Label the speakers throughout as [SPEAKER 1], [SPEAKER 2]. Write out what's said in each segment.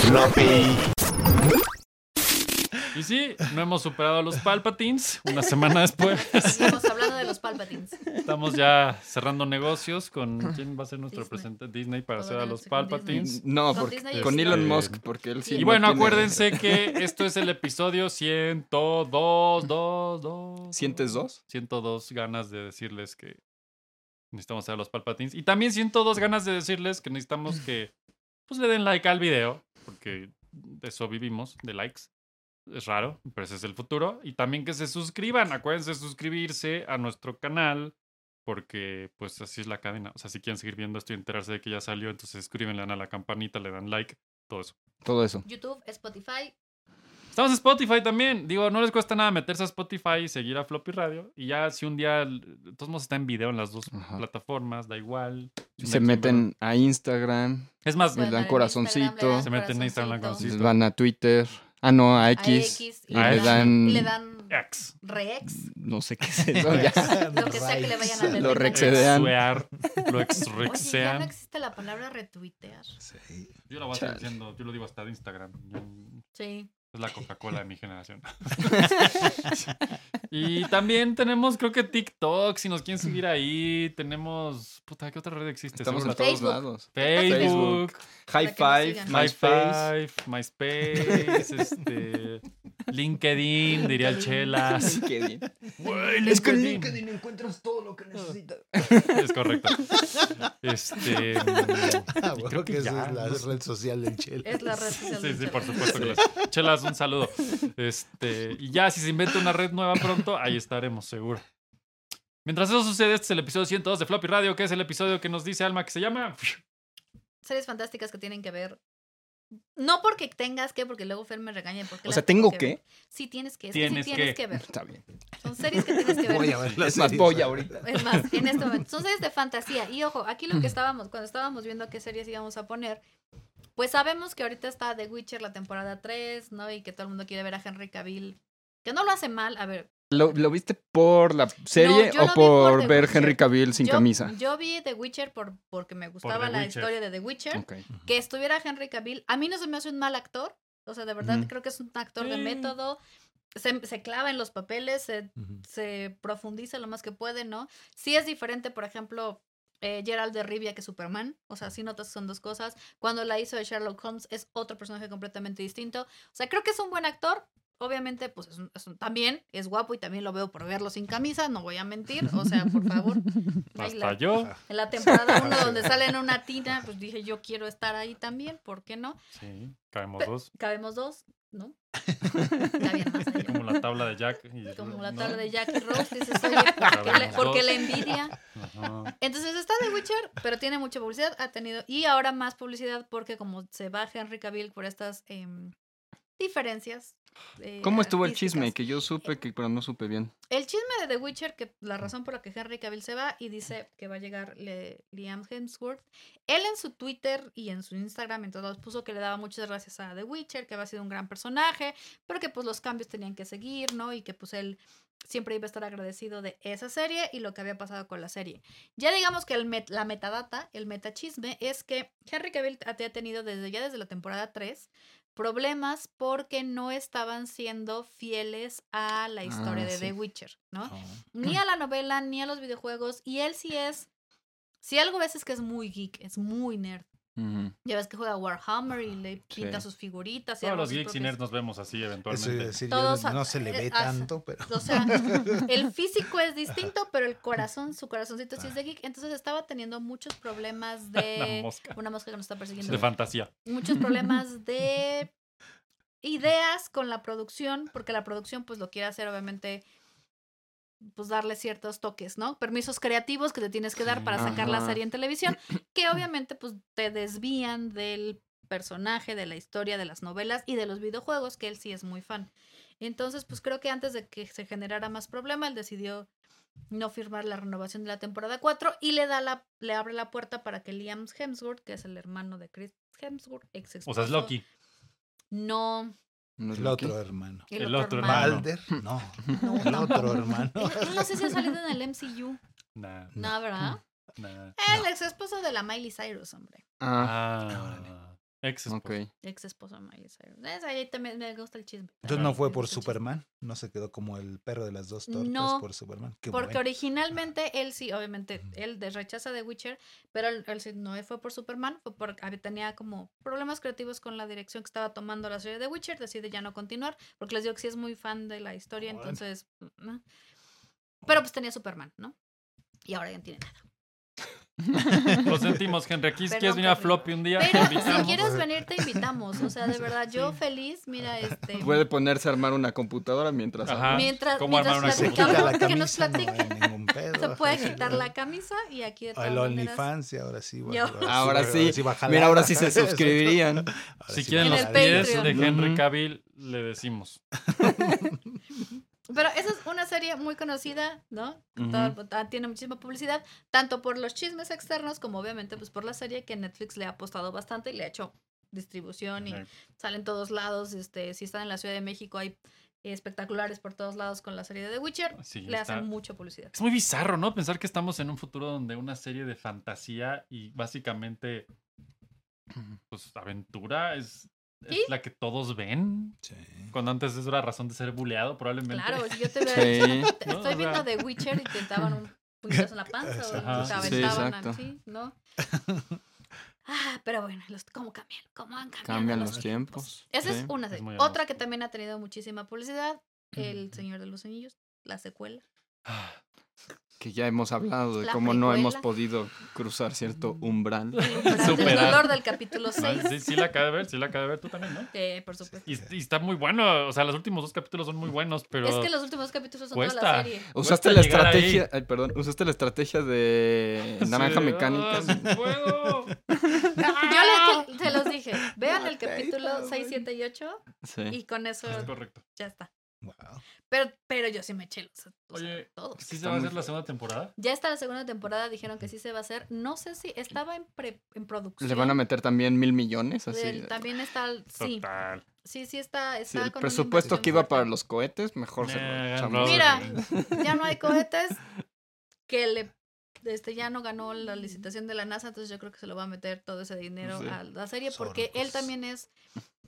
[SPEAKER 1] Floppy.
[SPEAKER 2] Y sí, no hemos superado a los Palpatines una semana después.
[SPEAKER 3] Seguimos hablando de los Palpatines.
[SPEAKER 2] Estamos ya cerrando negocios con quién va a ser nuestro
[SPEAKER 3] Disney.
[SPEAKER 2] representante Disney para
[SPEAKER 3] Todo
[SPEAKER 2] hacer a
[SPEAKER 3] lo
[SPEAKER 2] los
[SPEAKER 3] que hace con
[SPEAKER 2] Palpatines.
[SPEAKER 4] No,
[SPEAKER 3] Con
[SPEAKER 4] porque-
[SPEAKER 3] Disney
[SPEAKER 4] con
[SPEAKER 3] es-
[SPEAKER 4] Elon Musk, porque él sí.
[SPEAKER 2] Y
[SPEAKER 4] no
[SPEAKER 2] bueno,
[SPEAKER 4] tiene-
[SPEAKER 2] acuérdense que esto es el episodio 102, 2, 2.
[SPEAKER 4] ¿Sientes dos?
[SPEAKER 2] 102 ganas de decirles que necesitamos hacer a los Palpatines. Y también 102 ganas de decirles que necesitamos que pues le den like al video, porque de eso vivimos, de likes. Es raro, pero ese es el futuro. Y también que se suscriban. Acuérdense de suscribirse a nuestro canal, porque pues así es la cadena. O sea, si quieren seguir viendo esto y enterarse de que ya salió, entonces escriben, le dan a la campanita, le dan like, todo eso.
[SPEAKER 4] Todo eso.
[SPEAKER 3] YouTube, Spotify.
[SPEAKER 2] Estamos en Spotify también. Digo, no les cuesta nada meterse a Spotify y seguir a Floppy Radio. Y ya si un día, de todos modos está en video en las dos
[SPEAKER 4] Ajá.
[SPEAKER 2] plataformas, da igual. Si
[SPEAKER 4] Se
[SPEAKER 2] no hay quien verlo.
[SPEAKER 4] meten a Instagram,
[SPEAKER 2] Es más,
[SPEAKER 4] Bueno.
[SPEAKER 3] pueden dar en
[SPEAKER 4] corazoncito.
[SPEAKER 3] Instagram, le dan
[SPEAKER 2] Se meten en Instagram,
[SPEAKER 3] corazoncito,
[SPEAKER 2] Listo.
[SPEAKER 4] van a Twitter. Ah, no, a
[SPEAKER 3] a
[SPEAKER 4] X. y
[SPEAKER 2] A
[SPEAKER 4] le
[SPEAKER 2] X.
[SPEAKER 4] dan.
[SPEAKER 3] Y le dan
[SPEAKER 2] ex.
[SPEAKER 3] reex.
[SPEAKER 4] No sé qué es eso. ya.
[SPEAKER 3] Lo que sea que le vayan a meter.
[SPEAKER 4] Lo rexedean.
[SPEAKER 2] Exuear. Lo
[SPEAKER 3] Oye, ya no
[SPEAKER 2] exrexean.
[SPEAKER 3] existe la palabra retuitear.
[SPEAKER 2] Yo lo voy a estar
[SPEAKER 4] Chale.
[SPEAKER 2] diciendo, yo lo digo hasta de Instagram. Yo-
[SPEAKER 3] Sí.
[SPEAKER 2] Es la Coca-Cola de mi generación. y también tenemos, creo que TikTok, si nos quieren seguir ahí. Tenemos. Puta, ¿qué otra red existe?
[SPEAKER 4] Estamos en
[SPEAKER 2] Seguro
[SPEAKER 4] todos
[SPEAKER 3] Facebook.
[SPEAKER 4] lados.
[SPEAKER 2] la- Facebook,
[SPEAKER 4] High
[SPEAKER 3] Para que nos
[SPEAKER 4] Five,
[SPEAKER 3] sigan.
[SPEAKER 4] MySpace.
[SPEAKER 2] MySpace, MySpace, este, LinkedIn, diría el Chelas.
[SPEAKER 4] LinkedIn.
[SPEAKER 2] Güey,
[SPEAKER 5] Es que en
[SPEAKER 2] LinkedIn.
[SPEAKER 5] LinkedIn encuentras todo lo que necesitas.
[SPEAKER 2] Es correcto. Este.
[SPEAKER 5] Ah,
[SPEAKER 2] y
[SPEAKER 5] bueno,
[SPEAKER 2] creo
[SPEAKER 5] que,
[SPEAKER 2] que
[SPEAKER 5] esa
[SPEAKER 2] ya,
[SPEAKER 5] es la
[SPEAKER 2] ¿no?
[SPEAKER 5] red social del Chel.
[SPEAKER 3] Es la red social.
[SPEAKER 2] Sí,
[SPEAKER 3] del
[SPEAKER 2] sí, por
[SPEAKER 3] Chavo.
[SPEAKER 2] supuesto que las- Chelas, un saludo. Este, y ya, si se inventa una red nueva pronto, ahí estaremos, seguro. Mientras eso sucede, este es el episodio 102 de Floppy Radio, que es el episodio que nos dice Alma que se llama.
[SPEAKER 3] Series fantásticas que tienen que ver. No porque tengas que, porque luego Fer me regaña.
[SPEAKER 4] O
[SPEAKER 3] Porque las
[SPEAKER 4] sea, ¿tengo que?
[SPEAKER 3] Sí, tienes que.
[SPEAKER 2] Tienes
[SPEAKER 3] sí,
[SPEAKER 2] que.
[SPEAKER 3] tienes que. ver.
[SPEAKER 4] Está bien.
[SPEAKER 3] Son series que tienes que ver.
[SPEAKER 5] Voy a ver la
[SPEAKER 4] Es más,
[SPEAKER 5] serie.
[SPEAKER 4] voy ahorita.
[SPEAKER 3] Es más, en este momento. Son series de fantasía. Y ojo, aquí lo que estábamos, cuando estábamos viendo qué series íbamos a poner, pues sabemos que ahorita está The Witcher la temporada 3, ¿no? Y que todo el mundo quiere ver a Henry Cavill. Que no lo hace mal. A ver,
[SPEAKER 4] ¿Lo, lo viste por la serie
[SPEAKER 3] yo lo
[SPEAKER 4] o
[SPEAKER 3] vi por
[SPEAKER 4] por
[SPEAKER 3] The
[SPEAKER 4] ver
[SPEAKER 3] Witcher.
[SPEAKER 4] Henry Cavill sin
[SPEAKER 3] yo,
[SPEAKER 4] camisa?
[SPEAKER 3] Yo vi The Witcher por, porque me gustaba
[SPEAKER 2] The
[SPEAKER 3] la
[SPEAKER 2] Witcher.
[SPEAKER 3] historia de The Witcher.
[SPEAKER 4] Ok.
[SPEAKER 3] Que estuviera Henry Cavill. A mí no se me hace un mal actor. O sea, de verdad
[SPEAKER 4] Ujú.
[SPEAKER 3] creo que es un actor de
[SPEAKER 2] Sí.
[SPEAKER 3] método. Se, se clava en los papeles, se
[SPEAKER 5] Ujú.
[SPEAKER 3] se profundiza lo más que puede, ¿no? Sí es diferente, por ejemplo, eh, Gerald de Rivia que Superman. O sea, sí notas que son dos cosas. Cuando la hizo de Sherlock Holmes es otro personaje completamente distinto. O sea, creo que es un buen actor. Obviamente, pues es un- es un- también es guapo y también lo veo por verlo sin camisa, no voy a mentir. O sea, por favor. Ay,
[SPEAKER 2] Hasta
[SPEAKER 3] la-
[SPEAKER 2] yo.
[SPEAKER 3] en la temporada 1 donde sale en una tina, pues dije, yo quiero estar ahí también, ¿por qué no?
[SPEAKER 2] Sí, caemos dos.
[SPEAKER 3] Cabemos dos, ¿no? Está bien, más allá.
[SPEAKER 2] Como la tabla de Jack. y-
[SPEAKER 3] Como la
[SPEAKER 2] ¿no?
[SPEAKER 3] tarde de Jackie Rose, dices, oye, ¿por qué le-
[SPEAKER 2] Cabemos
[SPEAKER 3] porque
[SPEAKER 2] dos.
[SPEAKER 3] la envidia.
[SPEAKER 2] Ajá.
[SPEAKER 3] Entonces está The Witcher, pero tiene mucha publicidad, ha tenido, y ahora más publicidad porque como se va Henry Cavill por estas em, diferencias. eh,
[SPEAKER 4] ¿Cómo estuvo el
[SPEAKER 3] artísticas.
[SPEAKER 4] chisme? Que yo supe, que, pero no supe bien.
[SPEAKER 3] El chisme de The Witcher, que la razón por la que Henry Cavill se va y dice que va a llegar le- Liam Hemsworth, él en su Twitter y en su Instagram, en todos lados, puso que le daba muchas gracias a The Witcher, que había sido un gran personaje, pero que pues los cambios tenían que seguir, ¿no? Y que pues él siempre iba a estar agradecido de esa serie y lo que había pasado con la serie. Ya digamos que el met- la metadata, el metachisme, es que Henry Cavill ha ha tenido desde ya desde la temporada 3 problemas porque no estaban siendo fieles a la historia
[SPEAKER 4] Ah,
[SPEAKER 3] de
[SPEAKER 4] sí.
[SPEAKER 3] The Witcher, ¿no?
[SPEAKER 5] Ah,
[SPEAKER 3] Ni a la novela, ni a los videojuegos, y él sí es, si algo ves es que es muy geek, es muy nerd.
[SPEAKER 4] Ujú.
[SPEAKER 3] Ya ves que juega Warhammer y le pinta
[SPEAKER 4] Sí.
[SPEAKER 3] sus figuritas. y
[SPEAKER 2] Todos
[SPEAKER 3] arma
[SPEAKER 2] los
[SPEAKER 3] sus
[SPEAKER 2] geeks y
[SPEAKER 3] propias-
[SPEAKER 2] nerds nos vemos así
[SPEAKER 5] Eso iba a
[SPEAKER 2] eventualmente.
[SPEAKER 5] decir,
[SPEAKER 3] Todos
[SPEAKER 5] yo,
[SPEAKER 3] a-
[SPEAKER 5] no se le
[SPEAKER 3] eh,
[SPEAKER 5] ve
[SPEAKER 3] ah,
[SPEAKER 5] tanto, pero.
[SPEAKER 3] O sea, el físico es distinto, pero el corazón, su corazoncito sí es de geek. Entonces estaba teniendo muchos problemas
[SPEAKER 2] La
[SPEAKER 3] de...
[SPEAKER 2] Ah. mosca.
[SPEAKER 3] Una mosca que nos está persiguiendo.
[SPEAKER 2] De fantasía.
[SPEAKER 3] muchos problemas de ideas con la producción, porque la producción pues lo quiere hacer obviamente pues darle ciertos toques, ¿no? Permisos creativos que te tienes que dar para sacar la
[SPEAKER 4] Ajá.
[SPEAKER 3] serie en televisión, que obviamente pues te desvían del personaje, de la historia, de las novelas y de los videojuegos, que él sí es muy fan. Entonces, pues creo que antes de que se generara más problema, él decidió no firmar la renovación de la temporada 4 y le da la le abre la puerta para que Liam Hemsworth, que es el hermano de Chris Hemsworth, ex
[SPEAKER 2] O sea, es
[SPEAKER 3] esposo-
[SPEAKER 2] Loki.
[SPEAKER 3] No,
[SPEAKER 4] No es
[SPEAKER 5] El
[SPEAKER 4] Loki.
[SPEAKER 5] otro hermano.
[SPEAKER 2] El otro hermano.
[SPEAKER 5] Balder, no.
[SPEAKER 3] No,
[SPEAKER 5] El otro hermano.
[SPEAKER 3] Él- él no sé si ha salido en el MCU.
[SPEAKER 2] Nah,
[SPEAKER 3] No, ¿verdad?
[SPEAKER 2] nah.
[SPEAKER 3] El ex esposo de la Miley Cyrus, hombre.
[SPEAKER 4] Ah,
[SPEAKER 2] Ah, ex
[SPEAKER 4] ok.
[SPEAKER 2] esposo.
[SPEAKER 3] Ex esposo de Miley Cyrus. Es, ahí también me gusta el chisme.
[SPEAKER 2] Ajá.
[SPEAKER 5] Entonces no fue por
[SPEAKER 3] Me gusta el chisme.
[SPEAKER 5] Superman, no se quedó como el perro de las dos tortas
[SPEAKER 3] No,
[SPEAKER 5] por Superman. Qué
[SPEAKER 3] Porque
[SPEAKER 5] bueno.
[SPEAKER 3] originalmente él sí, obviamente, él de- rechaza de Witcher, pero él, él sí no fue por Superman, fue porque había- tenía como problemas creativos con la dirección que estaba tomando la serie de Witcher, decide ya no continuar, porque les digo que sí es muy fan de la historia,
[SPEAKER 5] Órale.
[SPEAKER 3] entonces... ¿no? Pero pues tenía Superman, ¿no? Y ahora ya no tiene nada.
[SPEAKER 2] Lo sentimos, Henry. Aquí si
[SPEAKER 3] Perdón,
[SPEAKER 2] quieres venir a
[SPEAKER 3] Henry.
[SPEAKER 2] Floppy un día, te
[SPEAKER 3] Pero si
[SPEAKER 2] invitamos.
[SPEAKER 3] quieres venir, te invitamos. O sea, de verdad, yo feliz, mira, este...
[SPEAKER 4] Puede ponerse a armar una computadora mientras.
[SPEAKER 2] Ajá.
[SPEAKER 3] Mientras,
[SPEAKER 2] ¿Cómo armar
[SPEAKER 3] mientras
[SPEAKER 2] una
[SPEAKER 5] se
[SPEAKER 3] platicamos,
[SPEAKER 5] quita la
[SPEAKER 3] que nos
[SPEAKER 5] camisa, no
[SPEAKER 3] platique.
[SPEAKER 5] hay ningún pedo.
[SPEAKER 3] Se puede quitar la camisa y aquí de
[SPEAKER 5] O el
[SPEAKER 3] todas maneras-
[SPEAKER 5] OnlyFans y ahora sí. va-
[SPEAKER 3] Yo-
[SPEAKER 4] Ahora sí.
[SPEAKER 5] va a jalar.
[SPEAKER 4] Mira, ahora sí se suscribirían.
[SPEAKER 5] Ahora
[SPEAKER 2] Si
[SPEAKER 5] sí
[SPEAKER 2] quieren
[SPEAKER 5] va
[SPEAKER 2] los
[SPEAKER 5] a
[SPEAKER 3] En el
[SPEAKER 5] jalar.
[SPEAKER 2] pies de
[SPEAKER 3] Patreon.
[SPEAKER 2] Henry
[SPEAKER 4] Ujú.
[SPEAKER 2] Cavill, le decimos.
[SPEAKER 3] Pero esa es una serie muy conocida, ¿no?
[SPEAKER 4] Ujú.
[SPEAKER 3] Todo- ah, tiene muchísima publicidad, tanto por los chismes externos como obviamente pues por la serie que Netflix le ha apostado bastante y le ha hecho distribución y
[SPEAKER 2] Ajá.
[SPEAKER 3] sale en todos lados. Este, si están en la Ciudad de México hay espectaculares por todos lados con la serie de The Witcher.
[SPEAKER 2] Sí,
[SPEAKER 3] le
[SPEAKER 2] está-
[SPEAKER 3] hacen mucha publicidad.
[SPEAKER 2] Es muy bizarro, ¿no? Pensar que estamos en un futuro donde una serie de fantasía y básicamente, pues, aventura es, es
[SPEAKER 3] Sí.
[SPEAKER 2] la que todos ven.
[SPEAKER 5] Sí.
[SPEAKER 2] Cuando antes eso era razón de ser buleado, probablemente.
[SPEAKER 3] Claro, si yo te veo,
[SPEAKER 4] Sí.
[SPEAKER 3] te-
[SPEAKER 2] No,
[SPEAKER 3] estoy
[SPEAKER 2] o
[SPEAKER 3] viendo
[SPEAKER 2] sea-
[SPEAKER 3] The Witcher y te daban un puñetazo en la panza o
[SPEAKER 2] Ajá,
[SPEAKER 3] te
[SPEAKER 2] sí,
[SPEAKER 4] sí.
[SPEAKER 3] aventaban
[SPEAKER 4] Exacto.
[SPEAKER 3] así, ¿no? Ah, pero bueno, los, ¿cómo cambian? ¿Cómo han cambiado?
[SPEAKER 4] Cambian los tiempos.
[SPEAKER 3] Esa
[SPEAKER 4] Sí.
[SPEAKER 3] es una
[SPEAKER 2] Es
[SPEAKER 3] serie.
[SPEAKER 2] muy
[SPEAKER 3] Otra
[SPEAKER 2] hermoso.
[SPEAKER 3] que también ha tenido muchísima publicidad, El Señor de los Anillos, la secuela.
[SPEAKER 2] Ah,
[SPEAKER 4] Que ya hemos hablado de
[SPEAKER 3] La
[SPEAKER 4] cómo no hemos
[SPEAKER 3] precuela.
[SPEAKER 4] podido cruzar cierto umbral.
[SPEAKER 3] El umbral del
[SPEAKER 2] Superar.
[SPEAKER 3] dolor del capítulo 6.
[SPEAKER 2] Sí, sí la acabas de ver, sí la acabas de ver tú también, ¿no?
[SPEAKER 3] Que, por supuesto.
[SPEAKER 2] Y, y está muy bueno. O sea, los últimos dos capítulos son muy buenos, pero...
[SPEAKER 3] Es que los últimos capítulos son toda
[SPEAKER 2] Cuesta.
[SPEAKER 3] la serie.
[SPEAKER 4] Usaste la
[SPEAKER 2] Cuesta llegar
[SPEAKER 4] estrategia. Ay, perdón. Usaste la estrategia de
[SPEAKER 2] Sí,
[SPEAKER 4] naranja
[SPEAKER 2] de,
[SPEAKER 4] mecánica.
[SPEAKER 2] "Ah, sí puedo".
[SPEAKER 3] Yo le- te los dije, vean el
[SPEAKER 4] Ok,
[SPEAKER 3] capítulo
[SPEAKER 4] está
[SPEAKER 3] 6,
[SPEAKER 4] bueno.
[SPEAKER 3] 7 y 8
[SPEAKER 4] Sí.
[SPEAKER 3] y con eso
[SPEAKER 2] Es correcto.
[SPEAKER 3] ya está.
[SPEAKER 5] Wow.
[SPEAKER 3] Pero, pero yo sí me eché los, o sea,
[SPEAKER 2] Oye,
[SPEAKER 3] todos.
[SPEAKER 2] ¿Sí se
[SPEAKER 4] Está
[SPEAKER 2] va a
[SPEAKER 4] muy
[SPEAKER 2] hacer la segunda temporada?
[SPEAKER 3] Ya está la segunda temporada, dijeron que sí se va a hacer. No sé si estaba en, pre- en producción.
[SPEAKER 4] Le van a meter también mil millones. Así.
[SPEAKER 3] El- También está, el- sí,
[SPEAKER 2] Total.
[SPEAKER 3] sí, sí está.
[SPEAKER 4] Sí,
[SPEAKER 3] está
[SPEAKER 4] el
[SPEAKER 3] con una
[SPEAKER 4] presupuesto que iba
[SPEAKER 3] inversión
[SPEAKER 4] para
[SPEAKER 3] fuerte.
[SPEAKER 4] los cohetes, mejor se
[SPEAKER 2] Eh,
[SPEAKER 4] lo echamos.
[SPEAKER 2] Robert.
[SPEAKER 3] Mira, ya no hay cohetes que le este ya no ganó la licitación de la NASA, entonces yo creo que se lo va a meter todo ese dinero
[SPEAKER 4] Mm. Sí.
[SPEAKER 3] a la serie porque él
[SPEAKER 5] Sorcos.
[SPEAKER 3] también es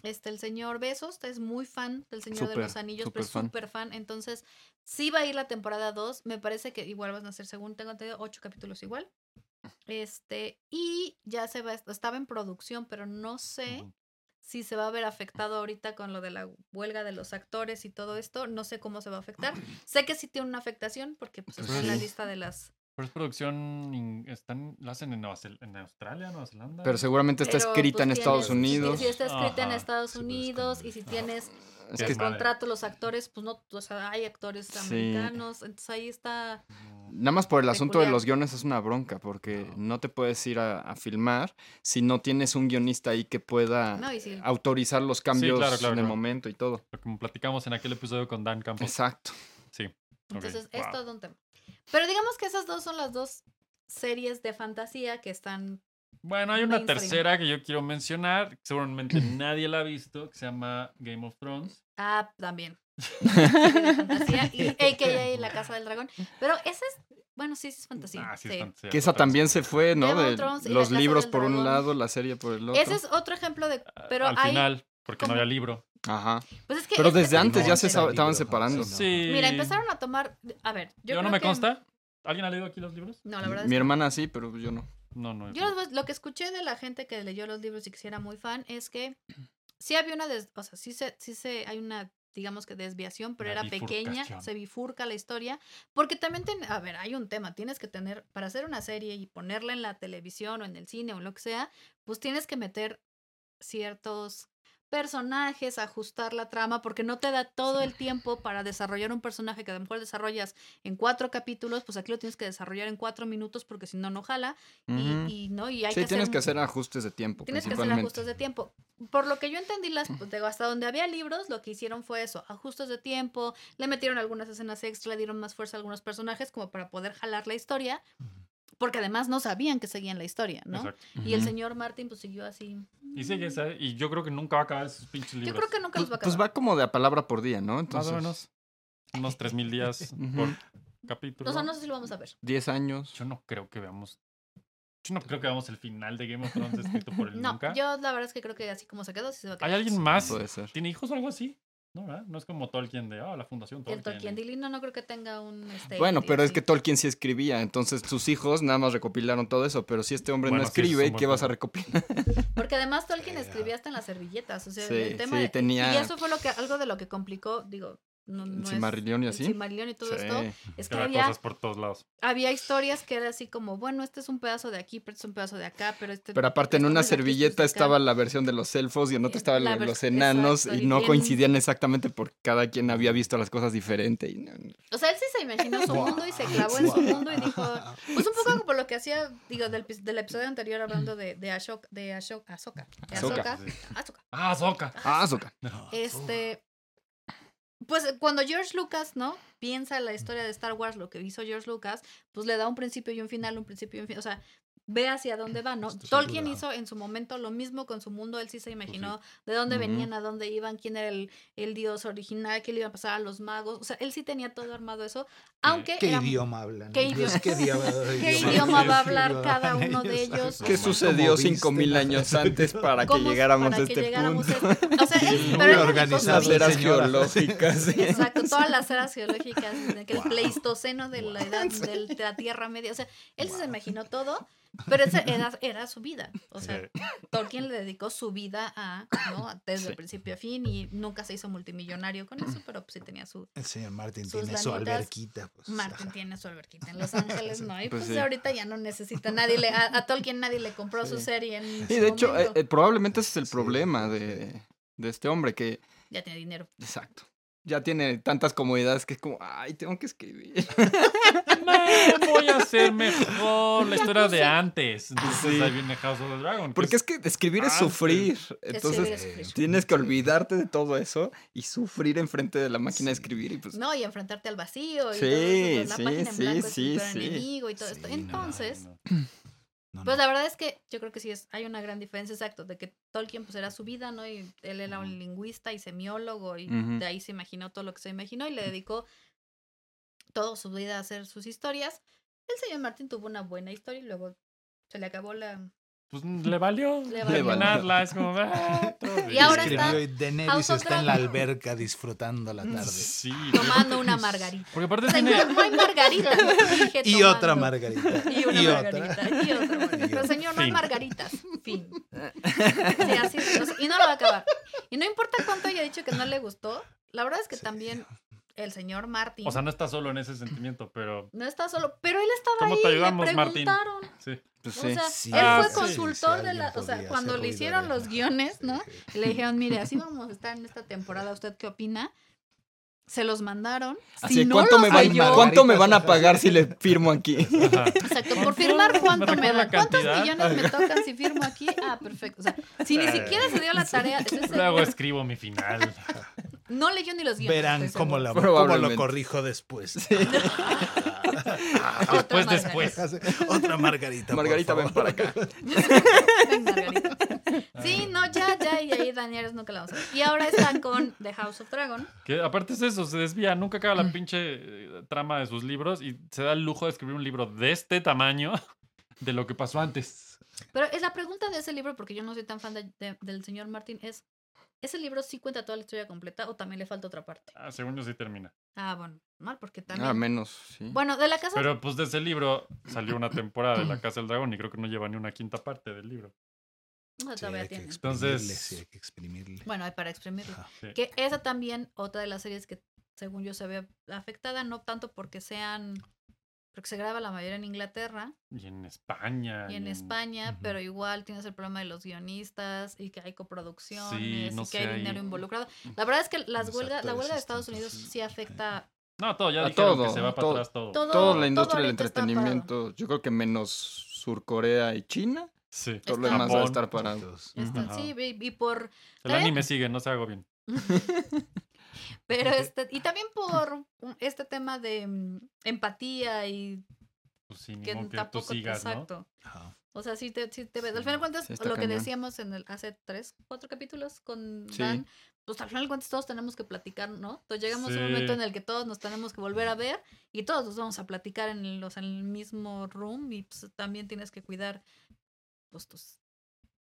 [SPEAKER 3] este el señor Besos, es muy fan del Señor de
[SPEAKER 4] Súper,
[SPEAKER 3] los Anillos,
[SPEAKER 4] súper
[SPEAKER 3] pero
[SPEAKER 4] fan.
[SPEAKER 3] súper fan, entonces sí va a ir la temporada 2, me parece que igual van a ser según tengo entendido ocho capítulos igual. Este, y ya se va estaba en producción, pero no sé
[SPEAKER 2] Ujú.
[SPEAKER 3] si se va a ver afectado ahorita con lo de la huelga de los actores y todo esto. No sé cómo se va a afectar. Sé que sí tiene una afectación porque pues,
[SPEAKER 4] Pues
[SPEAKER 3] está en la
[SPEAKER 4] sí.
[SPEAKER 3] lista de las...
[SPEAKER 2] Pero es producción, in- están, la hacen en, Nueva Zel- en Australia, Nueva Zelanda.
[SPEAKER 4] Pero seguramente está
[SPEAKER 3] Pero,
[SPEAKER 4] escrita
[SPEAKER 3] pues,
[SPEAKER 4] en
[SPEAKER 3] tienes-
[SPEAKER 4] Estados
[SPEAKER 3] si-
[SPEAKER 4] Unidos.
[SPEAKER 3] Si, está escrita en
[SPEAKER 2] Ajá, pues,
[SPEAKER 3] Estados
[SPEAKER 5] sí, pero es
[SPEAKER 3] Unidos
[SPEAKER 5] como-
[SPEAKER 3] y si tienes
[SPEAKER 4] Es
[SPEAKER 2] Ya
[SPEAKER 4] que
[SPEAKER 2] es madre.
[SPEAKER 3] contrato los actores, pues no, o sea, hay actores
[SPEAKER 4] Sí.
[SPEAKER 3] americanos. Entonces ahí está...
[SPEAKER 2] No.
[SPEAKER 4] nada más por el asunto de
[SPEAKER 3] peculiar.
[SPEAKER 4] los guiones es una bronca, porque no te puedes ir a, a filmar si no tienes un guionista ahí que pueda
[SPEAKER 3] No, y si...
[SPEAKER 4] autorizar los cambios
[SPEAKER 2] claro, claro,
[SPEAKER 4] en el
[SPEAKER 2] claro.
[SPEAKER 4] momento y todo.
[SPEAKER 2] Pero Como platicamos en aquel episodio con Dan Campos.
[SPEAKER 4] Exacto.
[SPEAKER 2] Sí. Ok,
[SPEAKER 3] Entonces
[SPEAKER 2] wow.
[SPEAKER 3] es todo un tema. Pero digamos que esas dos son las dos series de fantasía que están...
[SPEAKER 2] Bueno, hay una
[SPEAKER 3] mainstream.
[SPEAKER 2] tercera que yo quiero mencionar, que seguramente nadie la ha visto, que se llama Game of Thrones.
[SPEAKER 3] Ah, también. Serie de fantasía y AKA La Casa del Dragón. Pero esa es... Bueno, sí, sí es fantasía.
[SPEAKER 2] Ah, sí, es
[SPEAKER 3] sí.
[SPEAKER 2] fantasía,
[SPEAKER 4] Que esa
[SPEAKER 2] total.
[SPEAKER 4] también se fue, ¿no?
[SPEAKER 3] Game of
[SPEAKER 4] De
[SPEAKER 3] Thrones y La
[SPEAKER 4] los
[SPEAKER 3] Casa
[SPEAKER 4] libros
[SPEAKER 3] del
[SPEAKER 4] por un
[SPEAKER 3] Dragón.
[SPEAKER 4] lado, la serie por el otro.
[SPEAKER 3] Ese es otro ejemplo de.
[SPEAKER 2] Ah,
[SPEAKER 3] Pero
[SPEAKER 2] Al
[SPEAKER 3] hay.
[SPEAKER 2] final, porque no
[SPEAKER 3] como-
[SPEAKER 2] había libro.
[SPEAKER 4] Ajá.
[SPEAKER 3] Pues es que
[SPEAKER 4] Pero
[SPEAKER 3] este
[SPEAKER 4] desde
[SPEAKER 3] es
[SPEAKER 4] antes ya se
[SPEAKER 3] diferente.
[SPEAKER 4] sabe- estaban
[SPEAKER 5] Sí,
[SPEAKER 4] separando.
[SPEAKER 5] no.
[SPEAKER 2] Sí.
[SPEAKER 3] Mira, empezaron a tomar. A ver, yo,
[SPEAKER 2] Yo,
[SPEAKER 3] creo
[SPEAKER 2] no me
[SPEAKER 3] que-
[SPEAKER 2] consta. ¿Alguien ha leído aquí los libros?
[SPEAKER 3] No, la verdad es
[SPEAKER 4] Mi
[SPEAKER 3] que-
[SPEAKER 4] hermana sí, pero yo no.
[SPEAKER 2] No, no.
[SPEAKER 3] Yo los- lo que escuché de la gente que leyó los libros y que sí era muy fan es que sí había una. des- o sea, sí se, sí se. Hay una, digamos que desviación, pero
[SPEAKER 2] Una
[SPEAKER 3] era pequeña.
[SPEAKER 2] bifurcación.
[SPEAKER 3] Se bifurca la historia. Porque también. ten- a ver, hay un tema. Tienes que tener. Para hacer una serie y ponerla en la televisión o en el cine o en lo que sea, pues tienes que meter ciertos personajes, ajustar la trama, porque no te da todo el tiempo para desarrollar un personaje que a lo mejor desarrollas en cuatro capítulos, pues aquí lo tienes que desarrollar en cuatro minutos porque si no, no jala. y-
[SPEAKER 4] Ujú.
[SPEAKER 3] Y, no, y hay
[SPEAKER 4] sí,
[SPEAKER 3] que
[SPEAKER 4] tienes
[SPEAKER 3] hacer,
[SPEAKER 4] que hacer ajustes de tiempo.
[SPEAKER 3] tienes que hacer
[SPEAKER 4] principalmente.
[SPEAKER 3] ajustes de tiempo. Por lo que yo entendí, las, pues, digo, hasta donde había libros, lo que hicieron fue eso, ajustes de tiempo, le metieron algunas escenas extra, le dieron más fuerza a algunos personajes como para poder jalar la historia. Porque además no sabían que seguían la historia, ¿no?
[SPEAKER 2] Exacto.
[SPEAKER 3] Y el
[SPEAKER 4] Ujú.
[SPEAKER 3] señor Martin pues siguió así.
[SPEAKER 2] Y sigue esa, y yo creo que nunca va a acabar esos pinches libros.
[SPEAKER 3] Yo creo que nunca
[SPEAKER 4] Pues,
[SPEAKER 3] los va a
[SPEAKER 4] pues
[SPEAKER 3] acabar.
[SPEAKER 4] va como de a palabra por día, ¿no? Entonces,
[SPEAKER 2] Más o menos unos 3.000 días
[SPEAKER 4] Ujú.
[SPEAKER 2] por capítulo.
[SPEAKER 3] O sea, no sé si lo vamos a ver.
[SPEAKER 4] 10 años.
[SPEAKER 2] Yo no creo que veamos. Yo no creo que veamos el final de Game of Thrones escrito por el
[SPEAKER 3] No,
[SPEAKER 2] nunca.
[SPEAKER 3] yo la verdad es que creo que así como se quedó, sí se va a quedar.
[SPEAKER 2] ¿Hay alguien más?
[SPEAKER 4] Puede ser.
[SPEAKER 2] ¿Tiene hijos o algo así? No, ¿verdad? No es como Tolkien de, ah, la fundación
[SPEAKER 3] El
[SPEAKER 2] Tolkien.
[SPEAKER 3] Tolkien de Lino no creo que tenga un... este,
[SPEAKER 4] Bueno,
[SPEAKER 3] y
[SPEAKER 4] pero es
[SPEAKER 3] así.
[SPEAKER 4] que Tolkien sí escribía, entonces sus hijos nada más recopilaron todo eso, pero si este hombre
[SPEAKER 2] Bueno,
[SPEAKER 4] no
[SPEAKER 2] sí, ese es
[SPEAKER 4] escribe,
[SPEAKER 2] un buen
[SPEAKER 4] ¿qué vas a
[SPEAKER 2] punto.
[SPEAKER 4] recopilar?
[SPEAKER 3] Porque además Tolkien
[SPEAKER 5] Sí,
[SPEAKER 3] escribía
[SPEAKER 5] ah.
[SPEAKER 3] hasta en las servilletas. O sea,
[SPEAKER 4] Sí,
[SPEAKER 3] el tema
[SPEAKER 4] sí,
[SPEAKER 3] de-
[SPEAKER 4] tenía-
[SPEAKER 3] Y eso fue lo que, algo de lo que complicó, digo, no,
[SPEAKER 4] El
[SPEAKER 3] no es-
[SPEAKER 4] Cimarrillón y
[SPEAKER 3] el
[SPEAKER 4] así.
[SPEAKER 3] Cimarrillón y todo
[SPEAKER 4] Sí.
[SPEAKER 3] esto. pues, Es
[SPEAKER 2] Es
[SPEAKER 3] que
[SPEAKER 2] que había
[SPEAKER 3] había,
[SPEAKER 2] cosas por todos lados.
[SPEAKER 3] había historias que era así como, bueno, este es un pedazo de aquí, pero este es un pedazo de acá, pero este...
[SPEAKER 4] Pero aparte en
[SPEAKER 3] esto
[SPEAKER 4] una
[SPEAKER 3] me lo quito,
[SPEAKER 4] servilleta
[SPEAKER 3] este acá.
[SPEAKER 4] estaba la versión de los elfos y en otra
[SPEAKER 3] Eh,
[SPEAKER 4] estaban
[SPEAKER 3] la
[SPEAKER 4] lo-
[SPEAKER 3] vers-
[SPEAKER 4] los enanos
[SPEAKER 3] exacto,
[SPEAKER 4] y
[SPEAKER 3] y
[SPEAKER 4] no
[SPEAKER 3] bien-
[SPEAKER 4] coincidían exactamente porque cada quien había visto las cosas diferente. y no-
[SPEAKER 3] O sea, él sí se imaginó su mundo y se clavó en su mundo y dijo... Pues un poco como lo que hacía, digo, del, pis- del episodio anterior hablando de, de Ashoka, de Ashoka, Ahsoka, de
[SPEAKER 4] Ahsoka.
[SPEAKER 3] Ahsoka,
[SPEAKER 2] Sí.
[SPEAKER 3] Ahsoka.
[SPEAKER 2] Ah, Soca.
[SPEAKER 4] Ah, Zuka.
[SPEAKER 3] Este. Pues cuando George Lucas, ¿no? Piensa la historia de Star Wars, lo que hizo George Lucas, pues le da un principio y un final, un principio y un final. O sea, ve hacia dónde va, ¿no?
[SPEAKER 5] Esto es
[SPEAKER 3] Tolkien
[SPEAKER 5] dura.
[SPEAKER 3] hizo en su momento lo mismo con su mundo, él sí se imaginó de dónde
[SPEAKER 4] Ujú.
[SPEAKER 3] venían, a dónde iban, quién era el, el dios original, qué le iba a pasar a los magos. O sea, él sí tenía todo armado eso, aunque
[SPEAKER 5] ¿Qué
[SPEAKER 3] era-
[SPEAKER 5] idioma hablan?
[SPEAKER 3] ¿Qué
[SPEAKER 5] ellos?
[SPEAKER 3] idioma-
[SPEAKER 5] ¿Qué idioma,
[SPEAKER 3] ¿Qué
[SPEAKER 5] idioma
[SPEAKER 3] idioma
[SPEAKER 5] hablan?
[SPEAKER 3] va a hablar
[SPEAKER 5] ¿Qué
[SPEAKER 3] cada
[SPEAKER 5] hablan
[SPEAKER 3] uno de ellos?
[SPEAKER 4] ¿Qué
[SPEAKER 5] ¿Cómo
[SPEAKER 4] sucedió
[SPEAKER 5] visten?
[SPEAKER 4] 5000 años antes para que
[SPEAKER 3] ¿Cómo-
[SPEAKER 4] llegáramos
[SPEAKER 3] para
[SPEAKER 4] a
[SPEAKER 3] que
[SPEAKER 4] este
[SPEAKER 3] llegáramos
[SPEAKER 4] punto?
[SPEAKER 3] a este- O sea, él- pero
[SPEAKER 5] Muy
[SPEAKER 3] él manejó su
[SPEAKER 5] organizado,
[SPEAKER 4] Las
[SPEAKER 5] Esas
[SPEAKER 3] vida.
[SPEAKER 4] eras
[SPEAKER 5] señoras.
[SPEAKER 4] geológicas. sí.
[SPEAKER 3] Exacto, todas las eras geológicas, desde que el
[SPEAKER 5] Wow.
[SPEAKER 3] pleistoceno de la edad del- de la Tierra Media. O sea, él sí se imaginó todo, pero esa era, era su vida. O sea, Tolkien le dedicó su vida a, ¿no? Desde
[SPEAKER 4] Sí.
[SPEAKER 3] principio a fin y nunca se hizo multimillonario con eso, pero pues sí tenía su.
[SPEAKER 5] El señor Martin
[SPEAKER 3] Sus
[SPEAKER 5] tiene su
[SPEAKER 3] lanitas.
[SPEAKER 5] alberquita. Pues,
[SPEAKER 3] Martin
[SPEAKER 5] ajá.
[SPEAKER 3] tiene su alberquita en Los Ángeles, ¿no? Y
[SPEAKER 4] Pues
[SPEAKER 3] pues,
[SPEAKER 4] sí.
[SPEAKER 3] ahorita ya no necesita nadie, le, a, a Tolkien nadie le compró su
[SPEAKER 4] Sí.
[SPEAKER 3] serie. En
[SPEAKER 4] Sí,
[SPEAKER 3] su
[SPEAKER 4] de hecho, eh,
[SPEAKER 3] momento.
[SPEAKER 4] eh, probablemente ese es el
[SPEAKER 5] Sí,
[SPEAKER 4] problema
[SPEAKER 5] sí.
[SPEAKER 4] de, de este hombre que,
[SPEAKER 3] ya tiene dinero.
[SPEAKER 4] exacto, ya tiene tantas comodidades que es como, ay, tengo que escribir.
[SPEAKER 2] Me voy a hacer mejor la historia de
[SPEAKER 3] puse.
[SPEAKER 2] antes. Entonces ahí viene House of the Dragon. que
[SPEAKER 4] Porque es que escribir es
[SPEAKER 2] Ah, sí.
[SPEAKER 4] sufrir.
[SPEAKER 3] Escribir
[SPEAKER 4] Entonces
[SPEAKER 3] es sufrir.
[SPEAKER 4] tienes que olvidarte de todo eso y sufrir enfrente de la máquina de escribir. Y pues,
[SPEAKER 3] No, y enfrentarte al vacío. Y
[SPEAKER 4] Sí,
[SPEAKER 3] todo eso, la
[SPEAKER 4] sí,
[SPEAKER 3] página en
[SPEAKER 4] sí,
[SPEAKER 3] blanco es
[SPEAKER 4] sí,
[SPEAKER 3] tu peor
[SPEAKER 4] sí.
[SPEAKER 3] enemigo y todo
[SPEAKER 5] Sí,
[SPEAKER 3] esto.
[SPEAKER 5] no, no,
[SPEAKER 3] Entonces,
[SPEAKER 2] no.
[SPEAKER 5] No,
[SPEAKER 3] pues
[SPEAKER 5] no.
[SPEAKER 3] la verdad es que yo creo que sí es, hay una gran diferencia, exacto, de que Tolkien pues era su vida, ¿no? Y él era un lingüista y semiólogo y
[SPEAKER 4] Ujú.
[SPEAKER 3] de ahí se imaginó todo lo que se imaginó y le dedicó toda su vida a hacer sus historias. El señor Martín tuvo una buena historia y luego se le acabó la...
[SPEAKER 2] Pues le valió.
[SPEAKER 3] Le valió.
[SPEAKER 2] terminarla, Es como. ah, todo
[SPEAKER 3] Y ahora
[SPEAKER 2] bien.
[SPEAKER 3] está-
[SPEAKER 5] Escribió y Daenerys
[SPEAKER 3] House of
[SPEAKER 5] está en la
[SPEAKER 3] Dragon.
[SPEAKER 5] alberca disfrutando la tarde.
[SPEAKER 2] Mm, Sí.
[SPEAKER 3] Tomando una margarita.
[SPEAKER 2] Porque aparte tiene.
[SPEAKER 3] Señor, no hay margarita. dije
[SPEAKER 5] Y otra
[SPEAKER 3] tomando.
[SPEAKER 5] margarita.
[SPEAKER 3] Y una
[SPEAKER 5] y
[SPEAKER 3] margarita.
[SPEAKER 5] otra.
[SPEAKER 3] Y otra margarita. Pero señor, no hay
[SPEAKER 2] Fin.
[SPEAKER 3] margaritas. Fin. Sí, así es, o sea, y no lo va a acabar. Y no importa cuánto haya dicho que no le gustó, la verdad es que
[SPEAKER 5] Sí.
[SPEAKER 3] también el señor Martin
[SPEAKER 2] O sea, no está solo en ese sentimiento, pero.
[SPEAKER 3] no está solo, pero él estaba
[SPEAKER 2] ¿Cómo
[SPEAKER 3] ahí.
[SPEAKER 2] te
[SPEAKER 3] y
[SPEAKER 2] ayudamos,
[SPEAKER 3] le
[SPEAKER 2] Martín?
[SPEAKER 3] preguntaron.
[SPEAKER 2] Sí.
[SPEAKER 4] pues
[SPEAKER 3] O sea,
[SPEAKER 5] Sí,
[SPEAKER 3] él
[SPEAKER 2] sí,
[SPEAKER 3] fue
[SPEAKER 2] sí,
[SPEAKER 3] consultor de
[SPEAKER 5] alguien
[SPEAKER 3] la. O sea,
[SPEAKER 5] podría
[SPEAKER 3] cuando
[SPEAKER 5] hacer
[SPEAKER 3] le
[SPEAKER 5] ruido
[SPEAKER 3] hicieron
[SPEAKER 5] de-
[SPEAKER 3] los guiones, ¿no?
[SPEAKER 5] Sí, sí.
[SPEAKER 3] Y le dijeron, mire, así vamos a estar en esta temporada, ¿usted qué opina? Se los mandaron.
[SPEAKER 4] así,
[SPEAKER 3] si no
[SPEAKER 4] ¿cuánto,
[SPEAKER 3] los
[SPEAKER 4] me van,
[SPEAKER 3] leyó-
[SPEAKER 4] ¿cuánto me van a
[SPEAKER 5] Margaritas,
[SPEAKER 4] pagar si le firmo aquí?
[SPEAKER 2] Ajá.
[SPEAKER 3] Exacto, por
[SPEAKER 2] ¿Cuánto?
[SPEAKER 3] firmar
[SPEAKER 2] ¿Me
[SPEAKER 3] cuánto me
[SPEAKER 2] recuerda
[SPEAKER 3] dan.
[SPEAKER 2] la
[SPEAKER 3] ¿Cuántos
[SPEAKER 2] cantidad? Eh,
[SPEAKER 3] millones me tocan si firmo aquí? Ah, perfecto. O sea, si ni siquiera se dio la tarea, estoy
[SPEAKER 2] Luego
[SPEAKER 3] segura-
[SPEAKER 2] escribo mi final.
[SPEAKER 3] no leyó ni los guiones.
[SPEAKER 5] Verán
[SPEAKER 3] estoy
[SPEAKER 5] cómo,
[SPEAKER 3] segura.
[SPEAKER 5] la- cómo
[SPEAKER 4] Probablemente.
[SPEAKER 5] lo corrijo después.
[SPEAKER 3] Otra
[SPEAKER 2] Después,
[SPEAKER 3] margarita.
[SPEAKER 2] después.
[SPEAKER 5] Otra margarita. por
[SPEAKER 4] Margarita, ven
[SPEAKER 5] favor.
[SPEAKER 4] para acá.
[SPEAKER 3] Ven, Margarita. Sí, no, ya, ya, y ahí Danielis nunca la vamos a ver. Y ahora está con The House of Dragon.
[SPEAKER 2] Que aparte es eso, se desvía, nunca acaba
[SPEAKER 3] Mm.
[SPEAKER 2] la pinche eh, trama de sus libros y se da el lujo de escribir un libro de este tamaño de lo que pasó antes.
[SPEAKER 3] Pero es la pregunta de ese libro, porque yo no soy tan fan de- de- del señor Martin, es, ¿ese libro sí cuenta toda la historia completa o también le falta otra parte?
[SPEAKER 2] Ah, según yo sí termina.
[SPEAKER 3] Ah, bueno, mal, porque
[SPEAKER 4] Ah,
[SPEAKER 3] también...
[SPEAKER 4] menos, sí.
[SPEAKER 3] Bueno, de la casa...
[SPEAKER 2] Pero pues de ese libro salió una temporada de La Casa del Dragón y creo que no lleva ni una quinta parte del libro.
[SPEAKER 3] Ah,
[SPEAKER 5] Sí,
[SPEAKER 3] todavía
[SPEAKER 5] hay que
[SPEAKER 3] tienen.
[SPEAKER 5] exprimirle,
[SPEAKER 2] Entonces-
[SPEAKER 5] sí, hay que exprimirle.
[SPEAKER 3] Bueno, hay para exprimirlo.
[SPEAKER 5] Ajá.
[SPEAKER 2] Sí.
[SPEAKER 3] Que esa también, otra de las series que según yo se ve afectada, no tanto porque sean, porque se graba la mayoría en Inglaterra
[SPEAKER 2] Y en España.
[SPEAKER 3] y en España,
[SPEAKER 5] Ujú.
[SPEAKER 3] pero igual tienes el problema de los guionistas y que hay coproducciones
[SPEAKER 2] no
[SPEAKER 3] y
[SPEAKER 2] sé,
[SPEAKER 3] que hay
[SPEAKER 2] ahí-
[SPEAKER 3] dinero involucrado. La verdad es que las
[SPEAKER 5] Los
[SPEAKER 3] huelgas, la
[SPEAKER 5] actores
[SPEAKER 3] huelga de
[SPEAKER 5] están
[SPEAKER 3] Estados Unidos
[SPEAKER 5] pasando.
[SPEAKER 3] sí afecta
[SPEAKER 2] No, todo, ya
[SPEAKER 4] A
[SPEAKER 2] dijeron que
[SPEAKER 4] todo,
[SPEAKER 2] se va
[SPEAKER 4] a
[SPEAKER 2] para
[SPEAKER 4] todo.
[SPEAKER 2] atrás todo.
[SPEAKER 3] todo.
[SPEAKER 4] Toda la
[SPEAKER 3] todo
[SPEAKER 4] industria del
[SPEAKER 3] ahorita está
[SPEAKER 4] entretenimiento, yo creo que menos Surcorea y China,
[SPEAKER 2] Sí.
[SPEAKER 4] todo lo
[SPEAKER 3] Está-
[SPEAKER 4] demás va a
[SPEAKER 2] Japón.
[SPEAKER 4] estar parado.
[SPEAKER 3] Está-
[SPEAKER 2] Ajá.
[SPEAKER 3] sí, y, y por
[SPEAKER 2] El anime sigue, no se hago bien.
[SPEAKER 3] pero este y también por un- este tema de mm, empatía y
[SPEAKER 2] Pues sí, ni
[SPEAKER 3] que
[SPEAKER 2] modo que tú
[SPEAKER 3] tampoco
[SPEAKER 2] sigas, ¿no?
[SPEAKER 3] exacto.
[SPEAKER 5] Ajá.
[SPEAKER 3] O sea, sí te, sí te ves. Al
[SPEAKER 4] Sí,
[SPEAKER 3] final de cuentas,
[SPEAKER 4] sí
[SPEAKER 3] lo
[SPEAKER 4] está
[SPEAKER 3] que
[SPEAKER 4] cañón.
[SPEAKER 3] decíamos en el, hace tres, cuatro capítulos con
[SPEAKER 4] Sí.
[SPEAKER 3] Dan, pues al final de cuentas todos tenemos que platicar, ¿no? Entonces llegamos a
[SPEAKER 2] Sí.
[SPEAKER 3] un momento en el que todos nos tenemos que volver a ver y todos nos vamos a platicar en el, o sea, en el mismo room y pues, también tienes que cuidar pues, tus,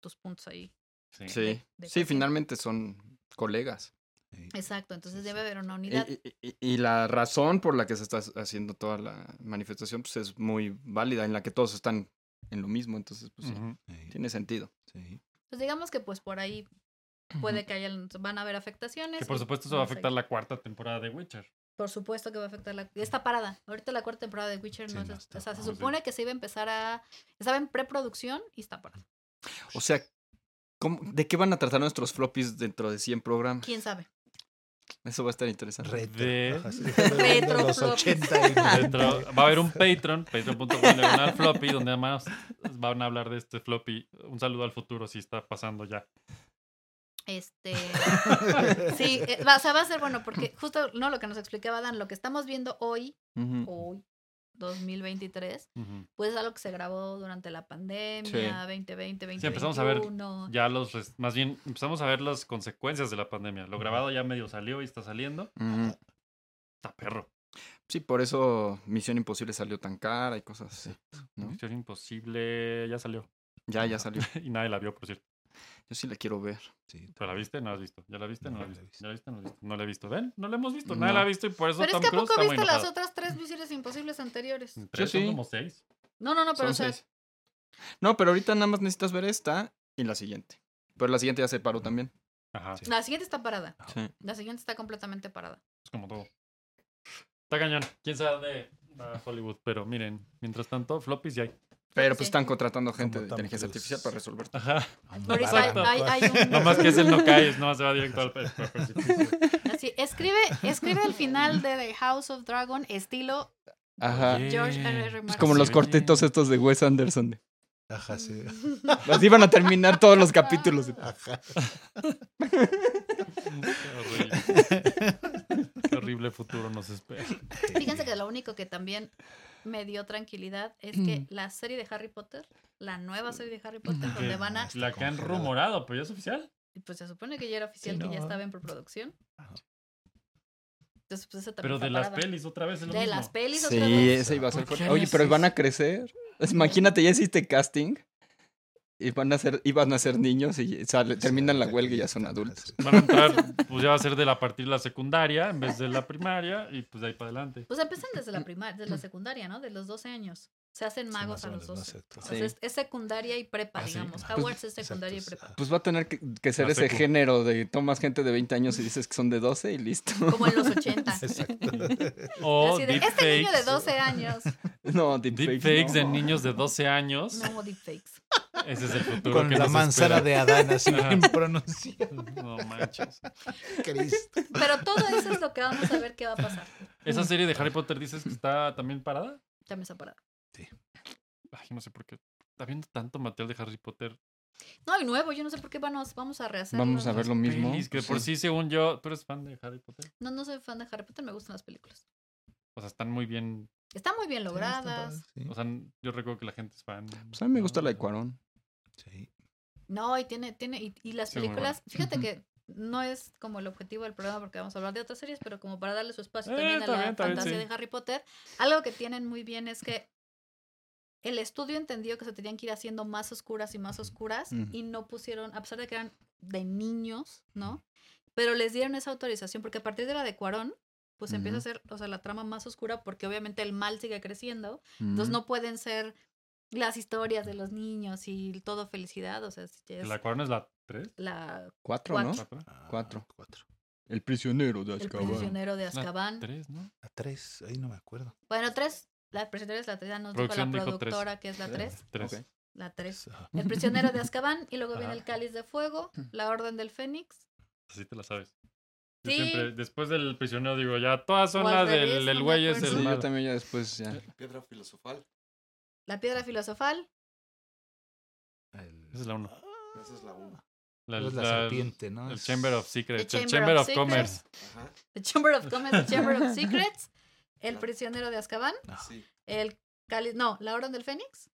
[SPEAKER 3] tus puntos ahí.
[SPEAKER 2] Sí.
[SPEAKER 4] Sí,
[SPEAKER 3] de
[SPEAKER 4] sí
[SPEAKER 3] cualquier-
[SPEAKER 4] finalmente son colegas.
[SPEAKER 5] Sí.
[SPEAKER 3] Exacto, entonces
[SPEAKER 5] Sí,
[SPEAKER 3] debe
[SPEAKER 5] sí.
[SPEAKER 3] haber
[SPEAKER 2] Eh,
[SPEAKER 3] una unidad.
[SPEAKER 4] Y, y- Eh, y- y la razón por la que se está haciendo toda la manifestación pues es muy válida, en la que todos están en lo mismo, entonces pues sí,
[SPEAKER 2] Ujú.
[SPEAKER 5] Sí,
[SPEAKER 4] tiene sentido.
[SPEAKER 5] sí.
[SPEAKER 3] Pues digamos que pues por ahí puede que hayan, van a haber afectaciones.
[SPEAKER 2] Que por
[SPEAKER 3] y
[SPEAKER 2] supuesto eso va a
[SPEAKER 3] vamos ir.
[SPEAKER 2] afectar la cuarta temporada de Witcher.
[SPEAKER 3] Por supuesto que va a afectar la, esta parada. Ahorita la cuarta temporada de Witcher
[SPEAKER 5] Sí,
[SPEAKER 3] no,
[SPEAKER 5] no
[SPEAKER 3] es-
[SPEAKER 5] está-
[SPEAKER 3] o sea, se
[SPEAKER 2] no, sí.
[SPEAKER 3] supone que se iba a empezar a estaba en preproducción y está parada.
[SPEAKER 4] O sea, ¿cómo- ¿de qué van a tratar nuestros floppies dentro de 100 programas?
[SPEAKER 3] ¿Quién sabe?
[SPEAKER 4] Eso va a estar interesante.
[SPEAKER 5] Retro.
[SPEAKER 2] De-
[SPEAKER 5] Ajá, sí, de los
[SPEAKER 3] Retro.
[SPEAKER 5] 80 y
[SPEAKER 3] Ah.
[SPEAKER 5] 90.
[SPEAKER 2] Dentro- va a haber un Patreon, patreon.com diagonal floppy, donde además van a hablar de este floppy. Un saludo al futuro si está pasando ya.
[SPEAKER 3] Este Sí, eh, va, o sea, va a ser bueno porque justo no lo que nos explicaba Dan, lo que estamos viendo hoy,
[SPEAKER 4] Ujú.
[SPEAKER 3] hoy 2023,
[SPEAKER 2] Ujú.
[SPEAKER 3] pues es algo que se grabó durante la pandemia, 2020, 2021.
[SPEAKER 2] Sí, empezamos a ver Ya los, res- más bien, empezamos a ver las consecuencias de la pandemia. Lo grabado ya medio salió y está saliendo.
[SPEAKER 4] Ujú.
[SPEAKER 2] Está perro.
[SPEAKER 4] Sí, por eso Misión Imposible salió tan cara y cosas así. ¿No?
[SPEAKER 2] Misión Imposible ya salió.
[SPEAKER 4] Ya, ya salió.
[SPEAKER 2] Y nadie la vio, por cierto.
[SPEAKER 4] Yo sí la quiero ver.
[SPEAKER 5] Sí,
[SPEAKER 2] ¿Pero la viste? No la has visto. ¿Ya la viste? No la
[SPEAKER 5] No,
[SPEAKER 2] has
[SPEAKER 5] la he
[SPEAKER 2] visto.
[SPEAKER 5] visto.
[SPEAKER 2] ¿Ya la viste? No la has visto. No la he visto. ¿Ven? No la hemos visto. Nadie
[SPEAKER 4] No.
[SPEAKER 2] la ha visto y por eso
[SPEAKER 3] Pero es
[SPEAKER 2] Tom
[SPEAKER 3] que a
[SPEAKER 2] Cruise
[SPEAKER 3] poco
[SPEAKER 2] está muy
[SPEAKER 3] viste las
[SPEAKER 2] enojado. Mm.
[SPEAKER 3] otras tres misiones imposibles anteriores.
[SPEAKER 2] Tres, son
[SPEAKER 4] sí.
[SPEAKER 2] como seis.
[SPEAKER 3] No, no, no, pero
[SPEAKER 4] Son
[SPEAKER 3] o sea,
[SPEAKER 4] seis. No, pero ahorita nada más necesitas ver esta y la siguiente. Pero la siguiente ya se paró también.
[SPEAKER 2] Ajá.
[SPEAKER 5] Sí.
[SPEAKER 3] la siguiente está parada.
[SPEAKER 4] Sí.
[SPEAKER 3] La siguiente está completamente parada.
[SPEAKER 2] Es como todo. Está cañón. ¿Quién sabe de va a Hollywood? Pero miren, mientras tanto, floppies ya hay.
[SPEAKER 4] Pero
[SPEAKER 3] Sí.
[SPEAKER 4] pues están contratando gente
[SPEAKER 5] Como
[SPEAKER 4] de
[SPEAKER 5] Tom
[SPEAKER 4] inteligencia
[SPEAKER 5] Cruise.
[SPEAKER 4] artificial para resolver todo.
[SPEAKER 2] Ajá.
[SPEAKER 5] Hombre,
[SPEAKER 3] Ahorita
[SPEAKER 2] Exacto.
[SPEAKER 3] hay, hay- hay un-
[SPEAKER 2] No más que es el no caes, no se va directo al pe-
[SPEAKER 3] Así, escribe, escribe el final de The House of Dragon estilo
[SPEAKER 4] Ajá.
[SPEAKER 2] Oye.
[SPEAKER 3] George R. R.
[SPEAKER 4] Pues
[SPEAKER 3] Martin.
[SPEAKER 4] como los
[SPEAKER 2] Sí, oye.
[SPEAKER 4] cortitos estos de Wes Anderson. de-
[SPEAKER 5] Ajá, sí.
[SPEAKER 4] Así van a terminar todos los capítulos.
[SPEAKER 5] Ajá.
[SPEAKER 2] Qué horrible. Qué horrible futuro nos espera.
[SPEAKER 3] Fíjense que lo único que también me dio tranquilidad es que la serie de Harry Potter, la nueva serie de Harry Potter, donde van a,
[SPEAKER 2] La que han
[SPEAKER 5] congelada.
[SPEAKER 2] rumorado, pero ya es oficial.
[SPEAKER 3] pues se supone que ya era oficial,
[SPEAKER 5] Sí,
[SPEAKER 3] que ya
[SPEAKER 5] no.
[SPEAKER 3] estaba en preproducción.
[SPEAKER 5] Ajá.
[SPEAKER 3] Entonces, pues esa también
[SPEAKER 2] Pero
[SPEAKER 3] está
[SPEAKER 2] de las
[SPEAKER 3] parada.
[SPEAKER 2] pelis, otra vez. es lo
[SPEAKER 3] De
[SPEAKER 2] mismo.
[SPEAKER 3] las pelis otra
[SPEAKER 4] Sí,
[SPEAKER 3] vez.
[SPEAKER 4] ese iba a ser.
[SPEAKER 2] ¿Por qué
[SPEAKER 4] corto. Oye, pero
[SPEAKER 2] haces
[SPEAKER 4] van a crecer. Pues, Imagínate, ya hiciste casting. Y van a ser, iban a ser niños y sale- terminan la huelga y ya son adultos.
[SPEAKER 2] Van a entrar, pues ya va a ser de la a partir de la secundaria en vez de la primaria y pues de ahí para adelante.
[SPEAKER 3] Pues empiezan desde la primaria, desde la secundaria, ¿no? De los 12 años. Se hacen magos a los 12. Entonces, es secundaria y prepa,
[SPEAKER 2] Ah, sí.
[SPEAKER 3] digamos.
[SPEAKER 5] Pues,
[SPEAKER 3] Hogwarts es secundaria y prepa.
[SPEAKER 4] Pues va a tener que, que ser
[SPEAKER 2] La
[SPEAKER 4] ese
[SPEAKER 2] secu.
[SPEAKER 4] género de tomas gente de 20 años y dices que son de 12 y listo.
[SPEAKER 3] Como en los 80.
[SPEAKER 5] ah,
[SPEAKER 4] Oh,
[SPEAKER 2] O
[SPEAKER 3] Así de,
[SPEAKER 2] deepfakes.
[SPEAKER 3] este niño de 12 años.
[SPEAKER 4] No, deepfakes.
[SPEAKER 2] Deepfakes de
[SPEAKER 4] no.
[SPEAKER 2] niños de 12 años.
[SPEAKER 3] No, deepfakes.
[SPEAKER 2] Ese es el futuro.
[SPEAKER 5] Con
[SPEAKER 2] que
[SPEAKER 5] la
[SPEAKER 2] nos
[SPEAKER 5] manzana
[SPEAKER 2] espera.
[SPEAKER 5] de Adán así
[SPEAKER 2] Ajá.
[SPEAKER 5] bien pronunciada.
[SPEAKER 2] No manches.
[SPEAKER 5] Cristo.
[SPEAKER 3] Pero todo eso es lo que vamos a ver qué va a pasar.
[SPEAKER 2] ¿Esa serie de Harry Potter dices que está también parada?
[SPEAKER 3] Ya me está parada.
[SPEAKER 2] Ay, no sé por qué. Está viendo tanto material de Harry Potter.
[SPEAKER 3] No, y nuevo, yo no sé por qué vamos, vamos a rehacer.
[SPEAKER 4] Vamos a ver lo mismo. pues
[SPEAKER 2] Pelis, que por sí, según yo, tú eres fan de Harry Potter.
[SPEAKER 3] No, no soy fan de Harry Potter, me gustan las películas.
[SPEAKER 2] O sea, están muy bien.
[SPEAKER 3] Están muy bien logradas.
[SPEAKER 5] Sí,
[SPEAKER 2] O sea, yo recuerdo que la gente es fan.
[SPEAKER 4] Pues a mí me gusta
[SPEAKER 2] ¿no?
[SPEAKER 4] la de Cuarón.
[SPEAKER 5] sí.
[SPEAKER 3] No, y tiene, tiene, y, y las
[SPEAKER 2] Sí, muy
[SPEAKER 3] películas, fíjate que no es como el objetivo del programa porque vamos a hablar de otras series, pero como para darle su espacio
[SPEAKER 2] Eh,
[SPEAKER 3] también a
[SPEAKER 2] está
[SPEAKER 3] la
[SPEAKER 2] bien, está bien,
[SPEAKER 3] fantasía
[SPEAKER 2] sí.
[SPEAKER 3] de Harry Potter, algo que tienen muy bien es que el estudio entendió que se tenían que ir haciendo más oscuras y más oscuras
[SPEAKER 4] Ujú.
[SPEAKER 3] y no pusieron, a pesar de que eran de niños, ¿no? Pero les dieron esa autorización porque a partir de la de Cuarón, pues empieza a
[SPEAKER 4] Ujú.
[SPEAKER 3] ser, o sea, la trama más oscura porque obviamente el mal sigue creciendo entonces
[SPEAKER 4] Mm.
[SPEAKER 3] no pueden ser las historias de los niños y todo felicidad, o sea, si ya es
[SPEAKER 2] ¿La Cuarón es la 3?
[SPEAKER 3] la-
[SPEAKER 4] Mm, Cuatro, ¿no?
[SPEAKER 2] ¿4?
[SPEAKER 5] Ah,
[SPEAKER 4] Cuatro.
[SPEAKER 5] Cuatro.
[SPEAKER 4] El prisionero de
[SPEAKER 3] el
[SPEAKER 4] Azkaban.
[SPEAKER 3] prisionero de Azkaban.
[SPEAKER 2] 3, ¿no?
[SPEAKER 5] A Ah, tres, ahí no me acuerdo.
[SPEAKER 3] Bueno, tres, la prisionera es la tres, ya nos dijo la
[SPEAKER 2] Producción dijo tres.
[SPEAKER 3] productora que es la tres,
[SPEAKER 2] 3.
[SPEAKER 4] Ok.
[SPEAKER 3] la tres.
[SPEAKER 5] Ajá.
[SPEAKER 3] El prisionero de Azkaban y luego viene
[SPEAKER 2] Ajá.
[SPEAKER 3] el cáliz de fuego, la orden del Fénix.
[SPEAKER 2] Así te la sabes. Yo
[SPEAKER 3] Sí.
[SPEAKER 2] siempre, después del prisionero, digo, ya, todas son
[SPEAKER 3] O al
[SPEAKER 2] las
[SPEAKER 3] revés,
[SPEAKER 2] del
[SPEAKER 3] no
[SPEAKER 2] el
[SPEAKER 3] me
[SPEAKER 2] güey es
[SPEAKER 4] Sí,
[SPEAKER 3] acuerdo.
[SPEAKER 2] el
[SPEAKER 4] yo
[SPEAKER 2] malo.
[SPEAKER 4] también ya después ya.
[SPEAKER 1] Piedra filosofal.
[SPEAKER 3] La piedra filosofal,
[SPEAKER 5] El-
[SPEAKER 2] Esa es la 1.
[SPEAKER 1] Esa es la una.
[SPEAKER 2] La,
[SPEAKER 5] es la,
[SPEAKER 2] la-
[SPEAKER 5] serpiente, Ah, ¿no?
[SPEAKER 2] El
[SPEAKER 5] Es-
[SPEAKER 2] Chamber of Secrets.
[SPEAKER 3] The
[SPEAKER 2] el
[SPEAKER 3] Chamber
[SPEAKER 2] Chamber
[SPEAKER 3] of
[SPEAKER 2] of, Commerce.
[SPEAKER 1] Ajá.
[SPEAKER 3] The Chamber of Commerce, The Chamber of Secrets, El prisionero de Azkaban,
[SPEAKER 5] Ajá.
[SPEAKER 1] Sí.
[SPEAKER 3] el Cáliz- no, la Orden del Fénix.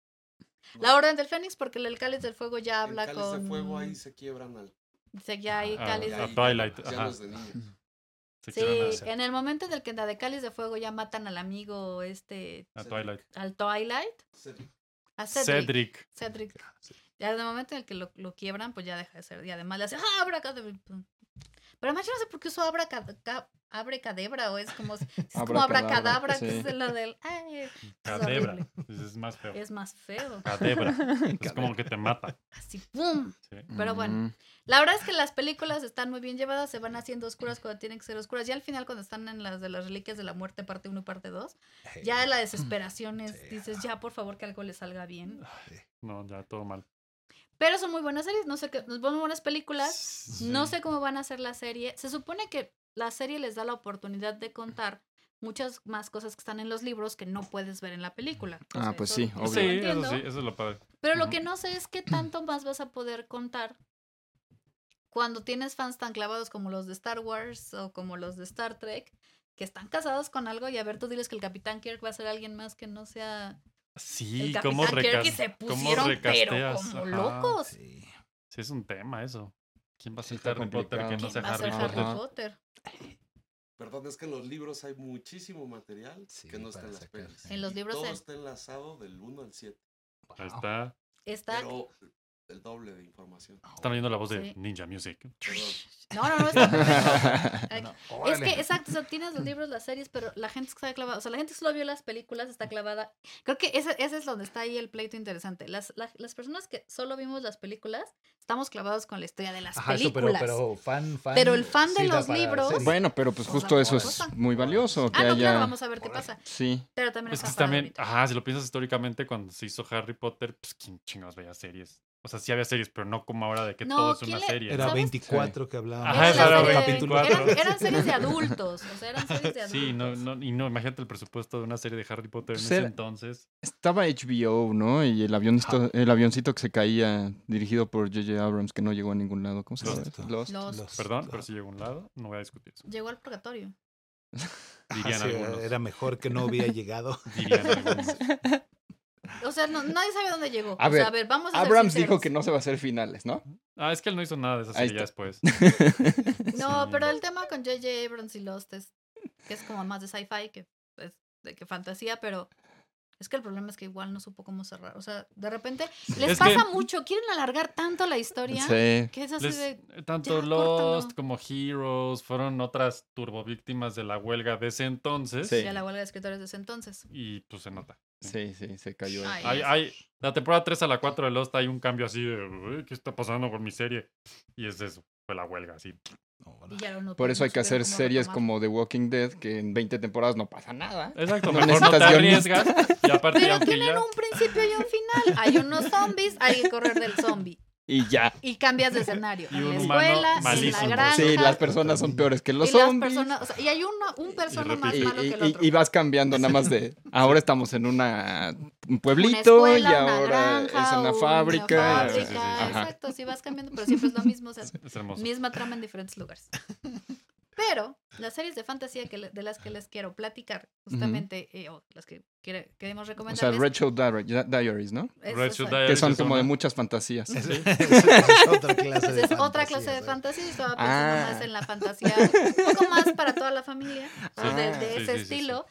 [SPEAKER 3] La Orden del Fénix, porque el Cáliz del Fuego ya habla
[SPEAKER 1] en Cáliz
[SPEAKER 3] con.
[SPEAKER 1] de Fuego ahí se quiebran al...
[SPEAKER 3] Dice, ya hay
[SPEAKER 2] Ah,
[SPEAKER 3] Cáliz
[SPEAKER 2] ya
[SPEAKER 3] de
[SPEAKER 2] hay- Twilight,
[SPEAKER 1] Ya
[SPEAKER 2] ajá.
[SPEAKER 1] no es de niños.
[SPEAKER 2] Se
[SPEAKER 3] Sí,
[SPEAKER 2] quieren
[SPEAKER 5] hacer.
[SPEAKER 3] en el momento en el que en la de Cáliz de Fuego ya matan al amigo este,
[SPEAKER 2] a, a Twilight.
[SPEAKER 3] al Twilight,
[SPEAKER 1] Cedric.
[SPEAKER 3] a Cedric.
[SPEAKER 2] Cedric.
[SPEAKER 3] Cedric. Ya desde el momento en el que lo, lo quiebran, pues ya deja de ser. Y además le hace, ¡ah, abracadabra! Pero además yo no sé por qué usó abracadabra, abrecadebra, o es como, si- es como
[SPEAKER 4] Abracadabra,
[SPEAKER 3] abracadabra, que
[SPEAKER 4] sí.
[SPEAKER 3] es la del, ¡ay! es
[SPEAKER 2] Cadebra.
[SPEAKER 3] horrible.
[SPEAKER 2] Ese Es más feo.
[SPEAKER 3] Es más feo.
[SPEAKER 2] Cadebra. Es como que te mata.
[SPEAKER 3] Así, ¡pum!
[SPEAKER 2] sí.
[SPEAKER 3] Pero bueno.
[SPEAKER 4] Mm.
[SPEAKER 3] La verdad es que las películas están muy bien llevadas, se van haciendo oscuras cuando tienen que ser oscuras. Ya al final, cuando están en las de las reliquias de la muerte, parte 1 y parte 2,
[SPEAKER 5] Ey,
[SPEAKER 3] ya
[SPEAKER 4] Eh, mm,
[SPEAKER 3] la desesperación es,
[SPEAKER 5] Sí.
[SPEAKER 3] dices, ya por favor que algo le salga bien.
[SPEAKER 2] No, ya todo mal.
[SPEAKER 3] Pero son muy buenas series, no sé qué, son muy buenas películas.
[SPEAKER 2] Sí.
[SPEAKER 3] No sé cómo van a hacer la serie. Se supone que la serie les da la oportunidad de contar muchas más cosas que están en los libros que no puedes ver en la película. O
[SPEAKER 4] Ah,
[SPEAKER 3] sea,
[SPEAKER 4] pues
[SPEAKER 3] eso-
[SPEAKER 4] sí,
[SPEAKER 3] eso lo
[SPEAKER 4] obvio.
[SPEAKER 2] Sí, eso
[SPEAKER 3] entiendo.
[SPEAKER 2] sí, eso es lo padre.
[SPEAKER 3] Pero lo
[SPEAKER 2] Ujú.
[SPEAKER 3] que no sé es qué tanto más vas a poder contar cuando tienes fans tan clavados como los de Star Wars o como los de Star Trek, que están casados con algo y a ver, tú diles que el Capitán Kirk va a ser alguien más que no sea el
[SPEAKER 2] Sí,
[SPEAKER 3] Capitán
[SPEAKER 2] cómo,
[SPEAKER 3] Kirk y
[SPEAKER 2] recas-
[SPEAKER 3] se
[SPEAKER 2] cómo
[SPEAKER 3] pusieron pero
[SPEAKER 2] recasteas,
[SPEAKER 3] como
[SPEAKER 2] ajá.
[SPEAKER 3] locos.
[SPEAKER 5] Sí.
[SPEAKER 2] Sí, es un tema eso. ¿Quién va a
[SPEAKER 4] Sí,
[SPEAKER 2] ser
[SPEAKER 4] está
[SPEAKER 2] Harry Potter que
[SPEAKER 4] complicado.
[SPEAKER 2] no
[SPEAKER 3] ¿Quién
[SPEAKER 2] sea
[SPEAKER 3] va a ser
[SPEAKER 2] Harry
[SPEAKER 4] Harry
[SPEAKER 2] Potter?
[SPEAKER 4] Ajá.
[SPEAKER 3] Potter?
[SPEAKER 1] Perdón, es que en los libros hay muchísimo material
[SPEAKER 5] Sí,
[SPEAKER 1] que no está
[SPEAKER 5] para
[SPEAKER 1] en las
[SPEAKER 5] sacar.
[SPEAKER 1] pelis.
[SPEAKER 3] En los
[SPEAKER 1] Y
[SPEAKER 3] libros
[SPEAKER 1] Todo
[SPEAKER 3] se-
[SPEAKER 1] está enlazado del 1 al 7.
[SPEAKER 2] Ahí está.
[SPEAKER 3] Está...
[SPEAKER 1] Pero el doble de información.
[SPEAKER 2] Están oyendo la voz de
[SPEAKER 3] Sí.
[SPEAKER 2] Ninja Music.
[SPEAKER 1] Perdón.
[SPEAKER 3] No, no, no, está perfecto. Ay, Es
[SPEAKER 5] Órale.
[SPEAKER 3] que, exacto, o sea, tienes los libros, las series, pero la gente que está clavada, o sea, la gente que solo vio las películas está clavada. Creo que ese, ese es donde está ahí el pleito interesante. Las, la- las personas que solo vimos las películas, estamos clavados con la historia de las
[SPEAKER 5] Ajá, eso, pero,
[SPEAKER 3] películas.
[SPEAKER 5] pero fan, fan.
[SPEAKER 3] Pero el fan de
[SPEAKER 5] sí da
[SPEAKER 3] los
[SPEAKER 5] para
[SPEAKER 3] libros-
[SPEAKER 5] serie.
[SPEAKER 4] Bueno, pero pues
[SPEAKER 3] Cosa
[SPEAKER 4] justo eso es
[SPEAKER 3] cosa.
[SPEAKER 4] muy valioso. Que
[SPEAKER 3] ah, no,
[SPEAKER 4] haya...
[SPEAKER 3] claro, vamos a ver qué pasa.
[SPEAKER 4] Sí.
[SPEAKER 3] Pero también
[SPEAKER 2] Pues, Es que
[SPEAKER 3] está
[SPEAKER 2] es
[SPEAKER 3] padre
[SPEAKER 2] también,
[SPEAKER 3] ahorita.
[SPEAKER 2] ajá, si lo piensas históricamente, cuando se hizo Harry Potter, pues quién chingados veía series. O sea, sí había series, pero no como ahora de que
[SPEAKER 3] No,
[SPEAKER 2] todo es
[SPEAKER 3] ¿quién
[SPEAKER 2] una
[SPEAKER 3] le-
[SPEAKER 2] serie.
[SPEAKER 5] Era
[SPEAKER 2] ¿no?
[SPEAKER 3] ¿Sabes?
[SPEAKER 5] 24 que hablábamos.
[SPEAKER 2] Ajá,
[SPEAKER 3] Era
[SPEAKER 2] era
[SPEAKER 3] la serie de-
[SPEAKER 2] 24.
[SPEAKER 3] eran, eran series de adultos, o sea, eran series de adultos.
[SPEAKER 2] Sí, no, no, y no, imagínate el presupuesto de una serie de Harry Potter en
[SPEAKER 4] Pues
[SPEAKER 2] ese
[SPEAKER 4] era-
[SPEAKER 2] entonces.
[SPEAKER 4] Estaba HBO, ¿no? Y el avioncito, el avioncito que se caía, dirigido por J.J. Abrams, que no llegó a ningún lado. ¿Cómo se llama?
[SPEAKER 5] Lost.
[SPEAKER 4] Lost.
[SPEAKER 3] Los-
[SPEAKER 5] Los-
[SPEAKER 4] Pues
[SPEAKER 2] Perdón, pero
[SPEAKER 5] los-
[SPEAKER 2] si llegó a un lado, no voy a discutir eso.
[SPEAKER 3] Llegó al purgatorio.
[SPEAKER 4] Ah,
[SPEAKER 5] Ajá,
[SPEAKER 2] Dirían
[SPEAKER 5] sí,
[SPEAKER 2] algunos.
[SPEAKER 5] Era mejor que no hubiera llegado.
[SPEAKER 2] Dirían algunos.
[SPEAKER 3] O sea, no- nadie sabe dónde llegó.
[SPEAKER 4] A
[SPEAKER 3] o sea,
[SPEAKER 4] ver,
[SPEAKER 3] a ver, vamos a ser
[SPEAKER 4] Abrams dijo
[SPEAKER 3] sinceros.
[SPEAKER 4] que no se va a hacer finales, ¿no?
[SPEAKER 2] Ah, es que él no hizo nada de esa
[SPEAKER 4] Ahí
[SPEAKER 2] serie ya después.
[SPEAKER 3] No,
[SPEAKER 2] Sí.
[SPEAKER 3] pero el tema con J.J. Abrams y Lost es que es como más de sci-fi que, pues, de que fantasía, pero es que el problema es que igual no supo cómo cerrar. O sea, de repente
[SPEAKER 2] Es
[SPEAKER 3] les
[SPEAKER 2] que-
[SPEAKER 3] pasa mucho, quieren alargar tanto la historia
[SPEAKER 4] Sí.
[SPEAKER 3] que es así
[SPEAKER 2] Les- eh,
[SPEAKER 3] de.
[SPEAKER 2] tanto
[SPEAKER 3] ya,
[SPEAKER 2] Lost
[SPEAKER 3] córtalo.
[SPEAKER 2] como Heroes fueron otras turbovíctimas de la huelga de ese entonces.
[SPEAKER 4] Sí.
[SPEAKER 3] Ya la huelga de escritores desde entonces.
[SPEAKER 2] Y pues se nota.
[SPEAKER 4] Sí, sí, se cayó.
[SPEAKER 3] Ay.
[SPEAKER 2] Hay, hay- la temporada 3 a la 4 de Lost hay un cambio así de "Uy, ¿qué está pasando con mi serie? Y es eso, fue la huelga así.
[SPEAKER 3] Y ya no
[SPEAKER 4] Por eso hay que hacer
[SPEAKER 3] supieron cómo
[SPEAKER 4] series
[SPEAKER 3] retomar.
[SPEAKER 4] como The Walking Dead, que en 20 temporadas no pasa nada.
[SPEAKER 2] Exacto,
[SPEAKER 4] No
[SPEAKER 2] mejor no te
[SPEAKER 4] necesitas
[SPEAKER 2] arriesgas. Y aparte,
[SPEAKER 3] Pero
[SPEAKER 2] aunque
[SPEAKER 3] tienen
[SPEAKER 2] ya.
[SPEAKER 3] un principio y un final. Hay unos zombies, hay que correr del zombie.
[SPEAKER 4] Y ya.
[SPEAKER 3] Y cambias de escenario.
[SPEAKER 2] Y
[SPEAKER 3] en
[SPEAKER 2] un
[SPEAKER 3] la
[SPEAKER 2] humano
[SPEAKER 3] escuela, en
[SPEAKER 2] malísimo.
[SPEAKER 3] la granja.
[SPEAKER 4] Sí, las personas son peores que los
[SPEAKER 3] Ah, y las
[SPEAKER 4] zombies.
[SPEAKER 3] personas. o sea, y hay uno, un persona más
[SPEAKER 4] Y,
[SPEAKER 3] malo que el
[SPEAKER 4] y-
[SPEAKER 3] otro.
[SPEAKER 4] y vas cambiando nada más de ahora estamos en una un pueblito
[SPEAKER 3] una
[SPEAKER 4] y
[SPEAKER 3] escuela, una
[SPEAKER 4] ahora
[SPEAKER 3] granja,
[SPEAKER 4] es una
[SPEAKER 3] una
[SPEAKER 4] fábrica. Ah,
[SPEAKER 2] Sí, sí, sí, sí.
[SPEAKER 3] fábrica,
[SPEAKER 4] Ajá.
[SPEAKER 3] Exacto, sí vas cambiando, pero siempre es lo mismo, o sea,
[SPEAKER 2] Es hermoso.
[SPEAKER 3] misma trama en diferentes lugares. Pero las series de fantasía que le- de las que les quiero platicar, justamente, eh, o las que quiere- queremos
[SPEAKER 4] O
[SPEAKER 3] recomendarles,
[SPEAKER 4] sea, Red Show Diary- Diaries, ¿no?
[SPEAKER 3] es-
[SPEAKER 2] Red
[SPEAKER 3] es-
[SPEAKER 2] Shoe
[SPEAKER 3] esa
[SPEAKER 2] Diaries
[SPEAKER 4] Que son
[SPEAKER 2] es
[SPEAKER 4] como de
[SPEAKER 2] una-
[SPEAKER 4] muchas fantasías.
[SPEAKER 5] Esa es otra clase de
[SPEAKER 3] es otra clase de
[SPEAKER 5] fantasías, ¿eh?
[SPEAKER 3] fantasía, y estaba pensando
[SPEAKER 4] Ah.
[SPEAKER 3] más en la fantasía, un poco más para toda la familia, o sea, de,
[SPEAKER 4] Ah.
[SPEAKER 3] de
[SPEAKER 2] Sí,
[SPEAKER 3] ese
[SPEAKER 2] sí, sí, sí.
[SPEAKER 3] estilo.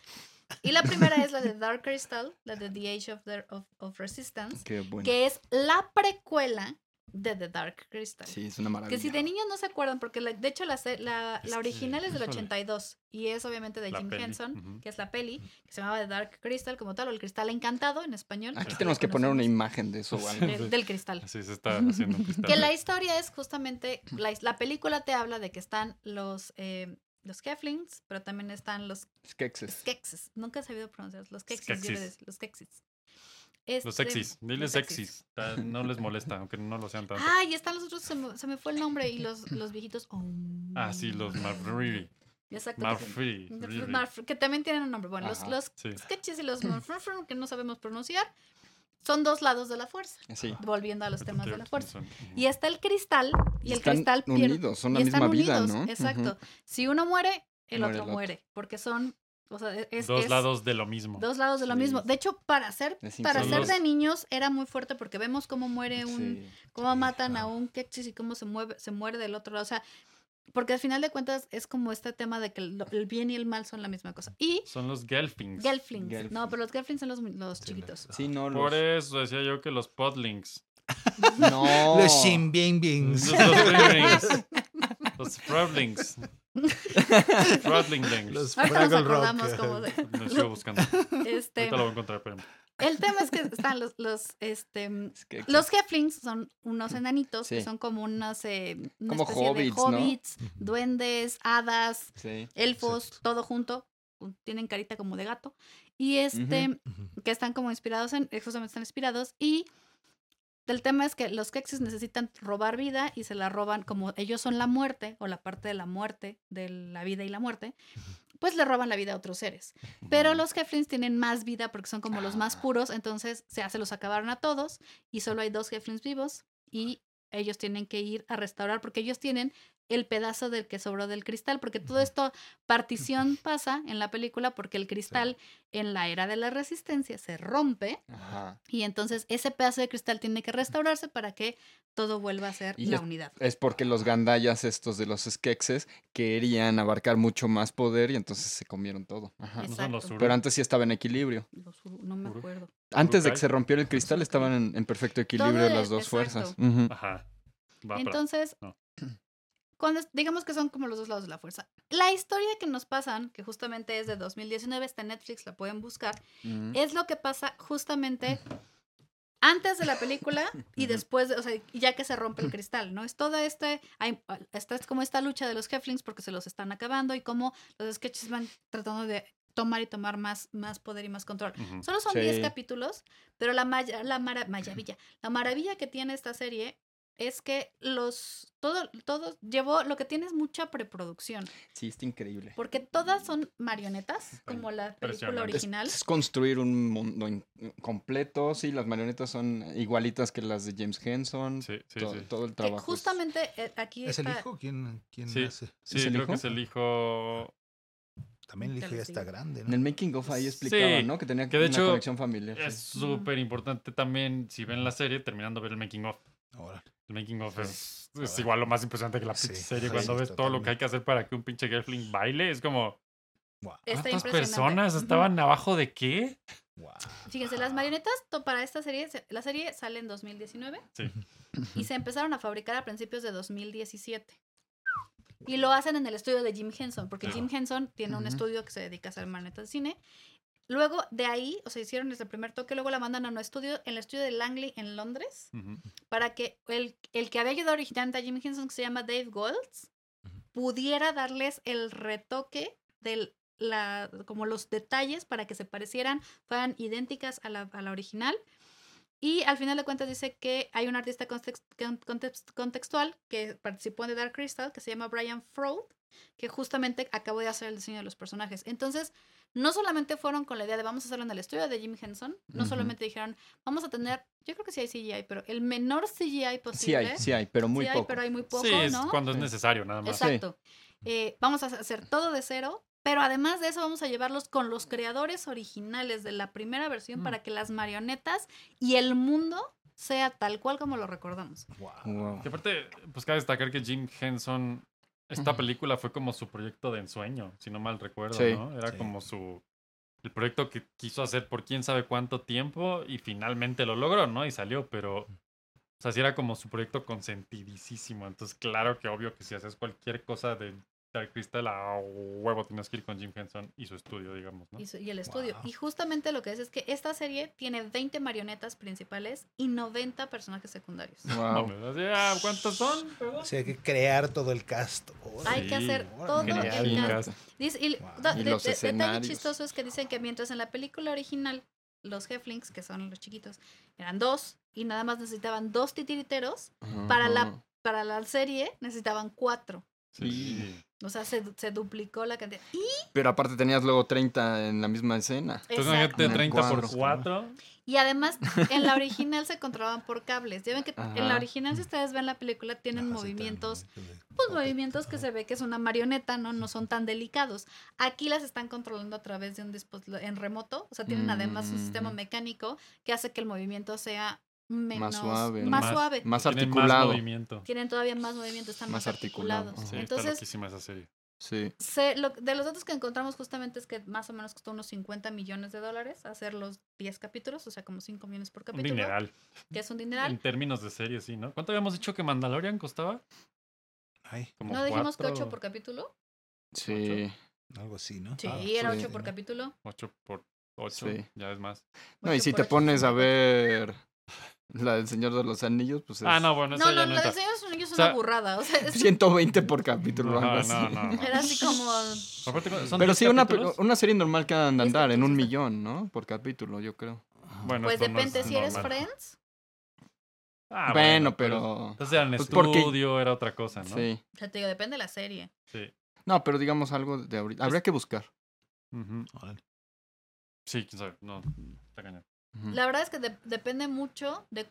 [SPEAKER 3] Y la primera es la de Dark Crystal, la de The Age of, the- of- of Resistance,
[SPEAKER 4] Qué bueno.
[SPEAKER 3] que es la precuela de The Dark Crystal.
[SPEAKER 4] Sí, es una maravilla.
[SPEAKER 3] Que si de niños no se acuerdan, porque la- de hecho la, se- la,
[SPEAKER 2] Es
[SPEAKER 3] la
[SPEAKER 4] Este,
[SPEAKER 2] que-
[SPEAKER 3] original es del
[SPEAKER 2] híjole.
[SPEAKER 3] 82 y es obviamente de
[SPEAKER 2] La
[SPEAKER 3] Jim
[SPEAKER 2] peli,
[SPEAKER 3] Henson,
[SPEAKER 2] ujú.
[SPEAKER 3] que es la peli, que se llamaba The Dark Crystal como tal, o El Cristal Encantado en español.
[SPEAKER 4] Aquí
[SPEAKER 3] así
[SPEAKER 4] tenemos
[SPEAKER 3] lo
[SPEAKER 4] que poner una
[SPEAKER 3] conocemos,
[SPEAKER 4] imagen de eso o algo.
[SPEAKER 3] de- del cristal.
[SPEAKER 2] Así se está haciendo un cristal.
[SPEAKER 3] Que la historia es justamente, la, his- la película te habla de que están los, eh, los Keflings, pero también están los
[SPEAKER 4] Skeksis.
[SPEAKER 3] Kexes. Nunca he sabido pronunciar los Kexes.
[SPEAKER 2] Skeksis.
[SPEAKER 3] Los Kexes.
[SPEAKER 2] Los
[SPEAKER 3] Este,
[SPEAKER 2] sexys,
[SPEAKER 3] los Ah.
[SPEAKER 2] diles sexys. Ta- No les molesta, aunque no lo sean tanto.
[SPEAKER 3] Ay, están los otros, se me, se me fue el nombre, y los, los viejitos. oh.
[SPEAKER 2] Ah, sí, los Marfree.
[SPEAKER 3] Exacto.
[SPEAKER 2] Marfree.
[SPEAKER 3] De-
[SPEAKER 2] Riri.
[SPEAKER 3] Marf- que también tienen un nombre. Bueno, los,
[SPEAKER 4] Ajá.
[SPEAKER 3] los
[SPEAKER 2] Sí.
[SPEAKER 3] sketches y los Marfrufru, que no sabemos pronunciar son dos lados de la fuerza,
[SPEAKER 2] Ah,
[SPEAKER 4] Sí.
[SPEAKER 3] volviendo a los temas de la fuerza.
[SPEAKER 2] Ujú.
[SPEAKER 3] Y está el cristal y, el
[SPEAKER 4] están
[SPEAKER 3] cristal pierde.
[SPEAKER 4] unidos, son la
[SPEAKER 3] y están
[SPEAKER 4] misma vida,
[SPEAKER 3] unidos,
[SPEAKER 4] ¿no?
[SPEAKER 3] Exacto. Si uno muere, el
[SPEAKER 4] Muere
[SPEAKER 3] otro
[SPEAKER 4] el otro.
[SPEAKER 3] muere, porque son O sea, es,
[SPEAKER 2] Dos
[SPEAKER 3] es
[SPEAKER 2] lados de lo mismo.
[SPEAKER 3] dos lados de lo mismo.
[SPEAKER 4] Sí.
[SPEAKER 3] De hecho, para ser,
[SPEAKER 4] Es
[SPEAKER 3] para
[SPEAKER 2] Son
[SPEAKER 3] ser
[SPEAKER 2] los-
[SPEAKER 3] de niños era muy fuerte porque vemos cómo muere un,
[SPEAKER 4] Sí.
[SPEAKER 3] cómo
[SPEAKER 5] Sí,
[SPEAKER 3] matan a
[SPEAKER 5] claro.
[SPEAKER 3] un quechis y cómo se mueve, se muere del otro lado. O sea, porque al final de cuentas es como este tema de que lo- el bien y el mal son la misma cosa. Y
[SPEAKER 2] Son los Gelfings.
[SPEAKER 3] gelflings. No,
[SPEAKER 4] Gelflings.
[SPEAKER 3] pero los gelflings son los, los
[SPEAKER 5] Sí,
[SPEAKER 3] chiquitos.
[SPEAKER 4] Sí, no, los...
[SPEAKER 2] Por eso decía yo que los Podlings.
[SPEAKER 4] No.
[SPEAKER 5] Los Shin Bien
[SPEAKER 2] Los
[SPEAKER 5] Bings.
[SPEAKER 2] Frelings. Los Frelings. Frelings.
[SPEAKER 5] Los
[SPEAKER 3] Ahorita nos
[SPEAKER 5] Fraggle Rock.
[SPEAKER 3] acordamos cómo se-
[SPEAKER 2] Lo sigo buscando.
[SPEAKER 3] este,
[SPEAKER 2] Ahorita lo voy a encontrar, pero
[SPEAKER 3] el tema es que están los, los, este,
[SPEAKER 4] Es que-
[SPEAKER 3] Los Heflings son unos enanitos que
[SPEAKER 4] Sí.
[SPEAKER 3] son como unos eh, una
[SPEAKER 4] Como
[SPEAKER 3] especie de
[SPEAKER 4] hobbits, ¿no?
[SPEAKER 3] hobbits, duendes, hadas,
[SPEAKER 4] Sí.
[SPEAKER 3] elfos,
[SPEAKER 5] Exacto.
[SPEAKER 3] todo junto. un- Tienen carita como de gato. Y este,
[SPEAKER 5] Ujú.
[SPEAKER 3] que están como inspirados en, eh, justamente están inspirados. Y el tema es que los Kexis necesitan robar vida y se la roban, como ellos son la muerte, o la parte de la muerte, de la vida y la muerte, pues le roban la vida a otros seres. Pero los Heflings tienen más vida porque son como los más
[SPEAKER 4] Ah.
[SPEAKER 3] puros, entonces se, se los acabaron a todos y solo hay dos Heflings vivos y ellos tienen que ir a restaurar porque ellos tienen el pedazo del que sobró del cristal, porque todo
[SPEAKER 5] Ujú.
[SPEAKER 3] esto partición pasa en la película porque el cristal en la era de la resistencia se rompe
[SPEAKER 4] Ajá.
[SPEAKER 3] y entonces ese pedazo de cristal tiene que restaurarse para que todo vuelva a ser
[SPEAKER 4] Y
[SPEAKER 3] la
[SPEAKER 4] es-
[SPEAKER 3] unidad.
[SPEAKER 4] Es porque los gandallas estos de los skexes querían abarcar mucho más poder y entonces se comieron todo. Ajá.
[SPEAKER 3] Es-
[SPEAKER 2] no son los
[SPEAKER 3] Exacto.
[SPEAKER 2] Uru.
[SPEAKER 4] Pero antes sí estaba en equilibrio.
[SPEAKER 3] Los uru- no me
[SPEAKER 2] Uru-
[SPEAKER 3] acuerdo.
[SPEAKER 4] Antes de que
[SPEAKER 2] Urukai.
[SPEAKER 4] se rompiera el cristal estaban en, en perfecto equilibrio
[SPEAKER 3] Todo
[SPEAKER 4] las
[SPEAKER 3] es-
[SPEAKER 4] dos
[SPEAKER 3] exacto.
[SPEAKER 4] fuerzas. Ujú.
[SPEAKER 2] Ajá. Va, pero-
[SPEAKER 3] Entonces,
[SPEAKER 2] no.
[SPEAKER 3] cuando es- digamos que son como los dos lados de la fuerza. La historia que nos pasan, que justamente es de 2019, está en Netflix, la pueden buscar,
[SPEAKER 4] Ujú.
[SPEAKER 2] mm.
[SPEAKER 3] es lo que pasa justamente antes de la película y
[SPEAKER 4] Ujú.
[SPEAKER 3] después, de- o sea, ya que se rompe el cristal, ¿no? Es toda este, hay, esta es como esta lucha de los Heflings porque se los están acabando y cómo los sketches van tratando de tomar y tomar más, más poder y más control.
[SPEAKER 2] Ujú.
[SPEAKER 3] Solo son
[SPEAKER 4] Sí.
[SPEAKER 3] 10 capítulos, pero la, maya- la mara- maravilla, la maravilla que tiene esta serie es que los todo todo llevó lo que tiene es mucha preproducción
[SPEAKER 4] Sí, está increíble.
[SPEAKER 3] porque todas son marionetas como la película
[SPEAKER 2] Impresionante.
[SPEAKER 3] original
[SPEAKER 4] Mm. Es, es construir un mundo in- completo. Sí, las marionetas son igualitas que las de James Henson.
[SPEAKER 2] Sí, sí,
[SPEAKER 4] todo,
[SPEAKER 2] sí.
[SPEAKER 4] todo el
[SPEAKER 3] que
[SPEAKER 4] trabajo. es-
[SPEAKER 3] justamente eh, aquí
[SPEAKER 5] ¿Es el
[SPEAKER 3] está
[SPEAKER 5] hijo? ¿Quién, quién
[SPEAKER 2] Sí.
[SPEAKER 5] hace?
[SPEAKER 2] Sí,
[SPEAKER 4] ¿Es el hijo?
[SPEAKER 2] creo
[SPEAKER 4] Ah,
[SPEAKER 2] que es el hijo.
[SPEAKER 5] También el hijo
[SPEAKER 3] Te lo
[SPEAKER 5] ya está
[SPEAKER 3] digo.
[SPEAKER 5] grande,
[SPEAKER 4] En el
[SPEAKER 5] ¿no?
[SPEAKER 4] making of ahí explicaban, ¿no? Que tenía
[SPEAKER 2] que de
[SPEAKER 4] una
[SPEAKER 2] hecho-
[SPEAKER 4] conexión familiar.
[SPEAKER 2] Es
[SPEAKER 4] sí.
[SPEAKER 2] súper importante también, si ven la serie, terminando de ver el making of.
[SPEAKER 5] Ahora.
[SPEAKER 2] El making of es,
[SPEAKER 4] Pues,
[SPEAKER 5] Sí.
[SPEAKER 4] ah.
[SPEAKER 2] es pues, igual lo más impresionante que la
[SPEAKER 5] Sí,
[SPEAKER 2] pinche serie.
[SPEAKER 5] sí,
[SPEAKER 2] Cuando ves todo lo que
[SPEAKER 5] totalmente.
[SPEAKER 2] hay que hacer para que un pinche Gelfling baile, es como.
[SPEAKER 5] Wow.
[SPEAKER 3] está
[SPEAKER 2] ¿Cuántas
[SPEAKER 3] impresionante.
[SPEAKER 2] Ah, personas
[SPEAKER 3] Ujú.
[SPEAKER 2] estaban abajo de qué?
[SPEAKER 3] Fíjense, las marionetas to- para esta serie, se- la serie sale en 2019
[SPEAKER 2] Sí.
[SPEAKER 3] y se empezaron a fabricar a principios de 2017. Y lo hacen en el estudio de Jim Henson, porque
[SPEAKER 2] Claro.
[SPEAKER 3] Jim Henson tiene un
[SPEAKER 4] Ujú.
[SPEAKER 3] estudio que se dedica a hacer marionetas de cine. Luego de ahí, o sea, hicieron desde el primer toque, luego la mandan a un estudio, en el estudio de Langley en Londres,
[SPEAKER 2] Ujú.
[SPEAKER 3] para que el, el que había ayudado originalmente a Jim Henson, que se llama Dave Golds, pudiera darles el retoque del la, como los detalles para que se parecieran, fueran idénticas a la, a la original. Y al final de cuentas dice que hay un artista context- con- context- contextual que participó de Dark Crystal, que se llama Brian Froud, que justamente acabó de hacer el diseño de los personajes. Entonces, no solamente fueron con la idea de vamos a hacerlo en el estudio de Jim Henson, no
[SPEAKER 4] Ujú.
[SPEAKER 3] solamente dijeron vamos a tener, yo creo que sí hay CGI, pero el menor CGI
[SPEAKER 4] Sí
[SPEAKER 3] posible.
[SPEAKER 4] hay, sí hay, pero muy
[SPEAKER 3] Sí hay,
[SPEAKER 4] poco.
[SPEAKER 3] pero hay muy poco,
[SPEAKER 2] sí, es
[SPEAKER 3] ¿no?
[SPEAKER 2] cuando es
[SPEAKER 4] Sí.
[SPEAKER 2] necesario, nada más.
[SPEAKER 4] Exacto.
[SPEAKER 3] Exacto. Eh, vamos a hacer todo de cero, pero además de eso vamos a llevarlos con los creadores originales de la primera versión
[SPEAKER 2] Mm.
[SPEAKER 3] para que las marionetas y el mundo sea tal cual como lo recordamos.
[SPEAKER 4] Wow.
[SPEAKER 2] Y aparte, pues cabe destacar que Jim Henson, esta
[SPEAKER 4] Ujú.
[SPEAKER 2] película fue como su proyecto de ensueño, si no mal recuerdo,
[SPEAKER 4] Sí.
[SPEAKER 2] ¿no? Era
[SPEAKER 5] Sí.
[SPEAKER 2] como su. El proyecto que quiso hacer por quién sabe cuánto tiempo y finalmente lo logró, ¿no? Y salió, pero. O sea, sí era como su proyecto consentidísimo. Entonces, claro que obvio que si haces cualquier cosa de Dark Crystal, a huevo tienes que ir con Jim Henson y su estudio, digamos, ¿no?
[SPEAKER 3] Y, su- y el estudio.
[SPEAKER 5] Wow.
[SPEAKER 3] Y justamente lo que es es que esta serie tiene 20 marionetas principales y 90 personajes secundarios.
[SPEAKER 2] No,
[SPEAKER 4] Wow.
[SPEAKER 2] me das- ah, ¿Cuántos son?
[SPEAKER 5] O sea, hay que crear todo el cast. Órale.
[SPEAKER 3] Hay que hacer
[SPEAKER 5] Órale.
[SPEAKER 3] todo
[SPEAKER 4] Genial.
[SPEAKER 3] el cast. Dice- y,
[SPEAKER 5] Wow.
[SPEAKER 3] da-
[SPEAKER 4] Y
[SPEAKER 3] de-
[SPEAKER 4] los
[SPEAKER 3] de- detalle
[SPEAKER 4] escenarios.
[SPEAKER 3] chistoso es que dicen que mientras en la película original los Heflings, que son los chiquitos, eran dos y nada más necesitaban dos titiriteros, Para la-
[SPEAKER 4] Ajá.
[SPEAKER 3] para la serie necesitaban cuatro.
[SPEAKER 2] Sí.
[SPEAKER 3] O sea, se, se duplicó la cantidad. Y
[SPEAKER 4] Pero aparte tenías luego 30 en la misma escena.
[SPEAKER 2] Entonces, imagínate
[SPEAKER 3] Exacto.
[SPEAKER 4] Exacto.
[SPEAKER 2] 30 por
[SPEAKER 4] Cuadros,
[SPEAKER 2] 4.
[SPEAKER 3] Y además, en la original se controlaban por cables. Ya ven que en
[SPEAKER 4] Ajá.
[SPEAKER 3] la original, si ustedes ven la película, tienen
[SPEAKER 5] Ajá, Ah, sí,
[SPEAKER 3] movimientos
[SPEAKER 5] también, que de-
[SPEAKER 3] pues
[SPEAKER 5] puppet,
[SPEAKER 3] movimientos que
[SPEAKER 5] ajá.
[SPEAKER 3] se ve que es una marioneta, ¿no? No son tan delicados. Aquí las están controlando a través de un dispositivo en remoto. O sea, tienen además un sistema
[SPEAKER 4] Mm.
[SPEAKER 3] mecánico que hace que el movimiento sea menos, más suave.
[SPEAKER 4] suave, ¿no?
[SPEAKER 3] Más,
[SPEAKER 2] Más-
[SPEAKER 3] suave.
[SPEAKER 4] Más
[SPEAKER 2] Tienen
[SPEAKER 4] articulado.
[SPEAKER 2] movimiento.
[SPEAKER 3] Tienen todavía más movimiento, están más,
[SPEAKER 4] Más articulado,
[SPEAKER 3] articulados.
[SPEAKER 4] ajá.
[SPEAKER 2] Sí, está
[SPEAKER 3] Entonces,
[SPEAKER 2] loquísima esa serie.
[SPEAKER 4] Sí.
[SPEAKER 3] se- lo- de los datos que encontramos justamente es que más o menos costó unos 50 millones de dólares hacer los 10 capítulos, o sea, como 5 millones por
[SPEAKER 2] Un
[SPEAKER 3] capítulo,
[SPEAKER 2] dineral.
[SPEAKER 3] que es un dineral.
[SPEAKER 2] En términos de serie, sí, ¿no? ¿Cuánto habíamos dicho que Mandalorian costaba?
[SPEAKER 5] Ay,
[SPEAKER 2] Como
[SPEAKER 3] ¿No dijimos que
[SPEAKER 2] cuatro,
[SPEAKER 3] 8 por capítulo?
[SPEAKER 4] Sí.
[SPEAKER 5] algo así, ¿no?
[SPEAKER 3] Sí,
[SPEAKER 4] Ah,
[SPEAKER 3] era
[SPEAKER 4] sí.
[SPEAKER 3] 8 por capítulo.
[SPEAKER 2] ocho por ocho,
[SPEAKER 4] Sí.
[SPEAKER 2] ya es más.
[SPEAKER 4] No, y
[SPEAKER 3] Ocho
[SPEAKER 4] si
[SPEAKER 3] por
[SPEAKER 4] te
[SPEAKER 3] ocho,
[SPEAKER 4] pones a
[SPEAKER 3] 50.
[SPEAKER 4] ver la del Señor de los Anillos, pues es
[SPEAKER 2] Ah, no, bueno, esa
[SPEAKER 3] No,
[SPEAKER 2] ya
[SPEAKER 3] no,
[SPEAKER 2] no
[SPEAKER 3] la de
[SPEAKER 2] entra.
[SPEAKER 3] Señor de los Anillos es
[SPEAKER 2] O sea,
[SPEAKER 3] una burrada. O sea, es-
[SPEAKER 4] 120 por capítulo o
[SPEAKER 2] Ajá,
[SPEAKER 4] algo así.
[SPEAKER 2] no, no, no.
[SPEAKER 3] era así como.
[SPEAKER 2] Aparte, ¿son
[SPEAKER 4] Pero
[SPEAKER 2] diez
[SPEAKER 4] sí, una,
[SPEAKER 2] capítulos?
[SPEAKER 4] una serie normal que ha de
[SPEAKER 3] Diez
[SPEAKER 4] andar en un
[SPEAKER 3] capítulos.
[SPEAKER 4] millón, ¿no? Por capítulo, yo creo.
[SPEAKER 2] Bueno,
[SPEAKER 3] Pues
[SPEAKER 2] esto no es
[SPEAKER 3] depende, si eres
[SPEAKER 2] normal.
[SPEAKER 3] Friends,
[SPEAKER 2] Ah,
[SPEAKER 4] bueno, pero...
[SPEAKER 2] Entonces era en
[SPEAKER 4] Pues porque-
[SPEAKER 2] estudio, era otra cosa, ¿no?
[SPEAKER 4] Sí.
[SPEAKER 3] o sea, te digo, depende de la serie.
[SPEAKER 2] Sí.
[SPEAKER 4] No, pero digamos algo de ahorita.
[SPEAKER 3] Pues
[SPEAKER 4] Habría que buscar.
[SPEAKER 2] Ujú.
[SPEAKER 5] Órale.
[SPEAKER 2] Sí, quién sabe. No, está cañón.
[SPEAKER 4] Ujú.
[SPEAKER 3] La verdad es que de- depende mucho de.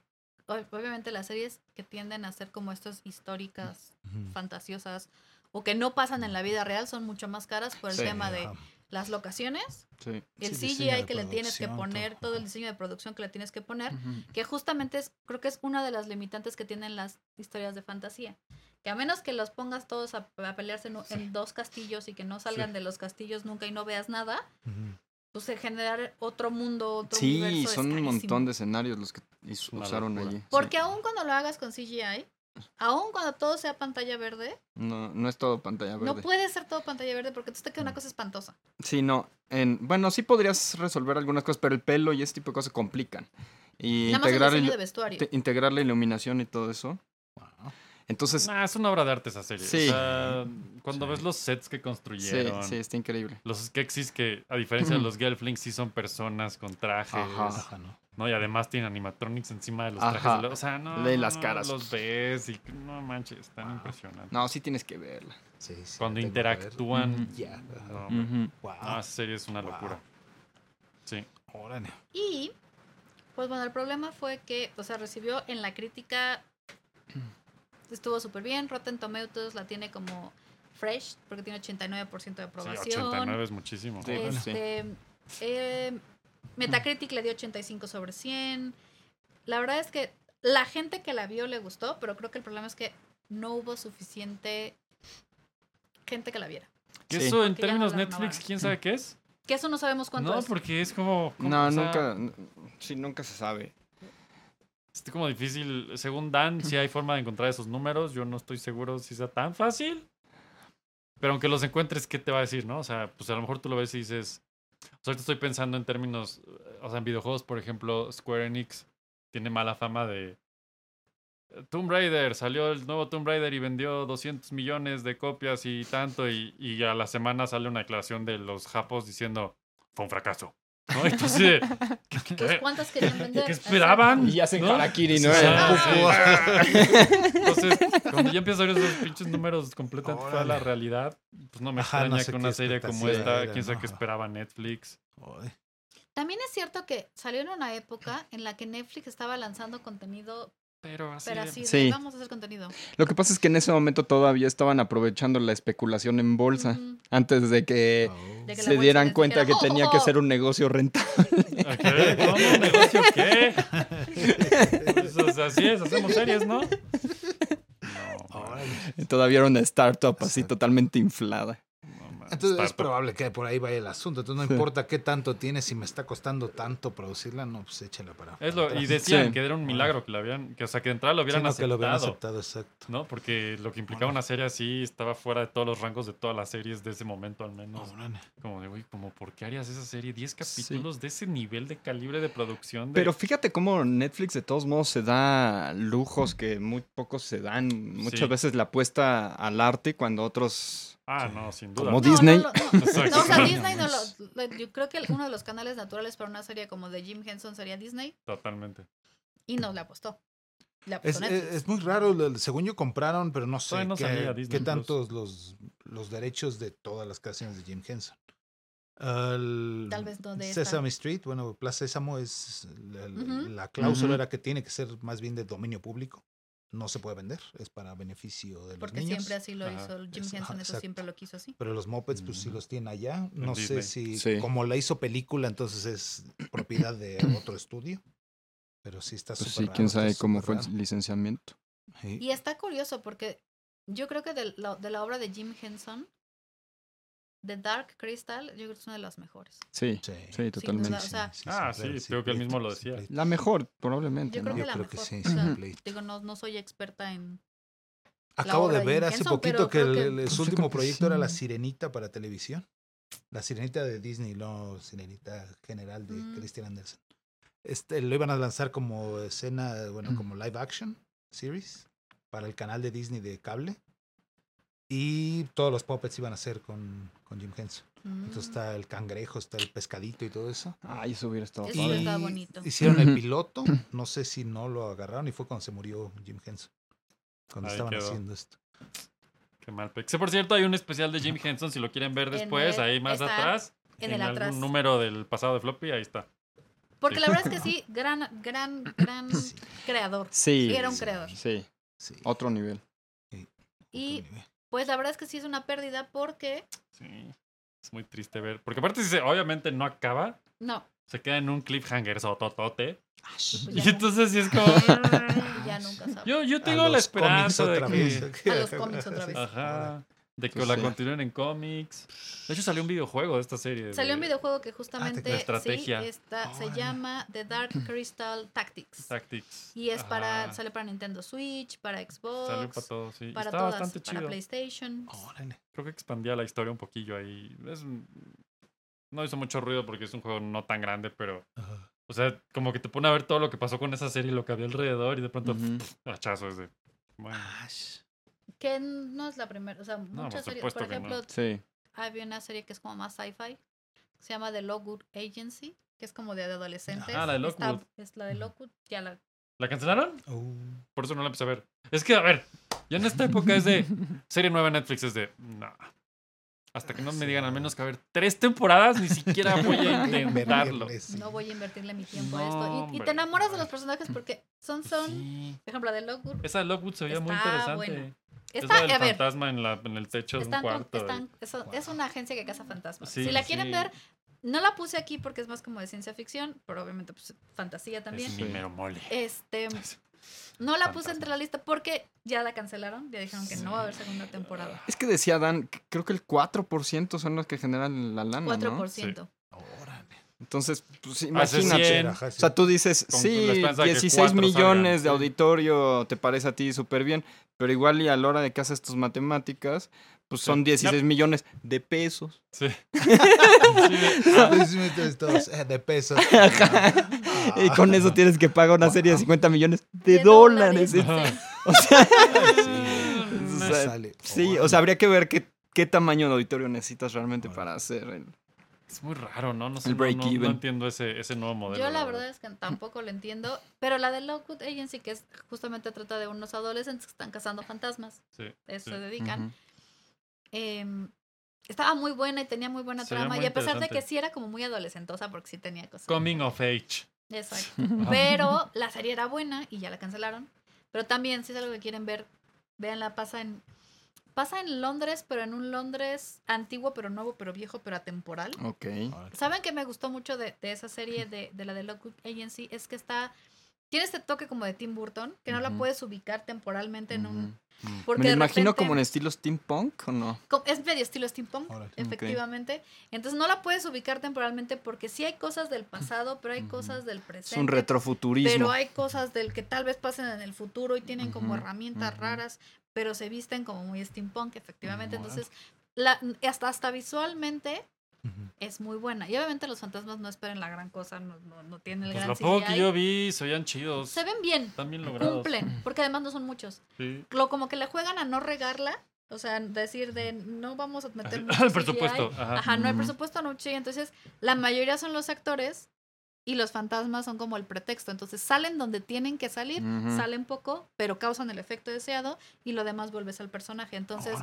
[SPEAKER 3] ob- Obviamente, las series que tienden a ser como estas históricas,
[SPEAKER 5] Ujú.
[SPEAKER 3] fantasiosas o que no pasan en la vida real son mucho más caras por el
[SPEAKER 4] Sí.
[SPEAKER 3] tema de
[SPEAKER 5] Ajá.
[SPEAKER 3] las locaciones,
[SPEAKER 4] Sí.
[SPEAKER 3] el
[SPEAKER 5] Sí, diseño
[SPEAKER 3] CGI
[SPEAKER 5] de
[SPEAKER 3] que le tienes que
[SPEAKER 5] producción,
[SPEAKER 3] poner,
[SPEAKER 5] todo.
[SPEAKER 3] todo el diseño de producción que le tienes que poner.
[SPEAKER 4] Ujú.
[SPEAKER 3] que justamente es, creo que es una de las limitantes que tienen las historias de fantasía. Que a menos que los pongas todos a, a pelearse en, u- en dos castillos y que no salgan de los castillos nunca y no veas nada,
[SPEAKER 5] Ujú.
[SPEAKER 3] pues eh, generar otro mundo, otro
[SPEAKER 4] Sí,
[SPEAKER 3] universo es
[SPEAKER 4] son un
[SPEAKER 3] carísimo.
[SPEAKER 4] montón de escenarios los que is-
[SPEAKER 2] Una
[SPEAKER 4] usaron
[SPEAKER 2] locura.
[SPEAKER 4] allí. sí.
[SPEAKER 3] Porque aún cuando lo hagas con CGI, aún cuando todo sea pantalla verde,
[SPEAKER 4] No, no es todo pantalla verde. Mm.
[SPEAKER 3] no puede ser todo pantalla verde porque entonces te queda una cosa espantosa.
[SPEAKER 4] Sí, no. En, bueno, sí podrías resolver algunas cosas, pero el pelo y ese tipo de cosas complican. Y
[SPEAKER 3] Nada más el
[SPEAKER 4] integrar,
[SPEAKER 3] diseño
[SPEAKER 4] ilu-
[SPEAKER 3] de vestuario.
[SPEAKER 4] te- integrar la iluminación y todo eso.
[SPEAKER 5] Wow.
[SPEAKER 4] Entonces,
[SPEAKER 2] Nah, es una obra de arte esa serie.
[SPEAKER 4] Pues Sí.
[SPEAKER 2] O sea, cuando
[SPEAKER 5] Sí.
[SPEAKER 2] ves los sets que
[SPEAKER 4] sí,
[SPEAKER 2] construyeron,
[SPEAKER 4] sí, está increíble.
[SPEAKER 2] los skeksis que, a diferencia de los Gelflings, sí son personas con trajes,
[SPEAKER 4] Ajá.
[SPEAKER 5] Ajá, ¿no?
[SPEAKER 2] ¿no? Y además tienen animatronics encima de los
[SPEAKER 4] Ajá.
[SPEAKER 2] trajes. de lo- O sea, no,
[SPEAKER 4] Lee
[SPEAKER 2] no,
[SPEAKER 4] las
[SPEAKER 2] no,
[SPEAKER 4] caras. Ah.
[SPEAKER 2] Los ves y no manches, están
[SPEAKER 5] Wow.
[SPEAKER 2] impresionantes.
[SPEAKER 4] No, sí tienes que verla.
[SPEAKER 5] Sí, sí,
[SPEAKER 2] cuando
[SPEAKER 5] la tengo que ver.
[SPEAKER 2] interactúan.
[SPEAKER 5] Ujú. Ya.
[SPEAKER 2] No, hombre.
[SPEAKER 4] Ujú.
[SPEAKER 5] Wow.
[SPEAKER 2] No, esa serie es una
[SPEAKER 5] Wow.
[SPEAKER 2] locura. Sí.
[SPEAKER 5] Órale.
[SPEAKER 3] Y, pues bueno, el problema fue que, o sea, recibió en la crítica, estuvo súper bien. Rotten Tomatoes la tiene como fresh, porque tiene 89% de
[SPEAKER 2] Sí,
[SPEAKER 3] aprobación.
[SPEAKER 2] 89 es muchísimo.
[SPEAKER 4] Sí.
[SPEAKER 3] Este, eh, Metacritic le dio 85 sobre 100. La verdad es que la gente que la vio le gustó, pero creo que el problema es que no hubo suficiente gente que la viera.
[SPEAKER 2] Que
[SPEAKER 4] Sí.
[SPEAKER 2] eso en
[SPEAKER 3] Porque ya no
[SPEAKER 2] términos
[SPEAKER 3] la
[SPEAKER 2] Netflix,
[SPEAKER 3] renovaron.
[SPEAKER 2] quién sabe qué es.
[SPEAKER 3] Que eso no sabemos cuánto
[SPEAKER 2] No,
[SPEAKER 3] es.
[SPEAKER 2] porque es como. como,
[SPEAKER 4] No,
[SPEAKER 2] o sea,
[SPEAKER 4] nunca. n- Sí, nunca se sabe.
[SPEAKER 2] Es como difícil. Según Dan, si hay forma de encontrar esos números. Yo no estoy seguro si sea tan fácil. Pero aunque los encuentres, ¿qué te va a decir, no? O sea, pues a lo mejor tú lo ves y dices. O sea, ahorita estoy pensando en términos. eh, O sea, en videojuegos, por ejemplo, Square Enix tiene mala fama de. eh, Tomb Raider, salió el nuevo Tomb Raider y vendió 200 millones de copias y tanto. Y, y a la semana sale una declaración de los japos diciendo: Fue un fracaso. ¿No? Entonces, ¿qué- qué-
[SPEAKER 3] Pues,
[SPEAKER 2] qué?
[SPEAKER 3] ¿Cuántas querían vender?
[SPEAKER 2] ¿Qué esperaban?
[SPEAKER 4] Y hacen harakiri, ¿no?
[SPEAKER 2] Ah, sí. Entonces, cuando ya empiezas a ver esos pinches números completamente fuera de la
[SPEAKER 5] Órale.
[SPEAKER 2] realidad, pues no me
[SPEAKER 5] Ajá,
[SPEAKER 2] extraña
[SPEAKER 5] no sé
[SPEAKER 2] que
[SPEAKER 5] qué
[SPEAKER 2] una serie como
[SPEAKER 5] expectativa
[SPEAKER 2] esta,
[SPEAKER 5] era,
[SPEAKER 2] quién sabe
[SPEAKER 5] ¿no?
[SPEAKER 2] qué
[SPEAKER 5] Ajá.
[SPEAKER 2] esperaba Netflix.
[SPEAKER 5] Órale.
[SPEAKER 3] También es cierto que salió en una época en la que Netflix estaba lanzando contenido,
[SPEAKER 2] Pero así.
[SPEAKER 3] pero
[SPEAKER 2] de-
[SPEAKER 3] así de,
[SPEAKER 4] Sí.
[SPEAKER 3] vamos a hacer contenido.
[SPEAKER 4] Lo que pasa es que en ese momento todavía estaban aprovechando la especulación en bolsa.
[SPEAKER 3] Ujú.
[SPEAKER 4] Antes de que
[SPEAKER 5] Oh.
[SPEAKER 3] De que la
[SPEAKER 4] se
[SPEAKER 3] bolsa
[SPEAKER 4] dieran
[SPEAKER 3] les
[SPEAKER 4] cuenta
[SPEAKER 3] dijera,
[SPEAKER 4] que
[SPEAKER 3] "Oh,
[SPEAKER 4] tenía
[SPEAKER 3] oh,
[SPEAKER 4] que
[SPEAKER 3] oh".
[SPEAKER 4] ser un negocio rentable.
[SPEAKER 2] ¿A qué? ¿Cómo? ¿Negocio qué? Pues, o sea, así es, hacemos series, ¿no? No, man,
[SPEAKER 5] Órale.
[SPEAKER 4] Todavía era una startup así
[SPEAKER 5] Exacto.
[SPEAKER 4] totalmente inflada.
[SPEAKER 2] no, man.
[SPEAKER 5] Entonces es
[SPEAKER 2] Startup.
[SPEAKER 5] probable que por ahí vaya el asunto. Entonces no importa qué tanto tiene, si me está costando tanto producirla, no, pues échala para.
[SPEAKER 2] Es lo, y
[SPEAKER 5] atrás.
[SPEAKER 2] decían
[SPEAKER 4] Sí.
[SPEAKER 2] que era un milagro que la habían, que o sea que de entrada lo hubieran
[SPEAKER 5] Sí, no, que
[SPEAKER 2] aceptado.
[SPEAKER 5] lo hubieran aceptado, exacto.
[SPEAKER 2] ¿No? Porque lo que implicaba
[SPEAKER 5] Órale.
[SPEAKER 2] una serie así estaba fuera de todos los rangos de todas las series de ese momento al menos.
[SPEAKER 5] Órale.
[SPEAKER 2] Como de, güey, como, ¿por qué harías esa serie? 10 capítulos de ese nivel de calibre de producción. de-
[SPEAKER 4] Pero fíjate cómo Netflix de todos modos se da lujos que muy pocos se dan. Muchas
[SPEAKER 2] Sí.
[SPEAKER 4] veces la apuesta al arte cuando otros...
[SPEAKER 2] Ah,
[SPEAKER 5] Sí.
[SPEAKER 2] no, sin duda.
[SPEAKER 4] Como
[SPEAKER 3] No,
[SPEAKER 4] Disney.
[SPEAKER 3] no, no, no.
[SPEAKER 2] Exacto.
[SPEAKER 3] No, o sea, Disney no lo- lo- Yo creo que el- uno de los canales naturales para una serie como de Jim Henson sería Disney
[SPEAKER 2] Totalmente.
[SPEAKER 3] y nos la apostó. Le
[SPEAKER 5] Es, eh,
[SPEAKER 3] apostó
[SPEAKER 5] es-
[SPEAKER 3] Netflix.
[SPEAKER 5] es muy raro, lo- según yo compraron, pero no sé
[SPEAKER 2] Todavía no
[SPEAKER 5] qué,
[SPEAKER 2] salía Disney
[SPEAKER 5] qué
[SPEAKER 2] Plus.
[SPEAKER 5] tantos los, los derechos de todas las creaciones de Jim Henson. al
[SPEAKER 3] Tal vez no de esta.
[SPEAKER 5] Sesame Street, bueno, Plaza Sésamo es la, la-
[SPEAKER 3] Ujú.
[SPEAKER 5] la cláusula
[SPEAKER 4] Ujú.
[SPEAKER 5] era que tiene que ser más bien de dominio público. No se puede vender, es para beneficio de los
[SPEAKER 3] Porque
[SPEAKER 5] niños.
[SPEAKER 3] siempre así lo
[SPEAKER 2] Ajá,
[SPEAKER 3] hizo Jim
[SPEAKER 5] eso, ajá,
[SPEAKER 3] Henson, eso
[SPEAKER 5] exacto.
[SPEAKER 3] siempre lo quiso así.
[SPEAKER 5] Pero los mopeds, pues si
[SPEAKER 4] Mm.
[SPEAKER 5] los tienen allá, no
[SPEAKER 2] Disney.
[SPEAKER 5] sé si
[SPEAKER 4] Sí.
[SPEAKER 5] como la hizo película, entonces es propiedad de otro estudio. Pero sí está
[SPEAKER 4] Pues
[SPEAKER 5] súper
[SPEAKER 4] sí,
[SPEAKER 5] raro,
[SPEAKER 4] quién
[SPEAKER 5] está
[SPEAKER 4] sabe cómo
[SPEAKER 5] súper
[SPEAKER 4] fue
[SPEAKER 5] raro.
[SPEAKER 4] el licenciamiento.
[SPEAKER 5] Sí.
[SPEAKER 3] Y está curioso porque yo creo que de la, de la obra de Jim Henson, The Dark Crystal, yo creo que es una de las mejores.
[SPEAKER 4] Sí,
[SPEAKER 5] Sí.
[SPEAKER 4] sí, totalmente.
[SPEAKER 3] duda, o sea,
[SPEAKER 2] Ah,
[SPEAKER 5] sin
[SPEAKER 2] sí,
[SPEAKER 5] sin
[SPEAKER 2] creo que él
[SPEAKER 5] pleito,
[SPEAKER 2] mismo lo
[SPEAKER 5] sin
[SPEAKER 2] decía.
[SPEAKER 5] pleito.
[SPEAKER 4] La mejor, probablemente.
[SPEAKER 3] Yo
[SPEAKER 4] ¿no?
[SPEAKER 3] creo que
[SPEAKER 5] Yo
[SPEAKER 3] la
[SPEAKER 5] creo
[SPEAKER 3] mejor.
[SPEAKER 5] que sí,
[SPEAKER 3] o sea,
[SPEAKER 5] sin pleito.
[SPEAKER 3] digo, no, no soy experta en.
[SPEAKER 5] Acabo
[SPEAKER 3] obra
[SPEAKER 5] de
[SPEAKER 3] de
[SPEAKER 5] ver
[SPEAKER 3] Jim
[SPEAKER 5] hace
[SPEAKER 3] Henson, pero
[SPEAKER 5] poquito que,
[SPEAKER 3] creo
[SPEAKER 5] el-
[SPEAKER 3] que-
[SPEAKER 5] el-
[SPEAKER 4] Pues
[SPEAKER 5] su
[SPEAKER 4] yo
[SPEAKER 5] último
[SPEAKER 4] creo que
[SPEAKER 5] proyecto era La
[SPEAKER 4] sí.
[SPEAKER 5] Sirenita para televisión. La Sirenita de Disney, no Sirenita general de
[SPEAKER 3] Mm.
[SPEAKER 5] Christian Andersen. Este, lo iban a lanzar como escena, bueno,
[SPEAKER 4] Mm.
[SPEAKER 5] como live action series para el canal de Disney de cable. Y todos los puppets iban a ser con, con Jim Henson. Entonces
[SPEAKER 3] Mm.
[SPEAKER 5] está el cangrejo, está el pescadito y todo eso.
[SPEAKER 4] Ay, eso hubiera estado
[SPEAKER 3] Eso
[SPEAKER 5] Y
[SPEAKER 4] padre.
[SPEAKER 3] está bonito.
[SPEAKER 5] Hicieron el
[SPEAKER 4] Ujú.
[SPEAKER 5] piloto, no sé si no lo agarraron y fue cuando se murió Jim Henson. Cuando
[SPEAKER 2] Ahí
[SPEAKER 5] estaban
[SPEAKER 2] quedó.
[SPEAKER 5] haciendo esto.
[SPEAKER 2] Qué mal pex. Por cierto, hay un especial de Jim Henson, si lo quieren ver
[SPEAKER 3] En
[SPEAKER 2] después,
[SPEAKER 3] el-
[SPEAKER 2] ahí más
[SPEAKER 3] está
[SPEAKER 2] atrás.
[SPEAKER 3] en el
[SPEAKER 2] algún
[SPEAKER 3] atrás.
[SPEAKER 2] número del pasado de Floppy, ahí está.
[SPEAKER 3] Porque
[SPEAKER 2] Sí.
[SPEAKER 3] la verdad es que sí, gran, gran, gran
[SPEAKER 5] Sí,
[SPEAKER 3] creador.
[SPEAKER 4] Sí.
[SPEAKER 3] Sí, era un
[SPEAKER 4] sí,
[SPEAKER 3] creador.
[SPEAKER 4] Sí,
[SPEAKER 5] sí.
[SPEAKER 4] otro nivel.
[SPEAKER 3] Y
[SPEAKER 5] otro nivel.
[SPEAKER 3] pues la verdad es que sí es una pérdida porque.
[SPEAKER 2] Sí. Es muy triste ver. Porque aparte, si se- obviamente no acaba,
[SPEAKER 3] No,
[SPEAKER 2] se queda en un cliffhanger sototote.
[SPEAKER 3] pues
[SPEAKER 2] Y
[SPEAKER 3] ya, nu-
[SPEAKER 2] entonces sí es como.
[SPEAKER 3] ya nunca sabes.
[SPEAKER 2] Yo, yo
[SPEAKER 5] A
[SPEAKER 2] tengo la
[SPEAKER 5] los cómics
[SPEAKER 2] esperanza de
[SPEAKER 5] otra
[SPEAKER 2] que.
[SPEAKER 5] vez.
[SPEAKER 3] A los cómics otra vez.
[SPEAKER 2] Ajá. De que
[SPEAKER 4] Pues
[SPEAKER 2] la
[SPEAKER 4] sí.
[SPEAKER 2] continúen en cómics. De hecho, salió un videojuego de esta serie.
[SPEAKER 3] Salió un
[SPEAKER 2] de
[SPEAKER 3] videojuego que justamente
[SPEAKER 5] La
[SPEAKER 2] Ah, estrategia.
[SPEAKER 3] sí, está, se
[SPEAKER 5] Órale.
[SPEAKER 3] llama The Dark Crystal Tactics.
[SPEAKER 2] Tactics.
[SPEAKER 3] Y es para,
[SPEAKER 2] Ajá.
[SPEAKER 3] sale para Nintendo Switch, para Xbox,
[SPEAKER 2] Salió para todo, sí. Y
[SPEAKER 3] para
[SPEAKER 2] Está
[SPEAKER 3] todas,
[SPEAKER 2] bastante
[SPEAKER 3] para
[SPEAKER 2] chido.
[SPEAKER 3] PlayStation.
[SPEAKER 5] Órale.
[SPEAKER 2] Creo que expandía la historia un poquillo ahí. Es un- No hizo mucho ruido porque es un juego no tan grande, pero.
[SPEAKER 5] Ajá.
[SPEAKER 2] O sea, como que te pone a ver todo lo que pasó con esa serie y lo que había alrededor y de pronto.
[SPEAKER 4] Ujú.
[SPEAKER 2] Hachazo es de. Bueno.
[SPEAKER 5] Ah.
[SPEAKER 3] Que no es la primera, o sea,
[SPEAKER 2] por
[SPEAKER 3] muchas series.
[SPEAKER 2] supuesto
[SPEAKER 3] Por
[SPEAKER 2] que no.
[SPEAKER 3] ejemplo,
[SPEAKER 4] Sí.
[SPEAKER 3] había una serie que es como más sci-fi, que se llama The Lockwood Agency, que es como de adolescentes.
[SPEAKER 2] Ah, la de
[SPEAKER 3] Está-
[SPEAKER 2] Lockwood.
[SPEAKER 3] es la de Lockwood, ya la...
[SPEAKER 2] ¿La cancelaron?
[SPEAKER 5] Uh,
[SPEAKER 2] Por eso no la empecé a ver. Es que, a ver, ya en esta época es de serie nueva en Netflix, es de. No. Hasta que no me digan al menos que a ver tres temporadas, ni siquiera voy a intentarlo.
[SPEAKER 5] verle, sí.
[SPEAKER 3] No voy a invertirle mi tiempo a
[SPEAKER 2] No,
[SPEAKER 3] esto. Y- Y, te
[SPEAKER 2] hombre.
[SPEAKER 3] enamoras de los personajes porque son, son...
[SPEAKER 2] Sí.
[SPEAKER 3] Por ejemplo, la de Lockwood.
[SPEAKER 2] Esa de Lockwood se veía muy
[SPEAKER 3] Está
[SPEAKER 2] interesante.
[SPEAKER 3] buena.
[SPEAKER 2] Es
[SPEAKER 3] Está,
[SPEAKER 2] la del
[SPEAKER 3] a ver,
[SPEAKER 2] fantasma en, la, en el techo de un
[SPEAKER 3] están con-
[SPEAKER 2] cuarto.
[SPEAKER 3] están- es, es una agencia que caza fantasmas.
[SPEAKER 2] Sí,
[SPEAKER 3] si la
[SPEAKER 2] sí.
[SPEAKER 3] quieren ver, no la puse aquí porque es más como de ciencia ficción, pero obviamente pues, fantasía también.
[SPEAKER 2] Es mi mero mole.
[SPEAKER 3] Este, no la puse
[SPEAKER 2] Fantasma.
[SPEAKER 3] entre la lista porque ya la cancelaron, ya dijeron que no va a haber segunda temporada.
[SPEAKER 4] Es que decía Dan, que creo que el 4% son los que generan la lana, ¿no?
[SPEAKER 3] 4%.
[SPEAKER 5] Órale.
[SPEAKER 4] Entonces, pues
[SPEAKER 2] Hace
[SPEAKER 4] imagínate.
[SPEAKER 2] 100.
[SPEAKER 5] Ajá,
[SPEAKER 4] O
[SPEAKER 5] sí.
[SPEAKER 4] sea, tú dices,
[SPEAKER 2] Con la
[SPEAKER 4] sí,
[SPEAKER 2] esperanza de que
[SPEAKER 4] 16
[SPEAKER 2] cuatro salgan,
[SPEAKER 4] millones
[SPEAKER 2] sí.
[SPEAKER 4] de auditorio te parece a ti súper bien, pero igual y a la hora de que haces tus matemáticas, pues son 16 millones de pesos.
[SPEAKER 2] Sí.
[SPEAKER 5] Ah, pues, entonces, todos, eh, de pesos. Ah,
[SPEAKER 2] Ah.
[SPEAKER 4] Y con eso tienes que pagar una serie de 50 millones de,
[SPEAKER 3] De
[SPEAKER 4] dólares.
[SPEAKER 3] dólares.
[SPEAKER 2] Ajá.
[SPEAKER 4] O sea,
[SPEAKER 5] Sí,
[SPEAKER 4] o
[SPEAKER 5] no
[SPEAKER 4] sea,
[SPEAKER 5] sale.
[SPEAKER 4] sí,
[SPEAKER 5] Órale.
[SPEAKER 4] o sea, habría que ver qué, qué tamaño de auditorio necesitas realmente
[SPEAKER 5] Órale.
[SPEAKER 4] para hacer el...
[SPEAKER 2] Es muy raro, ¿no? No sé.
[SPEAKER 4] El
[SPEAKER 2] no- no- no
[SPEAKER 4] break-even.
[SPEAKER 2] entiendo ese, ese nuevo modelo.
[SPEAKER 3] Yo la verdad es que tampoco lo entiendo, pero la de Lockwood Agency, que es justamente trata de unos adolescentes que están cazando fantasmas,
[SPEAKER 2] Sí,
[SPEAKER 3] a eso
[SPEAKER 2] sí.
[SPEAKER 3] se dedican.
[SPEAKER 4] Ujú.
[SPEAKER 3] em, estaba muy buena y tenía muy buena
[SPEAKER 2] Sería
[SPEAKER 3] trama.
[SPEAKER 2] muy
[SPEAKER 3] y a pesar de que
[SPEAKER 2] interesante.
[SPEAKER 3] sí era como muy adolescentosa, porque sí tenía cosas.
[SPEAKER 2] Coming of Age.
[SPEAKER 3] Exacto. Pero la serie era buena y ya la cancelaron. Pero también, si es algo que quieren ver, véanla, pasa en. Pasa en Londres, pero en un Londres antiguo, pero nuevo, pero viejo, pero atemporal.
[SPEAKER 4] Ok.
[SPEAKER 3] ¿Saben que me gustó mucho de, de esa serie de, de la de Lockwood Agency? Es que está. Tiene este toque como de Tim Burton, que no la
[SPEAKER 4] Ujú.
[SPEAKER 3] puedes ubicar temporalmente en un.
[SPEAKER 2] Ujú.
[SPEAKER 3] Porque
[SPEAKER 4] Me
[SPEAKER 3] de
[SPEAKER 4] lo imagino
[SPEAKER 3] repente-
[SPEAKER 4] como en estilo steampunk o no.
[SPEAKER 3] co- Es medio estilo steampunk,
[SPEAKER 5] Órale.
[SPEAKER 3] efectivamente. Entonces no la puedes ubicar temporalmente porque sí hay cosas del pasado, pero hay
[SPEAKER 4] Ujú.
[SPEAKER 3] cosas del
[SPEAKER 4] Es
[SPEAKER 3] presente.
[SPEAKER 4] un retrofuturismo.
[SPEAKER 3] Pero hay cosas del que tal vez pasen en el futuro y tienen como
[SPEAKER 4] Ujú,
[SPEAKER 3] herramientas
[SPEAKER 4] ujú.
[SPEAKER 3] raras, pero se visten como muy steampunk, efectivamente.
[SPEAKER 5] Órale.
[SPEAKER 3] Entonces, la, hasta, hasta visualmente
[SPEAKER 5] Ujú.
[SPEAKER 3] es muy buena. Y obviamente los fantasmas no esperen la gran cosa, no, no, no tienen el
[SPEAKER 2] Pues lo
[SPEAKER 3] gran
[SPEAKER 2] poco que
[SPEAKER 3] CGI.
[SPEAKER 2] yo vi se oían chidos.
[SPEAKER 3] Se ven bien,
[SPEAKER 2] Están bien logrados.
[SPEAKER 3] cumplen, porque además no son muchos.
[SPEAKER 2] Sí.
[SPEAKER 3] Lo, como que le juegan a no regarla, o sea, decir de no vamos a meter
[SPEAKER 2] Al-
[SPEAKER 3] mucho
[SPEAKER 2] al
[SPEAKER 3] CGI".
[SPEAKER 2] presupuesto, ajá.
[SPEAKER 3] no hay
[SPEAKER 4] Ujú.
[SPEAKER 3] presupuesto, no mucho. Y entonces la mayoría son los actores y los fantasmas son como el pretexto. Entonces salen donde tienen que salir,
[SPEAKER 4] Ujú.
[SPEAKER 3] salen poco, pero causan el efecto deseado y lo demás vuelves al personaje. Entonces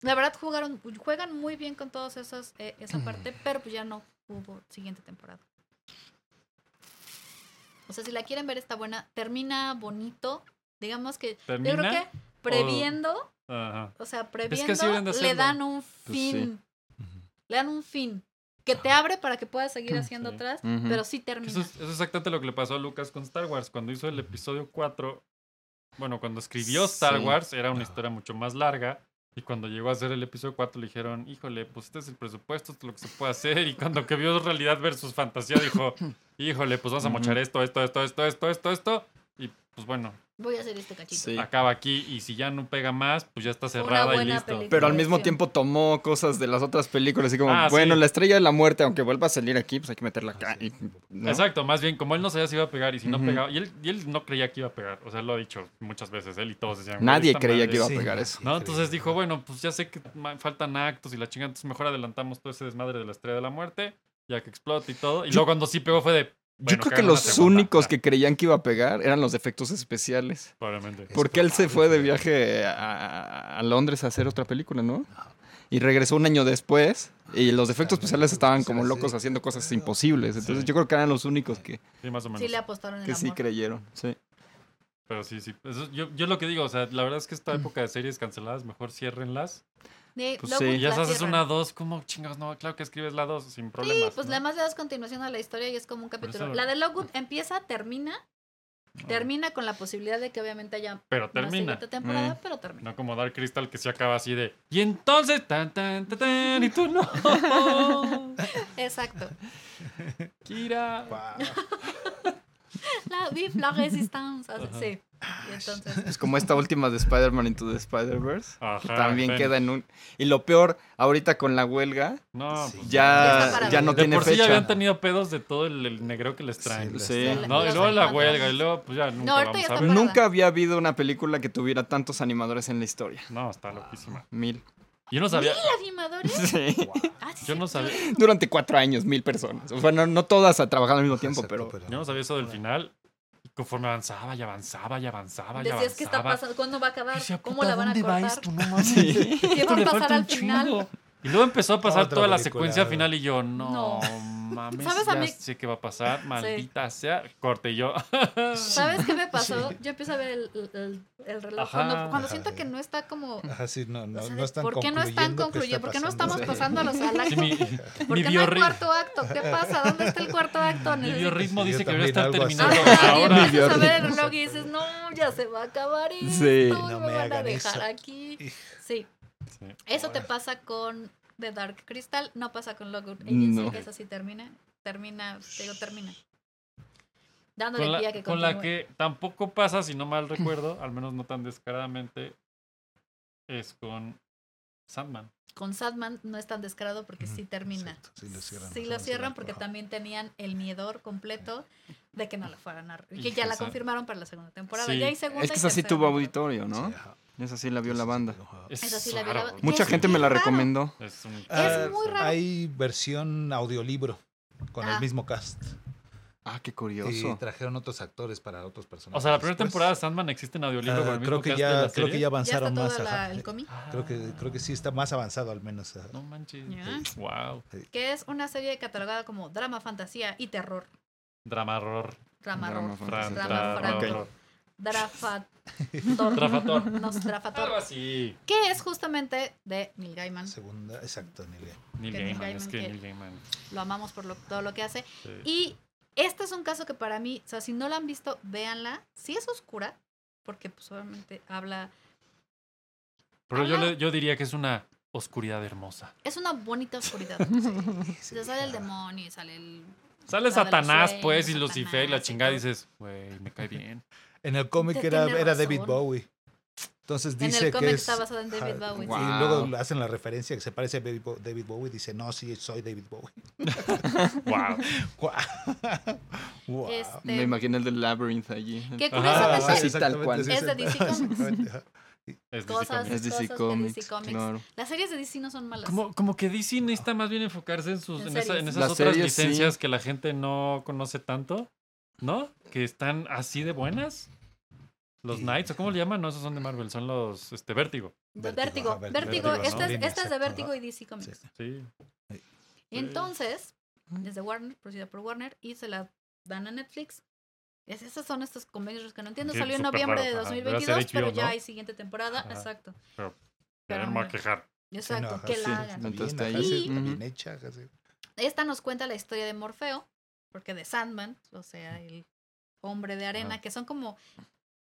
[SPEAKER 3] La verdad jugaron, juegan muy bien con todos esos, eh, esa parte, pero pues ya no hubo siguiente temporada. O sea, si la quieren ver está buena, termina bonito, digamos que yo creo
[SPEAKER 2] ¿Termina?
[SPEAKER 3] que previendo,
[SPEAKER 2] Ajá.
[SPEAKER 3] o sea,
[SPEAKER 2] que así deben
[SPEAKER 3] previendo
[SPEAKER 2] de
[SPEAKER 3] le
[SPEAKER 2] hacerlo.
[SPEAKER 3] dan un
[SPEAKER 4] sí.
[SPEAKER 3] fin, le dan un fin que te abre para que puedas seguir haciendo
[SPEAKER 2] Mm, Sí.
[SPEAKER 3] atrás,
[SPEAKER 4] Ujú.
[SPEAKER 3] pero sí
[SPEAKER 2] Que
[SPEAKER 3] termina.
[SPEAKER 2] Eso es, eso es exactamente lo que le pasó a Lucas con Star Wars. Cuando hizo el episodio 4, bueno, cuando escribió Star
[SPEAKER 4] Sí. Ah.
[SPEAKER 2] Wars era una historia mucho más larga. Y cuando llegó a hacer el episodio 4 le dijeron, híjole, pues este es el presupuesto, esto es lo que se puede hacer. Y cuando que vio realidad versus fantasía dijo, híjole, pues vamos a
[SPEAKER 4] Ujú.
[SPEAKER 2] mochar esto, esto, esto, esto, esto, esto, esto. Y pues bueno,
[SPEAKER 3] Voy a hacer este cachito.
[SPEAKER 4] Sí.
[SPEAKER 2] acaba aquí. Y si ya no pega más, pues ya está
[SPEAKER 3] Fue una
[SPEAKER 2] cerrada y
[SPEAKER 3] buena
[SPEAKER 2] listo.
[SPEAKER 3] película.
[SPEAKER 4] Pero al mismo
[SPEAKER 3] Sí.
[SPEAKER 4] tiempo tomó cosas de las otras películas, así como,
[SPEAKER 2] Ah,
[SPEAKER 4] bueno,
[SPEAKER 2] sí. Ah,
[SPEAKER 4] la estrella de la muerte, aunque vuelva a salir aquí, pues hay que meterla acá.
[SPEAKER 5] Así
[SPEAKER 4] y-
[SPEAKER 5] es.
[SPEAKER 4] ¿no?
[SPEAKER 2] Exacto, más bien, como él no sabía si iba a pegar y si no
[SPEAKER 4] Ujú.
[SPEAKER 2] pegaba, y él, y él no creía que iba a pegar, o sea, lo ha dicho muchas veces él y todos decían. "Güey,
[SPEAKER 4] Nadie
[SPEAKER 2] esta
[SPEAKER 4] creía
[SPEAKER 2] madre
[SPEAKER 4] que iba a
[SPEAKER 5] Sí,
[SPEAKER 4] pegar
[SPEAKER 5] nadie
[SPEAKER 4] eso.
[SPEAKER 2] No,
[SPEAKER 5] creía,
[SPEAKER 2] entonces dijo,
[SPEAKER 5] ¿no?
[SPEAKER 2] bueno, pues ya sé que ma- faltan actos y la chingada, entonces mejor adelantamos todo ese desmadre de la estrella de la muerte, ya que explote y todo. Y
[SPEAKER 4] Yo-
[SPEAKER 2] luego cuando sí pegó fue de.
[SPEAKER 4] Yo
[SPEAKER 2] bueno,
[SPEAKER 4] creo que
[SPEAKER 2] hagan una
[SPEAKER 4] los
[SPEAKER 2] segunda.
[SPEAKER 4] únicos
[SPEAKER 2] Ah,
[SPEAKER 4] que creían que iba a pegar eran los efectos especiales.
[SPEAKER 2] Probablemente.
[SPEAKER 5] Es
[SPEAKER 4] Porque él se
[SPEAKER 5] probable
[SPEAKER 4] fue de
[SPEAKER 5] que-
[SPEAKER 4] viaje a, a Londres a hacer otra película, ¿no? Y regresó un año después y los efectos
[SPEAKER 5] También,
[SPEAKER 4] especiales estaban como
[SPEAKER 5] sí.
[SPEAKER 4] locos haciendo cosas imposibles. Entonces
[SPEAKER 2] pues Sí.
[SPEAKER 4] yo creo que eran los únicos que,
[SPEAKER 2] Sí, más o menos.
[SPEAKER 3] Sí le apostaron el
[SPEAKER 4] que sí
[SPEAKER 3] amor.
[SPEAKER 4] creyeron. Sí.
[SPEAKER 2] Pero sí, sí. Eso- yo, yo lo que digo, o sea, la verdad es que esta época de series canceladas, mejor ciérrenlas.
[SPEAKER 3] Sí,
[SPEAKER 4] Pues
[SPEAKER 3] luego
[SPEAKER 4] sí.
[SPEAKER 2] Y ya
[SPEAKER 3] la
[SPEAKER 2] si haces
[SPEAKER 3] cierran.
[SPEAKER 2] una dos, ¿cómo chingados? No, claro que escribes la dos sin
[SPEAKER 3] Sí,
[SPEAKER 2] problemas.
[SPEAKER 3] pues
[SPEAKER 2] ¿no?
[SPEAKER 3] además le das continuación a la historia y es como un capítulo.
[SPEAKER 2] eso-
[SPEAKER 3] La de Lockwood empieza, termina,
[SPEAKER 2] Ah.
[SPEAKER 3] termina con la posibilidad de que obviamente haya
[SPEAKER 2] Pero
[SPEAKER 3] una
[SPEAKER 2] termina.
[SPEAKER 3] siguiente temporada,
[SPEAKER 4] Mm.
[SPEAKER 3] pero termina.
[SPEAKER 2] No como Dark Crystal que se acaba así de. Y entonces. Tan, tan, tan, tan, y tú no.
[SPEAKER 3] Exacto.
[SPEAKER 2] Kira.
[SPEAKER 5] Guau.
[SPEAKER 3] La vive la resistance. así-
[SPEAKER 2] Ajá.
[SPEAKER 3] Sí. Y entonces,
[SPEAKER 4] Es como esta última de Spider-Man Into the Spider-Verse. que
[SPEAKER 2] Ajá,
[SPEAKER 4] También
[SPEAKER 2] ven.
[SPEAKER 4] queda en un... Y lo peor, ahorita con la huelga,
[SPEAKER 2] No,
[SPEAKER 5] Sí.
[SPEAKER 2] pues,
[SPEAKER 3] Ya está
[SPEAKER 4] ya,
[SPEAKER 3] para
[SPEAKER 4] ya
[SPEAKER 3] la
[SPEAKER 4] no
[SPEAKER 2] De
[SPEAKER 4] tiene
[SPEAKER 2] por sí ya
[SPEAKER 4] fecha.
[SPEAKER 2] habían tenido pedos de todo el, el negreo que les traen.
[SPEAKER 5] las
[SPEAKER 4] Sí.
[SPEAKER 5] traen.
[SPEAKER 2] No, y
[SPEAKER 3] Los
[SPEAKER 2] luego la
[SPEAKER 3] encuentros.
[SPEAKER 2] huelga, y luego pues ya nunca
[SPEAKER 3] ahorita
[SPEAKER 2] vamos
[SPEAKER 3] ya
[SPEAKER 2] a
[SPEAKER 3] está
[SPEAKER 2] ver.
[SPEAKER 3] parada.
[SPEAKER 4] Nunca había habido una película que tuviera tantos animadores en la historia.
[SPEAKER 2] No, está loquísima.
[SPEAKER 4] Mil.
[SPEAKER 2] Yo no sabía,
[SPEAKER 3] ¿Mil animadores?
[SPEAKER 4] Sí.
[SPEAKER 3] Ah, sí,
[SPEAKER 2] yo no
[SPEAKER 3] sí.
[SPEAKER 2] sabía,
[SPEAKER 4] Durante cuatro años, mil personas. O sea, no, no todas a trabajar al mismo tiempo,
[SPEAKER 5] Exacto,
[SPEAKER 4] pero
[SPEAKER 2] yo no sabía eso del final. Y conforme avanzaba y avanzaba y avanzaba y
[SPEAKER 3] Decías, ¿qué está
[SPEAKER 2] avanzaba.
[SPEAKER 3] pasando? ¿Cuándo va a
[SPEAKER 2] yo
[SPEAKER 3] acabar?
[SPEAKER 2] decía,
[SPEAKER 3] ¿Cómo
[SPEAKER 2] puta,
[SPEAKER 3] la van a
[SPEAKER 2] ¿dónde va
[SPEAKER 3] cortar?
[SPEAKER 2] esto? No mames,
[SPEAKER 4] Sí.
[SPEAKER 3] ¿Qué va
[SPEAKER 2] esto
[SPEAKER 3] a
[SPEAKER 2] le
[SPEAKER 3] pasar
[SPEAKER 2] falta
[SPEAKER 3] al
[SPEAKER 2] un
[SPEAKER 3] final?
[SPEAKER 2] chingo. Y luego empezó a pasar
[SPEAKER 5] Otra
[SPEAKER 2] toda la
[SPEAKER 5] película.
[SPEAKER 2] secuencia final y yo, no,
[SPEAKER 3] No.
[SPEAKER 2] mames,
[SPEAKER 3] ¿Sabes
[SPEAKER 2] ya
[SPEAKER 3] a mí?
[SPEAKER 2] sé qué va a pasar, maldita sea. Corte y yo.
[SPEAKER 3] ¿Sabes qué me pasó? Yo empiezo a ver el, el- el reloj. Cuando,
[SPEAKER 2] Ajá.
[SPEAKER 3] cuando
[SPEAKER 5] Ajá.
[SPEAKER 3] siento que no está como.
[SPEAKER 5] Ajá, sí, no, no,
[SPEAKER 3] o sea,
[SPEAKER 5] no están
[SPEAKER 3] ¿Por qué no están
[SPEAKER 5] concluyendo qué
[SPEAKER 3] concluyendo?
[SPEAKER 5] está
[SPEAKER 3] ¿Por qué no
[SPEAKER 5] pasando?
[SPEAKER 3] estamos pasando a los al
[SPEAKER 2] Sí,
[SPEAKER 3] acto?
[SPEAKER 2] mi,
[SPEAKER 3] ¿Por
[SPEAKER 2] mi
[SPEAKER 3] qué no hay
[SPEAKER 2] biorri-
[SPEAKER 3] cuarto acto? ¿Qué pasa? ¿Dónde está el cuarto acto?
[SPEAKER 2] mi
[SPEAKER 3] Necesito-
[SPEAKER 2] biorritmo
[SPEAKER 5] Sí, yo
[SPEAKER 2] dice que debería
[SPEAKER 5] también
[SPEAKER 2] estar
[SPEAKER 5] algo así.
[SPEAKER 2] terminando
[SPEAKER 3] Ajá,
[SPEAKER 2] ahora.
[SPEAKER 3] y empiezas a
[SPEAKER 4] Jordi.
[SPEAKER 3] ver el reloj y dices, no, ya se va a acabar esto,
[SPEAKER 4] Sí.
[SPEAKER 5] No
[SPEAKER 3] no
[SPEAKER 5] me
[SPEAKER 3] me van a
[SPEAKER 5] hagan
[SPEAKER 3] dejar
[SPEAKER 5] eso.
[SPEAKER 3] aquí.
[SPEAKER 5] Hija.
[SPEAKER 3] Sí,
[SPEAKER 2] Sí.
[SPEAKER 3] eso te
[SPEAKER 5] Órale.
[SPEAKER 3] pasa con The Dark Crystal, no pasa con Lockwood
[SPEAKER 4] No.
[SPEAKER 3] Agency, que esa sí termina, termina, te digo, termina. Dándole
[SPEAKER 2] con la,
[SPEAKER 3] pie a que
[SPEAKER 2] con la
[SPEAKER 3] continúe.
[SPEAKER 2] que tampoco pasa, si no mal recuerdo, al menos no tan descaradamente, es con Sandman.
[SPEAKER 3] Con Sadman no es tan descarado porque sí termina.
[SPEAKER 5] Exacto, sí lo cierran.
[SPEAKER 3] Sí lo cierran porque también tenían el miedor completo de que no la fueran a... Que
[SPEAKER 2] Hija,
[SPEAKER 3] ya la
[SPEAKER 2] esa-
[SPEAKER 3] confirmaron para la segunda temporada.
[SPEAKER 2] Sí.
[SPEAKER 3] Ya hay segunda
[SPEAKER 4] es que
[SPEAKER 3] y
[SPEAKER 4] esa sí
[SPEAKER 3] tercera
[SPEAKER 4] tuvo
[SPEAKER 3] temporada.
[SPEAKER 4] auditorio, ¿no? Esa pues. sí la vio la banda.
[SPEAKER 2] Es
[SPEAKER 3] Esa sí la vi,
[SPEAKER 2] raro.
[SPEAKER 3] la-
[SPEAKER 4] Mucha
[SPEAKER 3] Es
[SPEAKER 4] gente me la
[SPEAKER 3] raro.
[SPEAKER 4] recomendó.
[SPEAKER 2] Es un-
[SPEAKER 3] Es muy raro.
[SPEAKER 5] Ah, Hay versión audiolibro con
[SPEAKER 3] Ah.
[SPEAKER 5] el mismo cast.
[SPEAKER 4] Ah, qué
[SPEAKER 5] Y
[SPEAKER 4] curioso.
[SPEAKER 5] trajeron otros actores para otros personajes.
[SPEAKER 2] O sea, la primera
[SPEAKER 5] después.
[SPEAKER 2] temporada de Sandman existe en audiolibro
[SPEAKER 5] Ah,
[SPEAKER 2] con el mismo
[SPEAKER 5] creo que
[SPEAKER 2] cast
[SPEAKER 5] ya
[SPEAKER 2] de la
[SPEAKER 5] creo
[SPEAKER 2] serie.
[SPEAKER 5] que ya
[SPEAKER 3] Ya está
[SPEAKER 5] avanzaron
[SPEAKER 3] todo
[SPEAKER 5] más ajá.
[SPEAKER 3] el cómic.
[SPEAKER 5] creo que creo que sí está más avanzado al menos ajá.
[SPEAKER 2] No manches.
[SPEAKER 3] Ah. Ya.
[SPEAKER 2] Wow.
[SPEAKER 3] que es una serie catalogada como drama, fantasía y terror.
[SPEAKER 2] Drama horror.
[SPEAKER 3] Drama,
[SPEAKER 4] Drama,
[SPEAKER 3] horror,
[SPEAKER 4] fantasía,
[SPEAKER 3] drama,
[SPEAKER 4] terror.
[SPEAKER 3] drama,
[SPEAKER 4] Ok.
[SPEAKER 3] drama. drafa,
[SPEAKER 2] Trafator.
[SPEAKER 3] no, drafator,
[SPEAKER 2] Algo así.
[SPEAKER 3] que es justamente de Neil Gaiman.
[SPEAKER 5] segunda exacto ni idea.
[SPEAKER 2] Neil
[SPEAKER 3] Que Neil
[SPEAKER 2] Gaiman, es
[SPEAKER 3] Gaiman
[SPEAKER 2] que
[SPEAKER 3] que-
[SPEAKER 2] Neil Gaiman.
[SPEAKER 3] Lo amamos por lo- todo lo que hace.
[SPEAKER 2] sí.
[SPEAKER 3] Y este es un caso que para mí, o sea, si no la han visto, véanla. Sí es oscura, porque pues obviamente habla...
[SPEAKER 2] Pero yo,
[SPEAKER 3] Ajá.
[SPEAKER 2] le- yo diría que es una oscuridad hermosa.
[SPEAKER 3] Es una bonita oscuridad.
[SPEAKER 5] Sí,
[SPEAKER 3] Se sale el
[SPEAKER 5] ajá.
[SPEAKER 3] demonio y sale el...
[SPEAKER 2] Sale
[SPEAKER 3] La de los
[SPEAKER 2] Satanás,
[SPEAKER 3] sueños,
[SPEAKER 2] pues, y Lucifer y la
[SPEAKER 3] Satanás y
[SPEAKER 2] chingada. Y
[SPEAKER 3] todo.
[SPEAKER 2] dices, güey, me cae bien.
[SPEAKER 5] En el cómic
[SPEAKER 3] Te
[SPEAKER 5] era
[SPEAKER 3] tiene
[SPEAKER 5] era
[SPEAKER 3] razón.
[SPEAKER 5] David Bowie. Entonces
[SPEAKER 3] En
[SPEAKER 5] dice
[SPEAKER 3] el cómic
[SPEAKER 5] que es
[SPEAKER 3] está basado en David
[SPEAKER 5] ajá,
[SPEAKER 3] Bowie.
[SPEAKER 4] Guau.
[SPEAKER 5] Y luego hacen la referencia que se parece a Baby Bo- David Bowie. Dice, no, sí, soy David Bowie.
[SPEAKER 2] Wow.
[SPEAKER 5] Guau. Guau.
[SPEAKER 3] Este,
[SPEAKER 4] Me imaginé el del Labyrinth allí.
[SPEAKER 3] Que
[SPEAKER 2] Ajá,
[SPEAKER 3] curiosamente
[SPEAKER 4] Ah, sí, sí, tal cual.
[SPEAKER 5] Exactamente,
[SPEAKER 3] Es de DC
[SPEAKER 5] ajá,
[SPEAKER 3] Comics.
[SPEAKER 5] exactamente, ajá.
[SPEAKER 2] Es DC
[SPEAKER 3] Cosas-
[SPEAKER 2] Comics.
[SPEAKER 4] Es DC
[SPEAKER 3] cosas de
[SPEAKER 4] Comics.
[SPEAKER 3] DC Comics.
[SPEAKER 4] Claro.
[SPEAKER 3] las series de DC no son malas.
[SPEAKER 2] Como, como que DC necesita más bien enfocarse en, sus,
[SPEAKER 3] En
[SPEAKER 2] en, esa-
[SPEAKER 3] series.
[SPEAKER 2] en esas
[SPEAKER 4] Las
[SPEAKER 2] otras
[SPEAKER 4] series, sí.
[SPEAKER 2] licencias que la gente no conoce tanto, ¿no? Que están así de buenas. Los
[SPEAKER 5] Y-
[SPEAKER 2] Knights, ¿o cómo le llaman? No, esos son de Marvel, son los este, Vértigo.
[SPEAKER 3] De
[SPEAKER 5] Vértigo,
[SPEAKER 3] Vértigo,
[SPEAKER 5] ajá,
[SPEAKER 3] Vértigo,
[SPEAKER 2] Vértigo,
[SPEAKER 3] esta, es,
[SPEAKER 5] Sabrina,
[SPEAKER 3] esta es de
[SPEAKER 5] exacto,
[SPEAKER 3] Vértigo
[SPEAKER 5] ajá.
[SPEAKER 3] y DC
[SPEAKER 5] Sí.
[SPEAKER 3] Comics.
[SPEAKER 2] Sí.
[SPEAKER 3] Y entonces, es de Warner, producida por Warner, y se la dan a Netflix. Es, esos son estos convenios que no entiendo.
[SPEAKER 2] Sí,
[SPEAKER 3] Salió en
[SPEAKER 2] súper
[SPEAKER 3] noviembre
[SPEAKER 2] raro,
[SPEAKER 3] de
[SPEAKER 2] ajá. Debería
[SPEAKER 3] 2022,
[SPEAKER 2] ser
[SPEAKER 3] pero
[SPEAKER 2] HBO,
[SPEAKER 3] ya
[SPEAKER 2] ¿no?
[SPEAKER 3] hay siguiente temporada.
[SPEAKER 2] Ajá.
[SPEAKER 3] Exacto.
[SPEAKER 2] Pero no me voy a quejar.
[SPEAKER 3] Exacto,
[SPEAKER 5] no, ajá,
[SPEAKER 3] que
[SPEAKER 5] sí.
[SPEAKER 3] la hagan. Eh,
[SPEAKER 5] Está bien,
[SPEAKER 4] Entonces, está
[SPEAKER 5] ajá,
[SPEAKER 3] ahí.
[SPEAKER 5] sí, está
[SPEAKER 4] Ujú.
[SPEAKER 5] bien hecha, ajá, sí.
[SPEAKER 3] Esta nos cuenta la historia de Morfeo, porque de Sandman, o sea, el hombre de arena,
[SPEAKER 2] Ajá.
[SPEAKER 3] que son como.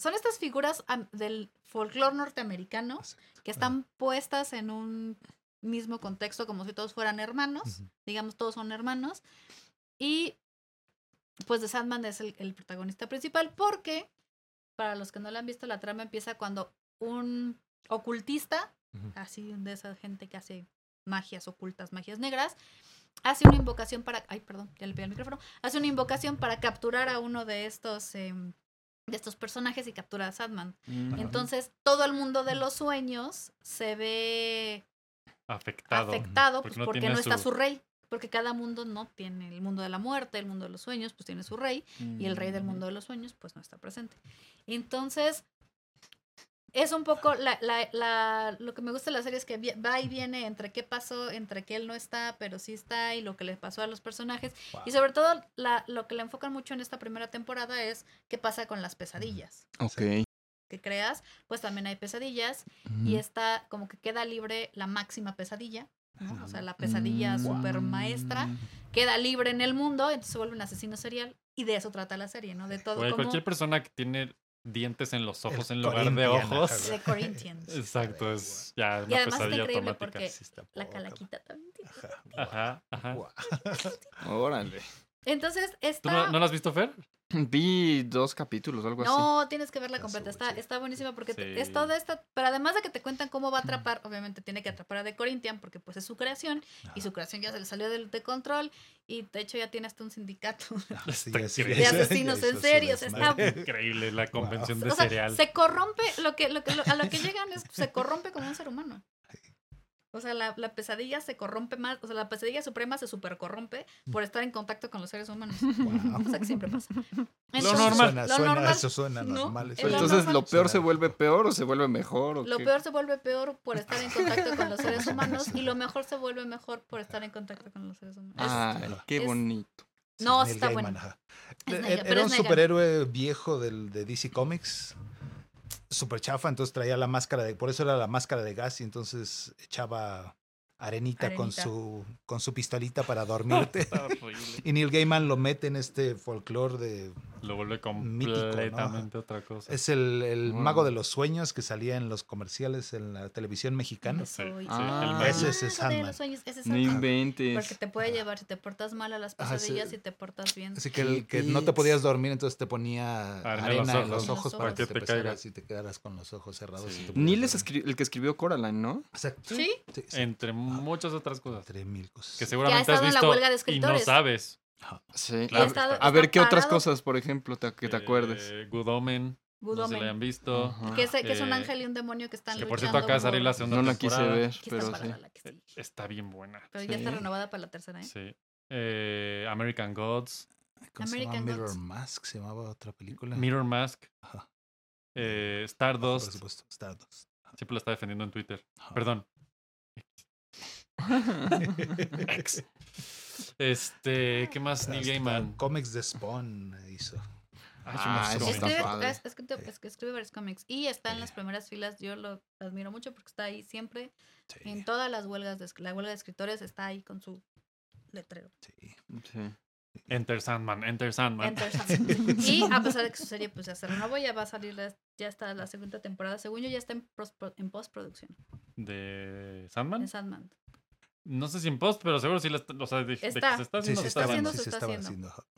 [SPEAKER 3] Son estas figuras am- del folclore norteamericano que están puestas en un mismo contexto, como si todos fueran hermanos.
[SPEAKER 5] Ujú.
[SPEAKER 3] Digamos, todos son hermanos. Y pues The Sandman es el, el protagonista principal, porque para los que no la han visto, la trama empieza cuando un ocultista,
[SPEAKER 5] Ujú.
[SPEAKER 3] así de esa gente que hace magias ocultas, magias negras, hace una invocación para. Ay, perdón, ya le pegué el micrófono. Hace una invocación para capturar a uno de estos. em, de estos personajes y captura a Sandman.
[SPEAKER 4] Mm.
[SPEAKER 5] Ajá.
[SPEAKER 3] Entonces, todo el mundo de los sueños se ve
[SPEAKER 2] Afectado.
[SPEAKER 3] afectado pues,
[SPEAKER 2] Porque
[SPEAKER 3] porque
[SPEAKER 2] no
[SPEAKER 3] no,
[SPEAKER 2] tiene
[SPEAKER 3] está
[SPEAKER 2] su-
[SPEAKER 3] su rey. Porque cada mundo no tiene el mundo de la muerte, el mundo de los sueños, pues tiene su rey. Y el rey
[SPEAKER 4] Mm.
[SPEAKER 3] del mundo de los sueños, pues no está presente. Entonces, es un poco la- la- la- lo que me gusta de la serie es que vi- va y viene entre qué pasó, entre que él no está, pero sí está, y lo que le pasó a los personajes.
[SPEAKER 5] Wow.
[SPEAKER 3] Y sobre todo, la- lo que le enfocan mucho en esta primera temporada es qué pasa con las pesadillas
[SPEAKER 4] Ok.
[SPEAKER 3] que creas, pues también hay pesadillas
[SPEAKER 4] Mm.
[SPEAKER 3] y está como que queda libre la máxima pesadilla, ¿no? o sea, la pesadilla
[SPEAKER 4] Mm.
[SPEAKER 3] super maestra, queda libre en el mundo, entonces se vuelve un asesino serial y de eso trata la serie, ¿no? De todo
[SPEAKER 2] Güey,
[SPEAKER 3] como
[SPEAKER 2] cualquier persona que tiene dientes en los ojos
[SPEAKER 5] El
[SPEAKER 2] en lugar de
[SPEAKER 5] Corinthian,
[SPEAKER 2] ojos.
[SPEAKER 5] ajá.
[SPEAKER 3] The Corinthians.
[SPEAKER 2] Exacto, es ya
[SPEAKER 3] Y
[SPEAKER 2] una
[SPEAKER 3] además está
[SPEAKER 2] pesadilla
[SPEAKER 3] increíble
[SPEAKER 2] automática.
[SPEAKER 3] porque
[SPEAKER 5] Sí, está
[SPEAKER 3] la
[SPEAKER 5] poca.
[SPEAKER 3] calaquita también. tiene.
[SPEAKER 5] Ajá, guau,
[SPEAKER 2] Ajá, ajá.
[SPEAKER 5] guau.
[SPEAKER 4] Órale.
[SPEAKER 3] Entonces
[SPEAKER 2] ¿Tú no,
[SPEAKER 3] está
[SPEAKER 2] no pues la has visto, Fer?
[SPEAKER 4] Vi dos capítulos, algo así.
[SPEAKER 3] No, tienes que verla
[SPEAKER 5] Está
[SPEAKER 3] completa.
[SPEAKER 5] súper
[SPEAKER 3] Está,
[SPEAKER 5] chida.
[SPEAKER 3] está buenísima porque te-
[SPEAKER 2] Sí.
[SPEAKER 3] es toda esta. Pero además de que te cuentan cómo va a atrapar, obviamente tiene que atrapar a The Corinthian porque pues es su creación y su creación ya se le salió del- de, control y de hecho ya tiene hasta un sindicato
[SPEAKER 5] Ajá, sí,
[SPEAKER 2] Está
[SPEAKER 5] ya, sí,
[SPEAKER 2] increíble.
[SPEAKER 5] ya,
[SPEAKER 2] De
[SPEAKER 5] ya
[SPEAKER 3] asesinos
[SPEAKER 5] hizo
[SPEAKER 3] en
[SPEAKER 5] su
[SPEAKER 3] serie, o sea, está
[SPEAKER 5] desmadre.
[SPEAKER 2] Increíble la convención
[SPEAKER 3] O
[SPEAKER 2] de
[SPEAKER 3] sea,
[SPEAKER 2] cereal.
[SPEAKER 3] se corrompe, lo que, lo que- lo- a lo que llegan es, se corrompe como un ser humano. O sea, la, la pesadilla se corrompe más, o sea, la pesadilla suprema se supercorrompe por estar en contacto con los seres humanos.
[SPEAKER 5] Guau.
[SPEAKER 3] O sea, que siempre pasa.
[SPEAKER 2] Lo normal.
[SPEAKER 5] Suena,
[SPEAKER 3] lo
[SPEAKER 5] suena,
[SPEAKER 3] normal.
[SPEAKER 5] Eso suena
[SPEAKER 3] No,
[SPEAKER 5] normal.
[SPEAKER 3] es
[SPEAKER 5] eso
[SPEAKER 3] lo
[SPEAKER 4] Entonces,
[SPEAKER 3] normal.
[SPEAKER 4] ¿lo peor se
[SPEAKER 5] Suena
[SPEAKER 4] vuelve
[SPEAKER 5] rico.
[SPEAKER 4] peor o se vuelve mejor? ¿o
[SPEAKER 3] Lo
[SPEAKER 4] qué?
[SPEAKER 3] peor se vuelve peor por estar en contacto con los seres humanos y lo mejor se vuelve mejor por estar en contacto con los seres humanos.
[SPEAKER 4] Ay, Ah, qué
[SPEAKER 3] es-
[SPEAKER 4] bonito.
[SPEAKER 5] Sí,
[SPEAKER 3] No,
[SPEAKER 5] Neil
[SPEAKER 3] está
[SPEAKER 5] Gaiman,
[SPEAKER 3] bueno.
[SPEAKER 5] ajá. E,
[SPEAKER 3] Es
[SPEAKER 5] Era-
[SPEAKER 3] Neil, pero es
[SPEAKER 5] Era un
[SPEAKER 3] Neil Gaiman.
[SPEAKER 5] superhéroe viejo del, de DC Comics. Super chafa, entonces traía la máscara de. Por eso era la máscara de gas y entonces echaba arenita, Con,
[SPEAKER 3] Arenita.
[SPEAKER 5] su, con su pistolita para dormirte.
[SPEAKER 2] Está horrible.
[SPEAKER 5] y Neil Gaiman lo mete en este folclore de.
[SPEAKER 2] Lo vuelve
[SPEAKER 5] Mítico, ¿no?
[SPEAKER 2] completamente otra cosa.
[SPEAKER 5] Es el, el
[SPEAKER 4] Órale.
[SPEAKER 5] mago de los sueños que salía en los comerciales en la televisión mexicana.
[SPEAKER 2] Sí,
[SPEAKER 3] Soy-
[SPEAKER 4] Ah,
[SPEAKER 2] el
[SPEAKER 3] Ah,
[SPEAKER 2] meme.
[SPEAKER 5] ese es
[SPEAKER 3] de
[SPEAKER 5] Sandman.
[SPEAKER 3] los sueños, ese es
[SPEAKER 4] No
[SPEAKER 3] Sandman. Porque
[SPEAKER 4] inventes.
[SPEAKER 3] te puede llevar si te portas mal a las
[SPEAKER 5] Ajá, sí.
[SPEAKER 3] pesadillas y te portas bien.
[SPEAKER 5] Así que el que no te podías dormir, entonces te ponía
[SPEAKER 2] Arena
[SPEAKER 5] arena,
[SPEAKER 2] en los
[SPEAKER 5] en
[SPEAKER 2] ojos.
[SPEAKER 5] los ojos para que te,
[SPEAKER 2] caiga.
[SPEAKER 5] pesaras y te quedaras con los ojos cerrados.
[SPEAKER 2] Sí.
[SPEAKER 5] y te pudieras
[SPEAKER 4] Neil es
[SPEAKER 5] dormir.
[SPEAKER 4] escri- el que escribió Coraline, ¿no?
[SPEAKER 5] Exacto.
[SPEAKER 3] Sí.
[SPEAKER 5] Sí, sí.
[SPEAKER 2] Entre muchas otras cosas
[SPEAKER 5] Entre mil cosas.
[SPEAKER 2] que seguramente has
[SPEAKER 3] estado en la
[SPEAKER 2] visto
[SPEAKER 3] huelga de
[SPEAKER 2] y no
[SPEAKER 3] escritores.
[SPEAKER 2] sabes.
[SPEAKER 4] Sí.
[SPEAKER 2] Claro.
[SPEAKER 3] Y ha estado-
[SPEAKER 4] A ver,
[SPEAKER 3] está
[SPEAKER 4] ¿qué otras
[SPEAKER 3] parado
[SPEAKER 4] cosas, por ejemplo, te- que te
[SPEAKER 2] Eh,
[SPEAKER 4] acuerdes?
[SPEAKER 2] Good Omen,
[SPEAKER 3] Good
[SPEAKER 2] no sé si
[SPEAKER 3] Omen,
[SPEAKER 2] la han visto.
[SPEAKER 4] Ajá.
[SPEAKER 3] que, es, que es un
[SPEAKER 2] Eh,
[SPEAKER 3] ángel y un demonio que están
[SPEAKER 2] Que
[SPEAKER 3] luchando.
[SPEAKER 2] por cierto acá sale la
[SPEAKER 3] por-
[SPEAKER 2] segunda
[SPEAKER 4] No la quise
[SPEAKER 2] temporada.
[SPEAKER 4] ver,
[SPEAKER 3] que está
[SPEAKER 4] pero
[SPEAKER 3] para
[SPEAKER 4] sí.
[SPEAKER 3] la que
[SPEAKER 2] Eh,
[SPEAKER 3] sigue.
[SPEAKER 2] Está bien buena.
[SPEAKER 3] Pero ya está
[SPEAKER 4] Sí.
[SPEAKER 3] renovada para la tercera, ¿eh?
[SPEAKER 2] Sí. Eh, American Gods,
[SPEAKER 5] ¿Cómo se
[SPEAKER 3] American
[SPEAKER 5] llama? Mirror
[SPEAKER 3] Gods.
[SPEAKER 5] Mask se llamaba otra película.
[SPEAKER 2] Mirror Mask,
[SPEAKER 5] Ajá.
[SPEAKER 2] eh,
[SPEAKER 5] Por
[SPEAKER 2] Stardust.
[SPEAKER 5] supuesto, Ah. Stardust.
[SPEAKER 2] Siempre lo está defendiendo en Twitter.
[SPEAKER 5] Ajá.
[SPEAKER 2] Perdón. Este, ¿qué más? Neil
[SPEAKER 5] Hasta
[SPEAKER 2] Gaiman.
[SPEAKER 5] Comics de Spawn hizo.
[SPEAKER 2] Ay,
[SPEAKER 4] Ah,
[SPEAKER 2] se
[SPEAKER 4] eso
[SPEAKER 2] me hace
[SPEAKER 4] está
[SPEAKER 2] bonito.
[SPEAKER 3] Escribe,
[SPEAKER 4] padre.
[SPEAKER 3] es- es que te- es que escribe varios cómics y está en las
[SPEAKER 5] Sí.
[SPEAKER 3] primeras filas. Yo lo admiro mucho porque está ahí siempre. En
[SPEAKER 5] Sí,
[SPEAKER 3] todas las huelgas, de, esc- la huelga de escritores está ahí con su letrero.
[SPEAKER 5] sí.
[SPEAKER 4] Sí.
[SPEAKER 2] Enter Sandman, Enter Sandman.
[SPEAKER 3] Enter Sandman. y a pesar de que su serie pues ya se renovó, ya va a salir, la- ya está la segunda temporada. Según yo, ya está en, pros- en postproducción.
[SPEAKER 2] ¿De Sandman?
[SPEAKER 3] En Sandman.
[SPEAKER 2] No sé si en post, pero seguro sí la está, o sea, de, de que
[SPEAKER 3] Está.
[SPEAKER 2] se está
[SPEAKER 5] Sí,
[SPEAKER 2] haciendo.
[SPEAKER 5] se
[SPEAKER 2] Sandman.
[SPEAKER 3] se está
[SPEAKER 5] estaba
[SPEAKER 3] haciendo, se
[SPEAKER 5] sí, se
[SPEAKER 3] está
[SPEAKER 5] estaba
[SPEAKER 3] haciendo.
[SPEAKER 5] haciendo.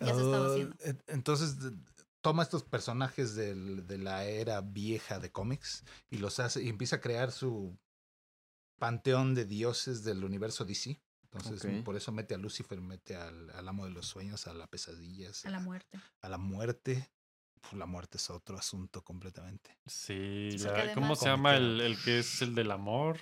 [SPEAKER 3] Ya se estaba
[SPEAKER 5] Ah,
[SPEAKER 3] haciendo.
[SPEAKER 5] en- Entonces de- toma estos personajes del- de la era vieja de cómics y los hace y empieza a crear su panteón de dioses del universo DC. Entonces
[SPEAKER 4] Ok.
[SPEAKER 5] por eso mete a Lucifer, mete al, al amo de los sueños, a la pesadilla,
[SPEAKER 3] A la muerte.
[SPEAKER 5] a la muerte. Uf, la muerte es otro asunto completamente.
[SPEAKER 2] Sí,
[SPEAKER 3] Porque
[SPEAKER 2] la-
[SPEAKER 3] además-
[SPEAKER 2] ¿cómo se llama el,
[SPEAKER 5] Comiquero.
[SPEAKER 2] el que es el del amor?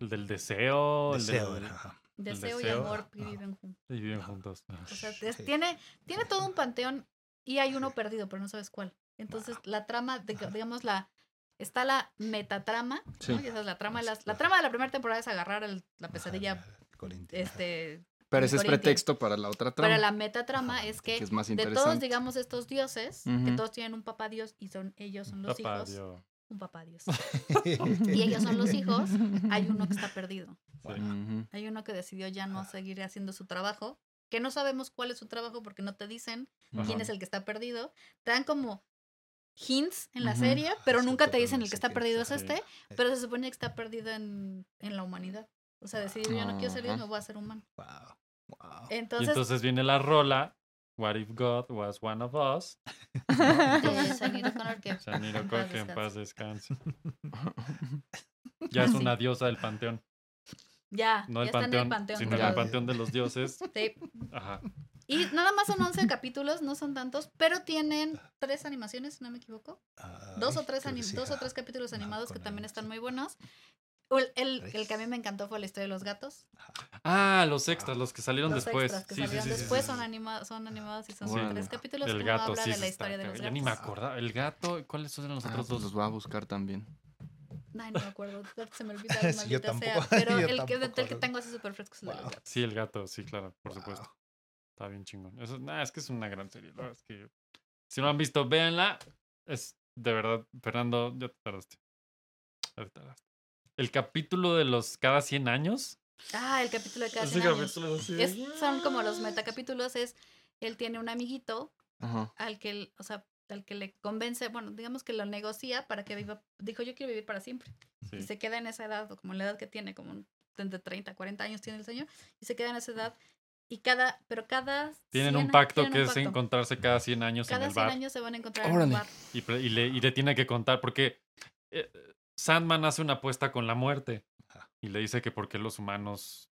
[SPEAKER 2] El del
[SPEAKER 3] Oh,
[SPEAKER 2] deseo. el
[SPEAKER 5] Deseo,
[SPEAKER 2] del-
[SPEAKER 5] ajá.
[SPEAKER 3] Deseo, y
[SPEAKER 2] deseo.
[SPEAKER 3] amor
[SPEAKER 5] Ajá.
[SPEAKER 3] viven juntos.
[SPEAKER 2] Y viven juntos.
[SPEAKER 3] O sea,
[SPEAKER 5] Sí.
[SPEAKER 3] es- tiene, tiene todo un panteón y hay uno perdido, pero no sabes cuál. Entonces, la trama, de- digamos, la está la metatrama,
[SPEAKER 4] Sí.
[SPEAKER 3] ¿no? Y esa es la trama. de las- La, trama de la primera temporada es agarrar el- la pesadilla, este,
[SPEAKER 4] Pero ese es
[SPEAKER 3] Corinthians.
[SPEAKER 4] pretexto para la otra trama.
[SPEAKER 3] para la metatrama es que
[SPEAKER 4] que es más
[SPEAKER 3] de todos,
[SPEAKER 4] interesante.
[SPEAKER 3] digamos, estos dioses, que
[SPEAKER 4] Ujú.
[SPEAKER 3] todos tienen un papá dios y son ellos son los
[SPEAKER 2] Papá,
[SPEAKER 3] hijos,
[SPEAKER 2] Dios.
[SPEAKER 3] un papá dios. Y ellos son los hijos, hay uno que está perdido.
[SPEAKER 4] Ujú.
[SPEAKER 3] Hay uno que decidió ya no seguir haciendo su trabajo, que no sabemos cuál es su trabajo porque no te dicen quién
[SPEAKER 2] Ajá.
[SPEAKER 3] es el que está perdido. Te dan como hints en la
[SPEAKER 4] Ujú.
[SPEAKER 3] serie, pero
[SPEAKER 5] es
[SPEAKER 3] nunca
[SPEAKER 5] cierto,
[SPEAKER 3] te
[SPEAKER 5] pero
[SPEAKER 3] dicen
[SPEAKER 5] no
[SPEAKER 3] el que
[SPEAKER 5] sé
[SPEAKER 3] está
[SPEAKER 5] quién
[SPEAKER 3] perdido es
[SPEAKER 5] está.
[SPEAKER 3] este, pero se supone que está perdido en, en la humanidad. O sea, decir yo no quiero ser Dios,
[SPEAKER 4] Ajá.
[SPEAKER 3] me voy a ser humano.
[SPEAKER 5] Wow. Wow.
[SPEAKER 3] Eh,
[SPEAKER 2] Y
[SPEAKER 3] Entonces,
[SPEAKER 2] entonces viene la rola. What if God was one of us?
[SPEAKER 3] de Sinead O'Connor, que
[SPEAKER 2] Sinead O'Connor,
[SPEAKER 3] en paz
[SPEAKER 2] que en
[SPEAKER 3] descanse.
[SPEAKER 2] paz descanse. Ya es una diosa del panteón.
[SPEAKER 3] ya,
[SPEAKER 2] No
[SPEAKER 3] ya
[SPEAKER 2] el
[SPEAKER 3] está en el
[SPEAKER 2] panteón,
[SPEAKER 3] panteón.
[SPEAKER 2] sino
[SPEAKER 3] de
[SPEAKER 2] el
[SPEAKER 4] Ya.
[SPEAKER 3] los-
[SPEAKER 2] panteón de los dioses.
[SPEAKER 3] sí.
[SPEAKER 2] Ajá.
[SPEAKER 3] Y nada más son 11 capítulos, no son tantos, pero tienen tres animaciones, si no me equivoco. Dos o tres, anim- dos o tres capítulos
[SPEAKER 5] Ah,
[SPEAKER 3] animados
[SPEAKER 5] con
[SPEAKER 3] que también
[SPEAKER 5] animación.
[SPEAKER 3] están muy buenos. O El, el- el que a mí
[SPEAKER 5] Tres.
[SPEAKER 3] me encantó fue la historia de los gatos.
[SPEAKER 2] Ah, los extras, los que salieron
[SPEAKER 3] los
[SPEAKER 2] después.
[SPEAKER 3] extras que
[SPEAKER 2] Sí, sí,
[SPEAKER 3] salieron
[SPEAKER 2] sí, sí,
[SPEAKER 3] después
[SPEAKER 2] sí,
[SPEAKER 3] son,
[SPEAKER 2] sí.
[SPEAKER 3] anima- son animados y son
[SPEAKER 4] Órale.
[SPEAKER 3] tres capítulos
[SPEAKER 2] El
[SPEAKER 3] que
[SPEAKER 2] gato,
[SPEAKER 3] habla
[SPEAKER 2] sí.
[SPEAKER 3] de
[SPEAKER 2] sí,
[SPEAKER 3] la
[SPEAKER 2] está
[SPEAKER 3] historia de
[SPEAKER 2] acá.
[SPEAKER 3] los
[SPEAKER 2] Ya
[SPEAKER 3] gatos.
[SPEAKER 2] ni me acordaba. El gato, ¿cuáles son los
[SPEAKER 4] Ah, pues
[SPEAKER 2] otros dos?
[SPEAKER 4] los voy a buscar también.
[SPEAKER 3] Ay, no me acuerdo, se me olvida,
[SPEAKER 5] Sí, yo
[SPEAKER 3] maldita sea.
[SPEAKER 5] tampoco,
[SPEAKER 3] Pero
[SPEAKER 5] yo
[SPEAKER 3] el que,
[SPEAKER 5] tampoco
[SPEAKER 3] el que
[SPEAKER 5] lo-
[SPEAKER 3] tengo así súper fresco es el de los
[SPEAKER 5] Wow.
[SPEAKER 3] gatos.
[SPEAKER 2] Sí, el gato, sí, claro, por
[SPEAKER 5] Wow.
[SPEAKER 2] supuesto. Está bien chingón. Eso, nah, es que es una gran serie. la verdad es que si no la han visto, véanla. Es de verdad, Fernando, ya te tardaste. Ya te tardaste. El capítulo de los cada 100 años.
[SPEAKER 3] Ah, el capítulo de cada
[SPEAKER 1] Ese
[SPEAKER 3] 100 años.
[SPEAKER 1] capítulo es así de,
[SPEAKER 3] Es- son como los metacapítulos, es él tiene un amiguito
[SPEAKER 4] Ajá.
[SPEAKER 3] al que, él- o sea, al que le convence, bueno, digamos que lo negocia para que viva, dijo yo quiero vivir para siempre.
[SPEAKER 2] Sí.
[SPEAKER 3] Y se queda en esa edad, o como en la edad que tiene, como entre 30, 40 años tiene el señor, y se queda en esa edad. Y cada, pero cada...
[SPEAKER 2] Tienen
[SPEAKER 3] 100
[SPEAKER 2] un pacto
[SPEAKER 3] tienen
[SPEAKER 2] que
[SPEAKER 3] un
[SPEAKER 2] es
[SPEAKER 3] pacto.
[SPEAKER 2] encontrarse cada 100 años en
[SPEAKER 3] Cada
[SPEAKER 2] el
[SPEAKER 3] 100
[SPEAKER 2] bar.
[SPEAKER 3] años se van a encontrar en un
[SPEAKER 4] Órale.
[SPEAKER 3] bar.
[SPEAKER 2] Y, pre- y le, y le tiene que contar, porque eh, Sandman hace una apuesta con la muerte.
[SPEAKER 5] Ajá.
[SPEAKER 2] Y le dice que por qué los humanos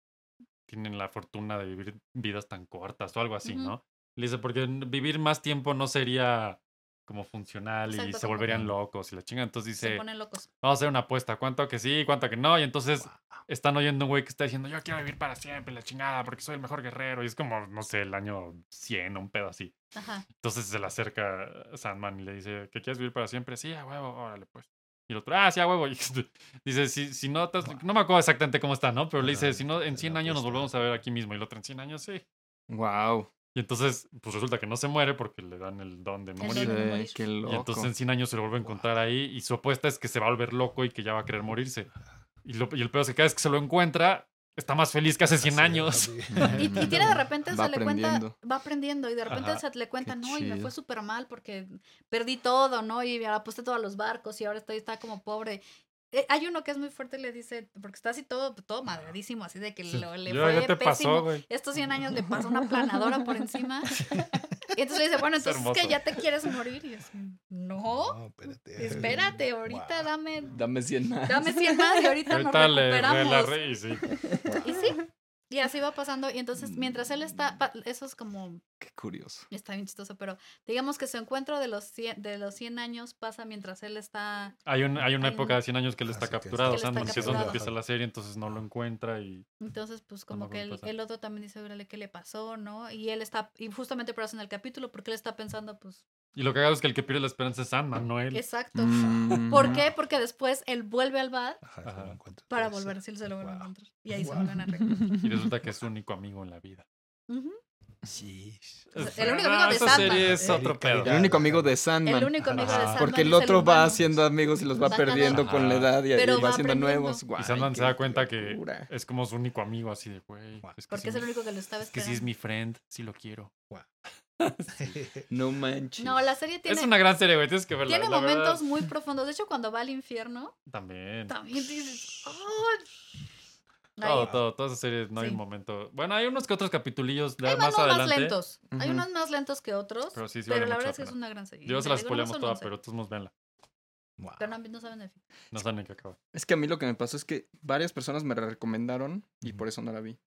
[SPEAKER 2] tienen la fortuna de vivir vidas tan cortas o algo así,
[SPEAKER 3] Ujú.
[SPEAKER 2] ¿no? Le dice, porque n- vivir más tiempo no sería como funcional y
[SPEAKER 3] Exacto,
[SPEAKER 2] se
[SPEAKER 3] como
[SPEAKER 2] volverían
[SPEAKER 3] que-
[SPEAKER 2] locos y la chinga. Entonces
[SPEAKER 3] Se
[SPEAKER 2] dice,
[SPEAKER 3] ponen locos.
[SPEAKER 2] vamos a hacer una apuesta, cuánto que sí, cuánto que no. Y entonces están oyendo un güey que está diciendo, yo quiero vivir para siempre, la chingada, porque soy el mejor guerrero. Y es como, no sé, el año 100 o un pedo así.
[SPEAKER 3] Ajá.
[SPEAKER 2] Entonces se le acerca Sandman y le dice, ¿que quieres vivir para siempre? Sí, a huevo, órale pues. Y el otro, ah, sí, a huevo. Y dice, si, si no, estás- no me acuerdo exactamente cómo está, ¿no? Pero le dice,
[SPEAKER 5] Ajá,
[SPEAKER 2] si no, en
[SPEAKER 5] la
[SPEAKER 2] 100 años nos
[SPEAKER 5] apuesta.
[SPEAKER 2] volvemos a ver aquí mismo. Y el otro, en 100 años, sí.
[SPEAKER 4] Wow.
[SPEAKER 2] Y entonces, pues resulta que no se muere porque le dan el don de no
[SPEAKER 3] El don
[SPEAKER 2] morir.
[SPEAKER 3] de-
[SPEAKER 4] Sí,
[SPEAKER 3] morir.
[SPEAKER 4] qué
[SPEAKER 2] Y
[SPEAKER 4] loco.
[SPEAKER 2] entonces en 100 años se lo vuelve a encontrar ahí y su apuesta es que se va a volver loco y que ya va a querer morirse. Y, lo- y el peor es que cada vez que se lo encuentra, está más feliz que hace 100 años.
[SPEAKER 3] Y, y tiene de repente,
[SPEAKER 4] Va
[SPEAKER 3] se le cuenta,
[SPEAKER 4] aprendiendo.
[SPEAKER 3] va aprendiendo y de repente
[SPEAKER 2] Ajá.
[SPEAKER 3] se le cuenta,
[SPEAKER 4] Qué
[SPEAKER 3] no, y me
[SPEAKER 4] chido.
[SPEAKER 3] fue súper mal porque perdí todo, ¿no? Y me aposté todo a los barcos y ahora estoy, está como pobre. Eh, hay uno que es muy fuerte y le dice, porque está así todo, todo madradísimo, así de que lo- le
[SPEAKER 2] Yo,
[SPEAKER 3] fue
[SPEAKER 2] ¿qué te
[SPEAKER 3] pésimo.
[SPEAKER 2] pasó, güey?
[SPEAKER 3] Estos 100 años le pasó una planadora por encima. Y entonces le dice, bueno,
[SPEAKER 2] Es
[SPEAKER 3] entonces es que
[SPEAKER 2] hermoso.
[SPEAKER 3] ya te quieres morir. Y así, no,
[SPEAKER 4] Eh,
[SPEAKER 5] espérate.
[SPEAKER 3] espérate, ahorita dame,
[SPEAKER 4] Dame 100 más.
[SPEAKER 3] dame 100 más y ahorita,
[SPEAKER 2] Ahorita
[SPEAKER 3] nos
[SPEAKER 2] le re- la
[SPEAKER 3] recuperamos.
[SPEAKER 2] re- y sí.
[SPEAKER 3] Y sí. Y así va pasando. Y entonces, mientras él
[SPEAKER 4] Mm.
[SPEAKER 3] está. pa- Eso es como.
[SPEAKER 4] Qué curioso.
[SPEAKER 3] Está bien chistoso, pero digamos que su encuentro de los 100, de los 100 años pasa mientras él está.
[SPEAKER 2] Hay, un- hay una
[SPEAKER 3] Hay
[SPEAKER 2] época
[SPEAKER 3] un-
[SPEAKER 2] de 100 años que él
[SPEAKER 5] Ah,
[SPEAKER 2] está
[SPEAKER 5] sí, que está-
[SPEAKER 2] capturado,
[SPEAKER 3] que él está
[SPEAKER 2] Sandman, que es donde
[SPEAKER 3] capturado.
[SPEAKER 2] empieza la serie, entonces no lo encuentra y...
[SPEAKER 3] Entonces, pues
[SPEAKER 2] No me
[SPEAKER 3] como que
[SPEAKER 2] acuerdo
[SPEAKER 3] el,
[SPEAKER 2] qué pasa.
[SPEAKER 3] el otro también dice, órale, ¿qué le pasó? ¿No? Y él está. Y justamente por eso en el capítulo, porque él está pensando, pues.
[SPEAKER 2] Y lo que hago es que el que pierde la esperanza es Sandman, no él.
[SPEAKER 3] Exacto.
[SPEAKER 4] Mm.
[SPEAKER 3] ¿Por qué? Porque después él vuelve al bar para volver,
[SPEAKER 5] volverse
[SPEAKER 3] si él se lo vuelve a
[SPEAKER 5] Wow.
[SPEAKER 3] encontrar. Y ahí se
[SPEAKER 5] Wow.
[SPEAKER 3] vuelven a reencontrar.
[SPEAKER 2] Y resulta que es su único amigo en la vida.
[SPEAKER 3] Ujú.
[SPEAKER 5] Sí.
[SPEAKER 3] sea,
[SPEAKER 2] Es-
[SPEAKER 3] el único
[SPEAKER 2] no,
[SPEAKER 3] amigo de
[SPEAKER 2] esa
[SPEAKER 3] Sandman.
[SPEAKER 2] serie es otro pedo.
[SPEAKER 4] El único amigo de
[SPEAKER 3] El
[SPEAKER 4] Sandman.
[SPEAKER 3] único amigo de
[SPEAKER 2] Ajá.
[SPEAKER 3] Sandman
[SPEAKER 4] Porque el
[SPEAKER 3] es
[SPEAKER 4] otro va
[SPEAKER 3] humano.
[SPEAKER 4] haciendo amigos y los va
[SPEAKER 3] Va
[SPEAKER 4] perdiendo
[SPEAKER 3] ganando.
[SPEAKER 4] con la
[SPEAKER 2] Ajá.
[SPEAKER 4] edad y, y
[SPEAKER 3] Pero
[SPEAKER 4] va
[SPEAKER 3] va
[SPEAKER 4] haciendo
[SPEAKER 3] aprendiendo.
[SPEAKER 4] nuevos. Guay,
[SPEAKER 2] Y Sandman
[SPEAKER 4] qué
[SPEAKER 2] se da cuenta que
[SPEAKER 4] locura.
[SPEAKER 2] es como su único amigo, así de, güey.
[SPEAKER 5] Guau.
[SPEAKER 2] Es que,
[SPEAKER 3] Porque
[SPEAKER 2] sí
[SPEAKER 3] es el
[SPEAKER 2] me-
[SPEAKER 3] único que lo estaba
[SPEAKER 2] es que sí es
[SPEAKER 3] esperando.
[SPEAKER 2] mi friend, sí lo quiero.
[SPEAKER 4] No manches.
[SPEAKER 3] No, la serie tiene.
[SPEAKER 2] Es una gran serie, güey, tienes que verla.
[SPEAKER 3] Tiene
[SPEAKER 2] la verdad.
[SPEAKER 3] momentos muy profundos. De hecho, cuando va al infierno,
[SPEAKER 2] También.
[SPEAKER 3] también dices. "Ay".
[SPEAKER 2] Todo,
[SPEAKER 3] Ay,
[SPEAKER 2] todo, toda esa serie no hay
[SPEAKER 3] Sí.
[SPEAKER 2] un momento. Bueno, hay unos que otros capitulillos de-
[SPEAKER 3] Hay
[SPEAKER 2] más
[SPEAKER 3] unos más
[SPEAKER 2] adelante.
[SPEAKER 3] lentos. Hay
[SPEAKER 4] Ujú.
[SPEAKER 3] unos más lentos que otros.
[SPEAKER 2] Pero
[SPEAKER 3] Pero,
[SPEAKER 2] sí, sí vale
[SPEAKER 3] la
[SPEAKER 2] mucho
[SPEAKER 3] verdad
[SPEAKER 2] la
[SPEAKER 3] es que es
[SPEAKER 2] pena.
[SPEAKER 3] una gran serie.
[SPEAKER 2] Yo
[SPEAKER 3] Y
[SPEAKER 2] se
[SPEAKER 3] te
[SPEAKER 2] las
[SPEAKER 3] digo, no
[SPEAKER 2] spoileamos
[SPEAKER 3] son
[SPEAKER 2] toda,
[SPEAKER 3] 11,
[SPEAKER 2] pero todos nos venla.
[SPEAKER 3] Pero no, no saben el fin.
[SPEAKER 2] No saben en qué acaba.
[SPEAKER 4] Es que a mí lo que me pasó es que varias personas me la recomendaron y por eso no la vi.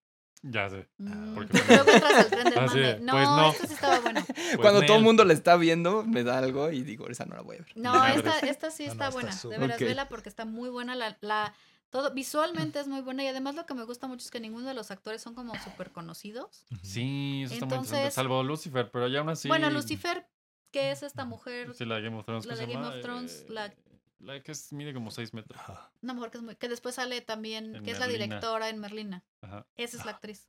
[SPEAKER 2] Ya sé.
[SPEAKER 3] Mm,
[SPEAKER 2] Ah, porque-
[SPEAKER 3] Creo que tras el tren del
[SPEAKER 2] Ah,
[SPEAKER 3] mame.
[SPEAKER 2] sí,
[SPEAKER 3] No,
[SPEAKER 2] pues no.
[SPEAKER 3] esta sí estaba buena.
[SPEAKER 2] Pues,
[SPEAKER 4] Cuando todo el
[SPEAKER 2] Nel,
[SPEAKER 4] mundo la está viendo, me da algo y digo, esa no la voy a ver.
[SPEAKER 3] No,
[SPEAKER 2] Madres.
[SPEAKER 3] esta, esta sí
[SPEAKER 5] No, no,
[SPEAKER 3] está
[SPEAKER 5] está
[SPEAKER 3] buena. De
[SPEAKER 5] súper.
[SPEAKER 3] veras,
[SPEAKER 4] Ok.
[SPEAKER 3] vela porque está muy buena. La, la- todo, visualmente es muy buena. Y además lo que me gusta mucho es que ninguno de los actores son como súper conocidos.
[SPEAKER 2] Sí, eso está muy interesante.
[SPEAKER 3] Entonces-
[SPEAKER 2] Salvo Lucifer, pero ya aún así. pues,
[SPEAKER 3] Bueno, Lucifer, que es esta mujer,
[SPEAKER 2] Sí, la de Game of Thrones.
[SPEAKER 3] La
[SPEAKER 2] ¿cómo
[SPEAKER 3] de
[SPEAKER 2] se
[SPEAKER 3] Game
[SPEAKER 2] llama?
[SPEAKER 3] of Thrones,
[SPEAKER 2] Eh,
[SPEAKER 3] la-
[SPEAKER 2] la que es, mide como 6 metros.
[SPEAKER 5] Ajá.
[SPEAKER 3] una mujer que es muy, que después sale también,
[SPEAKER 2] En
[SPEAKER 3] que es la
[SPEAKER 2] Merlina. Ah.
[SPEAKER 3] directora en Merlina.
[SPEAKER 2] Ajá.
[SPEAKER 3] Esa es la actriz.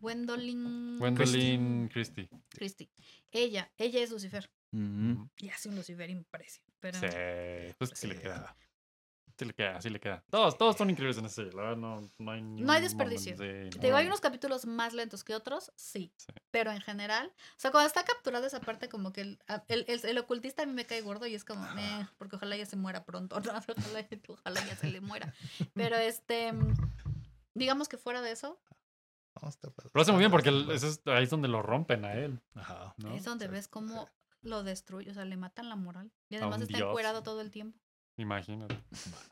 [SPEAKER 3] Gwendolyn
[SPEAKER 2] Gwendolyn Christie.
[SPEAKER 3] Christie. Ella, ella es Lucifer.
[SPEAKER 4] Ujú.
[SPEAKER 3] Y hace un Lucifer impresionante.
[SPEAKER 2] Sí, pues que sí le
[SPEAKER 5] Sí.
[SPEAKER 2] queda. Sí le queda, sí le queda. Todos, todos son increíbles en ese, la verdad, no, no hay ni
[SPEAKER 3] No hay
[SPEAKER 2] un
[SPEAKER 3] desperdicio.
[SPEAKER 2] momento- sí,
[SPEAKER 3] Te digo, hay
[SPEAKER 2] no.
[SPEAKER 3] unos capítulos más lentos que otros, sí.
[SPEAKER 2] Sí.
[SPEAKER 3] Pero en general, o sea, cuando está capturada esa parte, como que el, el, el- el ocultista a mí me cae gordo y es como, "Meh", porque ojalá ya se muera pronto, ¿no? ojalá, ojalá ya se le muera. Pero este, digamos que fuera de eso,
[SPEAKER 5] No, está padre.
[SPEAKER 2] Lo hace muy bien porque
[SPEAKER 5] Está
[SPEAKER 2] el-
[SPEAKER 5] padre.
[SPEAKER 2] eso es- ahí es donde lo rompen a él,
[SPEAKER 5] Ajá.
[SPEAKER 2] ¿no?
[SPEAKER 3] es donde
[SPEAKER 5] Sí,
[SPEAKER 3] ves cómo lo destruye, o sea, le matan la moral. Y
[SPEAKER 2] A
[SPEAKER 3] además
[SPEAKER 2] un
[SPEAKER 3] está
[SPEAKER 2] dios.
[SPEAKER 3] encuerado todo el tiempo.
[SPEAKER 2] Imagínate.